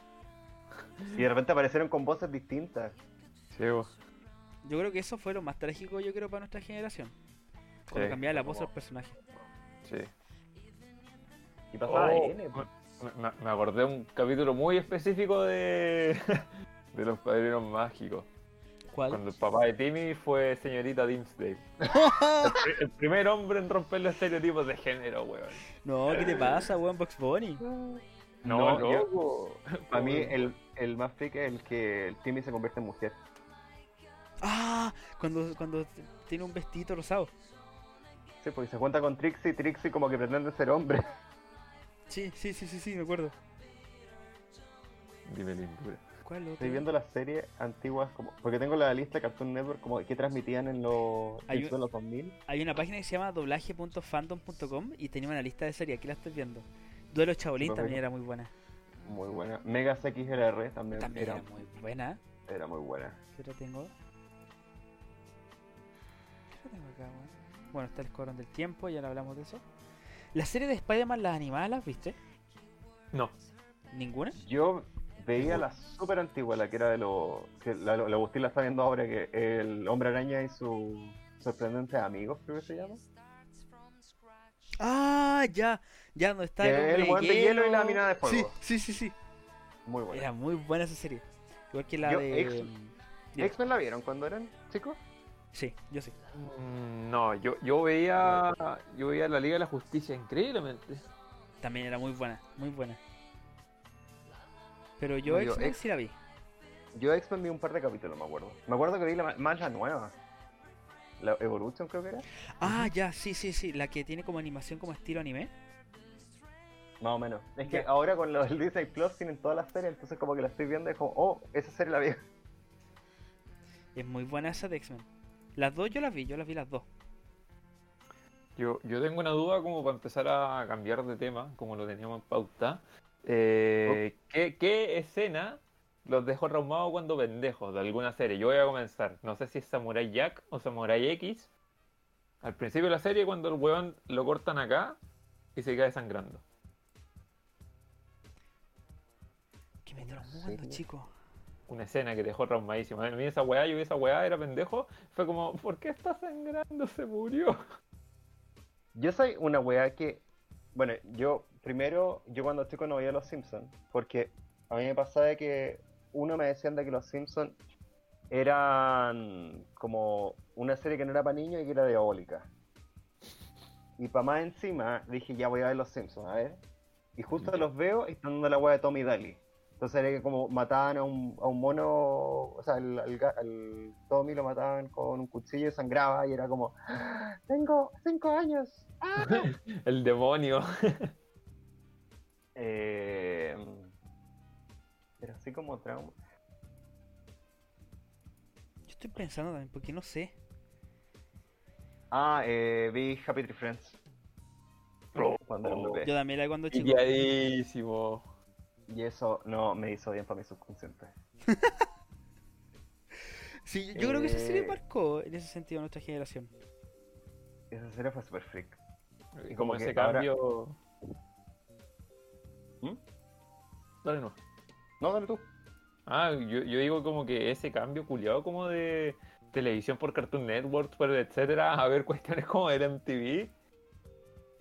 Y de repente aparecieron con voces distintas. Sí, pues. Yo creo que eso fue lo más trágico, yo creo, para nuestra generación. Cuando Sí, cambiaba la fue voz como- del personaje. Sí. Y Oh, pasaba ADN, pues. me, me- me acordé de un capítulo muy específico de, de los padrinos mágicos. ¿Cuál? Cuando el papá de Timmy fue señorita Dimsdale. el, pri- el primer hombre en romper los estereotipos de género, weón. No, ¿qué te pasa, weón? Box Bunny. No, yo- loco. Para mí el, el más freak es el que el Timmy se convierte en mujer. Ah, cuando, cuando t- tiene un vestido rosado. Sí, porque se cuenta con Trixie y Trixie como que pretende ser hombre. Sí, sí, sí, sí, sí, me acuerdo. Dime lindura. ¿Cuál otro? Estoy viendo las series antiguas, como, porque tengo la lista de Cartoon Network como que transmitían en los, Hay en un- los 2000. Hay una página que se llama doblaje.fandom.com y tenía una lista de series, aquí la estoy viendo. Duelo Chabolín Perfecto. también era muy buena. Muy buena. Megas XLR también, También era, era muy buena. era muy buena. ¿Qué otra tengo? ¿Qué otra tengo acá, weón? Bueno, está el Escuadrón del Tiempo, ya lo hablamos de eso. La serie de Spider-Man, las animadas, ¿las viste? No. ¿Ninguna? Yo veía la súper antigua, la que era de los... que la, la Agustín la está viendo ahora, que el Hombre Araña y sus sorprendentes amigos, creo que se llama. ¡Ah! Ya, ya, donde está Que el hombre weón de hielo y la mina de fuego. Sí, sí, sí, sí. Muy buena. Era muy buena esa serie. Igual que la Yo, de. X- Dime. ¿X-Men la vieron cuando eran chicos? Sí, yo sí. Mm, No, yo, yo veía yo veía la Liga de la Justicia increíblemente. También era muy buena, muy buena. Pero yo, No, yo, X-Men X- sí la vi. Yo X-Men vi un par de capítulos, me acuerdo. Me acuerdo que vi la- más la nueva. La Evolution creo que era. Ah, ya, sí, sí, sí. La que tiene como animación como estilo anime. Más o menos. Es que Ya. ahora con los Disney Plus tienen todas las series, entonces como que la estoy viendo y es como, oh, esa serie la vi. Es muy buena esa de X-Men. Las dos yo las vi, yo las vi las dos. Yo, yo tengo una duda como para empezar a cambiar de tema, como lo teníamos en pauta. Eh, ¿qué, qué escena los dejó traumados cuando pendejos de alguna serie? Yo voy a comenzar. No sé si es Samurai Jack o Samurai X. Al principio de la serie, cuando el weón lo cortan acá y se cae sangrando. Que me dieron ¿En muerto, serio? chico. Una escena que te dejó traumadísimo. A mí esa weá, yo vi esa weá, era pendejo. Fue como, ¿por qué está sangrando? Se murió. Yo soy una weá que. Bueno, yo primero, yo cuando estoy con veía Los Simpsons, porque a mí me pasaba de que uno me decían de que Los Simpsons eran como una serie que no era para niños y que era diabólica. Y para más encima dije, ya voy a ver Los Simpsons, a ver. Y justo los veo y están dando la weá de Tommy Daly. Entonces era que como mataban a un, a un mono, o sea, al, al ga- al Tommy lo mataban con un cuchillo y sangraba y era como, "Ah, tengo cinco años. ¡Ah!". El demonio. Eh, pero así como trauma. Yo estoy pensando también, porque no sé. Ah, eh, vi Happy Tree Friends. Cuando era un bebé. Yo también la cuando chico. Pilladísimo. Y eso no me hizo bien para mi subconsciente. Sí, yo creo que esa serie Eh. marcó en ese sentido a nuestra generación. Esa serie fue super freak. Y como como que ese ahora- cambio. ¿Mm? Dale no. No, dale tú. Ah, yo, yo digo como que ese cambio culiado como de televisión por Cartoon Network, por etcétera, a ver cuestiones como el MTV.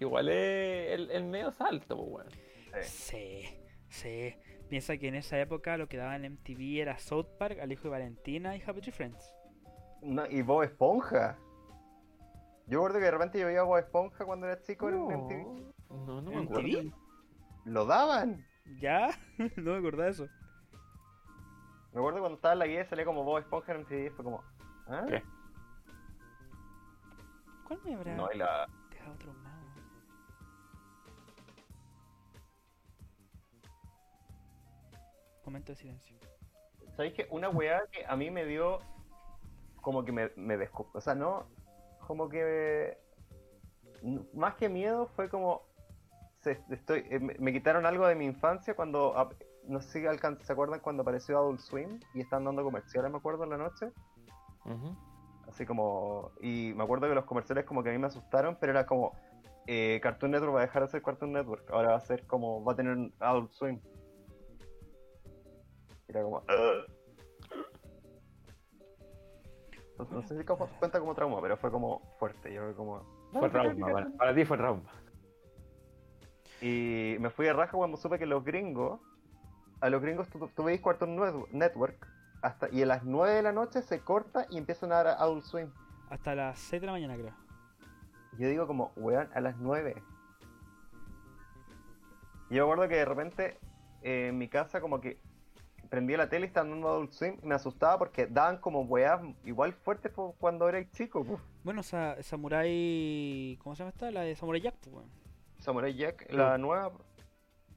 Igual es el, el medio salto, pues weón. Sí, sí. Piensa que en esa época lo que daban en MTV era South Park, Al Hijo de Valentina y Happy Tree Friends. No, y Bob Esponja. Yo recuerdo que de repente yo veía Bob Esponja cuando era chico en No, MTV. Oh, no, no me acuerdo. ¿MTV? Lo daban. ¿Ya? no me acordaba de eso. Me acuerdo cuando estaba en la guía y salía como Bob Esponja en MTV. y Fue como. ¿Ah? ¿Qué? ¿Cuál me habrá No, y la. dejado traumado? Momento de silencio. ¿Sabéis que una weá que a mí me dio. Como que me, me descu- O sea, no. Como que. n- Más que miedo, fue como. se- estoy, eh, me, me quitaron algo de mi infancia cuando. ap- No sé si alcan- se acuerdan cuando apareció Adult Swim y están dando comerciales, me acuerdo, en la noche. Ujú. Así como. Y me acuerdo que los comerciales, como que a mí me asustaron, pero era como. eh, Cartoon Network va a dejar de ser Cartoon Network. Ahora va a ser como. Va a tener un Adult Swim. Era como. "Ugh". No, no sé si como- cuenta como trauma, pero fue como fuerte. Yo fue como. Fue trauma, para, para ti fue trauma. Y me fui de raja cuando supe que los gringos, a los gringos tú, tú veis Cartoon Network- Network, hasta, y a las 9 de la noche se corta y empiezan a dar a Adult Swim. Hasta las 6 de la mañana, creo. Yo digo como, weón, a las 9. Yo me acuerdo que de repente eh, en mi casa como que prendía la tele y estaban dando Adult Swim y me asustaba porque daban como weas igual fuertes po, cuando era chico. po. Bueno, esa Samurai. ¿Cómo se llama esta? La de Samurai Jack, pues, weón. Samurai Jack, la nueva.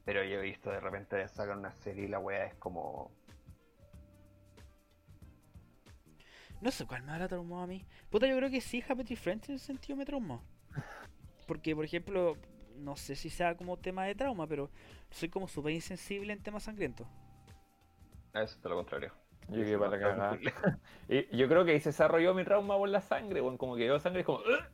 Pero yo he visto de repente sacan una serie y la wea es como... No sé cuál me habrá traumado a mí. Puta, yo creo que sí, Happy Tree Friends en ese sentido me traumó. Porque, por ejemplo, no sé si sea como tema de trauma, pero soy como súper insensible en temas sangrientos. A eso es todo lo contrario. Yo quedé para cagar. Y yo creo que ahí se desarrolló mi trauma por la sangre, weón. Como que veo sangre y es como. "Ugh".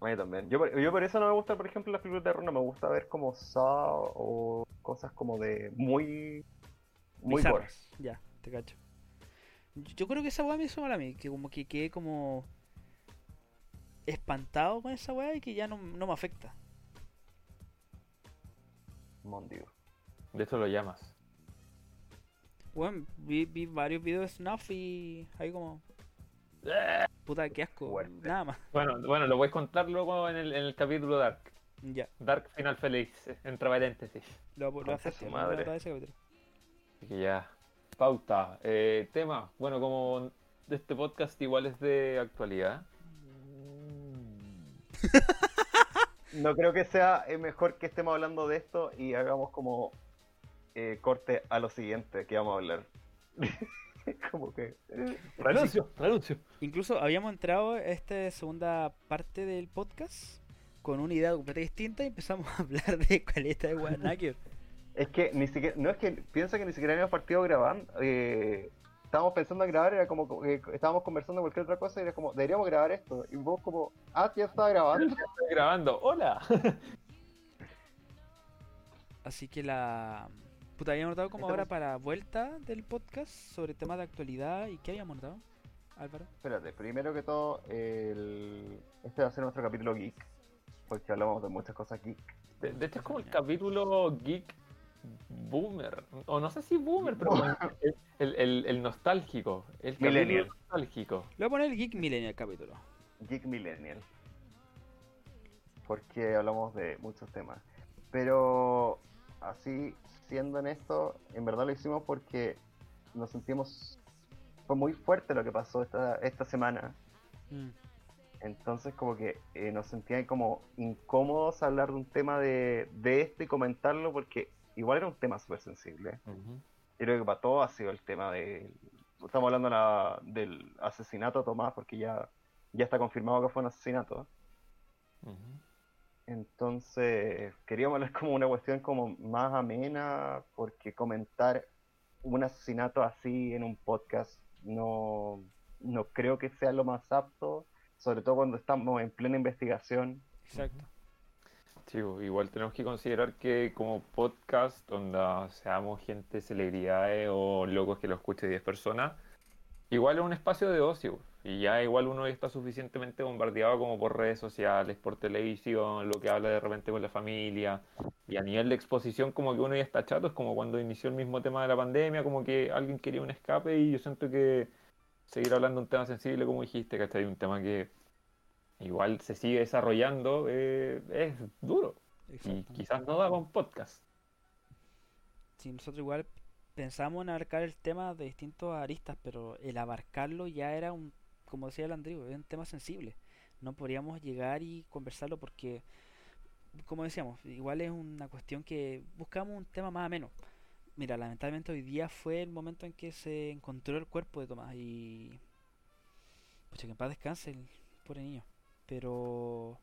A mí también. Yo por, yo por eso no me gusta, por ejemplo, las películas de terror. No me gusta ver como Saw o cosas como de muy... Muy gore. Bizarras. Ya, te cacho. Yo yo creo que esa weá me hizo mal a mí, que como que quedé como espantado con esa weá y que ya no, no me afecta. Mon Dios. De esto lo llamas. Bueno, vi, vi varios videos de Snuff y ahí como... Puta, qué asco. Fuerte. Nada más. Bueno, bueno, lo voy a contar luego en el, en el capítulo Dark. Ya, Dark Final Feliz, entre paréntesis. lo, lo Concha acepté, su lo voy a madre. tratar ese capítulo. Así que ya. Pauta. Eh, tema. Bueno, como de este podcast igual es de actualidad. Mm. No creo que sea eh, mejor que estemos hablando de esto y hagamos como eh, corte a lo siguiente que vamos a hablar. como que... eh, Renuncio, renuncio. Incluso habíamos entrado a esta segunda parte del podcast con una idea completamente distinta y empezamos a hablar de caleta de Guanaker. Es que ni siquiera... No es que... Piensa que ni siquiera habíamos partido grabando. eh, estábamos pensando en grabar, era como que estábamos conversando cualquier otra cosa y era como, deberíamos grabar esto. Y vos como, ah, ya estaba grabando. Estoy grabando. ¡Hola! Así que la. Puta, habíamos notado como ahora para vuelta del podcast sobre temas de actualidad. ¿Y qué habíamos notado, Álvaro? Espérate, primero que todo, el... este va a ser nuestro capítulo geek. Porque hablamos de muchas cosas geek. De, de hecho, es como el capítulo geek boomer. O no sé si boomer, pero como el, el, el- el nostálgico. El capítulo Millennial. nostálgico. Le voy a poner el Geek Millennial capítulo. Geek Millennial. Porque hablamos de muchos temas. Pero así, siendo en esto, en verdad lo hicimos porque nos sentimos... Fue muy fuerte lo que pasó esta, esta semana. Mm. Entonces como que eh, nos sentían como incómodos hablar de un tema de, de este y comentarlo porque igual era un tema súper sensible. Yo creo que para todos ha sido el tema de... Estamos hablando la- del asesinato a Tomás porque ya, ya está confirmado que fue un asesinato. Entonces, queríamos hablar como una cuestión como más amena, porque comentar un asesinato así en un podcast no, no creo que sea lo más apto, sobre todo cuando estamos en plena investigación. Exacto. Sí, bo, igual tenemos que considerar que como podcast, donde seamos gente, celebridades o locos que lo escuche 10 personas, igual es un espacio de ocio. Y ya igual uno está suficientemente bombardeado como por redes sociales, por televisión, lo que habla de repente con la familia. Y a nivel de exposición como que uno ya está chato, es como cuando inició el mismo tema de la pandemia, como que alguien quería un escape y yo siento que seguir hablando de un tema sensible, como dijiste, ¿cachai? Un tema que igual se sigue desarrollando, eh, es duro. Y Exacto. quizás no daba un podcast. Sí, nosotros igual pensamos en abarcar el tema de distintos aristas, pero el abarcarlo ya era un, como decía el Andriu, era un tema sensible. No podíamos llegar y conversarlo porque, como decíamos, igual es una cuestión que buscamos un tema más ameno. Mira, lamentablemente hoy día fue el momento en que se encontró el cuerpo de Tomás y... Pucha, que en paz descanse el pobre niño. Pero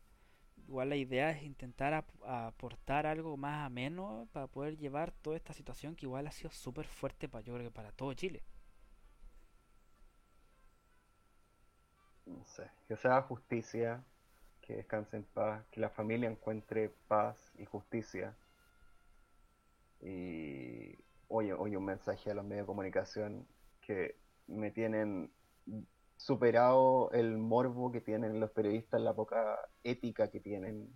igual la idea es intentar ap- aportar algo más ameno para poder llevar toda esta situación que igual ha sido súper fuerte para yo creo que para todo Chile. No sé, que se haga justicia, que descanse en paz, que la familia encuentre paz y justicia. Y oye, oye un mensaje a los medios de comunicación que me tienen superado el morbo que tienen los periodistas, la poca ética que tienen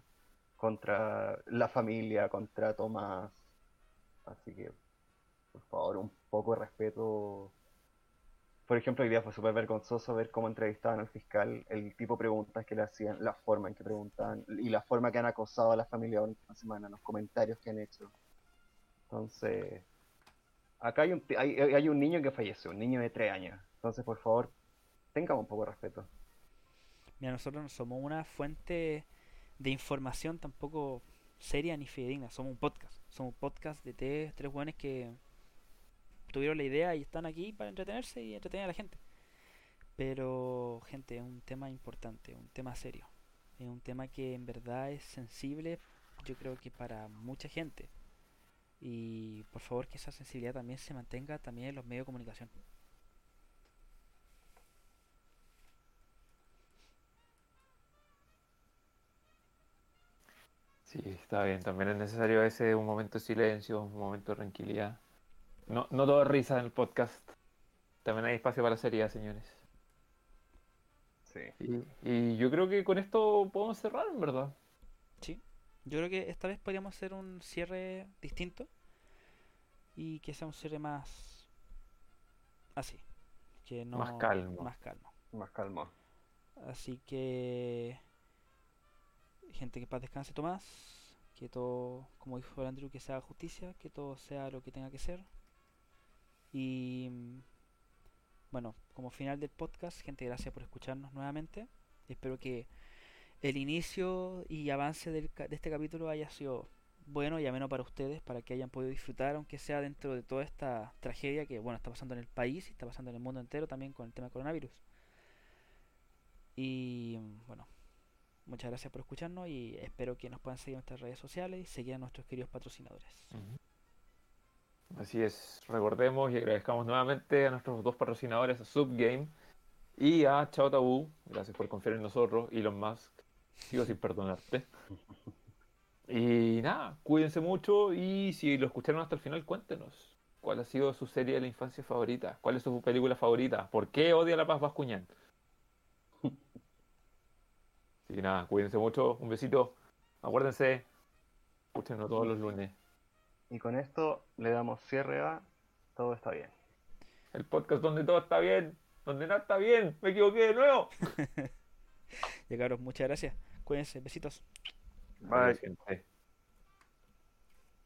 contra la familia, contra Tomás. Así que, por favor, un poco de respeto por ejemplo, hoy día fue súper vergonzoso ver cómo entrevistaban al fiscal, el tipo de preguntas que le hacían, la forma en que preguntaban y la forma que han acosado a la familia durante la semana, los comentarios que han hecho. Entonces, acá hay un, ti- hay, hay un niño que falleció, un niño de tres años. Entonces, por favor, tengamos un poco de respeto. Mira, nosotros no somos una fuente de información tampoco seria ni fidedigna, somos un podcast. Somos un podcast de tres, tres jóvenes que tuvieron la idea y están aquí para entretenerse y entretener a la gente. Pero, gente, es un tema importante, un tema serio. Es un tema que en verdad es sensible, yo creo que para mucha gente. Y por favor que esa sensibilidad también se mantenga también en los medios de comunicación. Sí, está bien. También es necesario ese un momento de silencio, un momento de tranquilidad. No, no todo es risa en el podcast. También hay espacio para la seriedad, señores. Sí. Y, y yo creo que con esto podemos cerrar, en verdad. Sí, yo creo que esta vez podríamos hacer un cierre distinto y que sea un cierre más así, que no Más calmo. más calmo. Más calmo. Así que gente que paz descanse Tomás, que todo, como dijo el Andrew, que se haga justicia, que todo sea lo que tenga que ser. Y mm, bueno, como final del podcast, gente, gracias por escucharnos nuevamente. Espero que el inicio y avance del ca- de este capítulo haya sido bueno y ameno para ustedes, para que hayan podido disfrutar, aunque sea dentro de toda esta tragedia que, bueno, está pasando en el país y está pasando en el mundo entero también con el tema coronavirus. Y mm, bueno, muchas gracias por escucharnos y espero que nos puedan seguir en nuestras redes sociales y seguir a nuestros queridos patrocinadores. Así es, recordemos y agradezcamos nuevamente a nuestros dos patrocinadores, a Subgame y a Chao Tabú. Gracias por confiar en nosotros, Elon Musk. Sigo sin perdonarte. Y nada, cuídense mucho y si lo escucharon hasta el final, cuéntenos. ¿Cuál ha sido su serie de la infancia favorita? ¿Cuál es su película favorita? ¿Por qué odia La Paz Vascuñán? Y nada, cuídense mucho. Un besito. Acuérdense. Escúchenos todos los lunes. Y con esto le damos cierre a Todo está bien. El podcast donde todo está bien. Donde nada está bien. Me equivoqué de nuevo. Ya cabros, muchas gracias. Cuídense, besitos. Bye. Gente.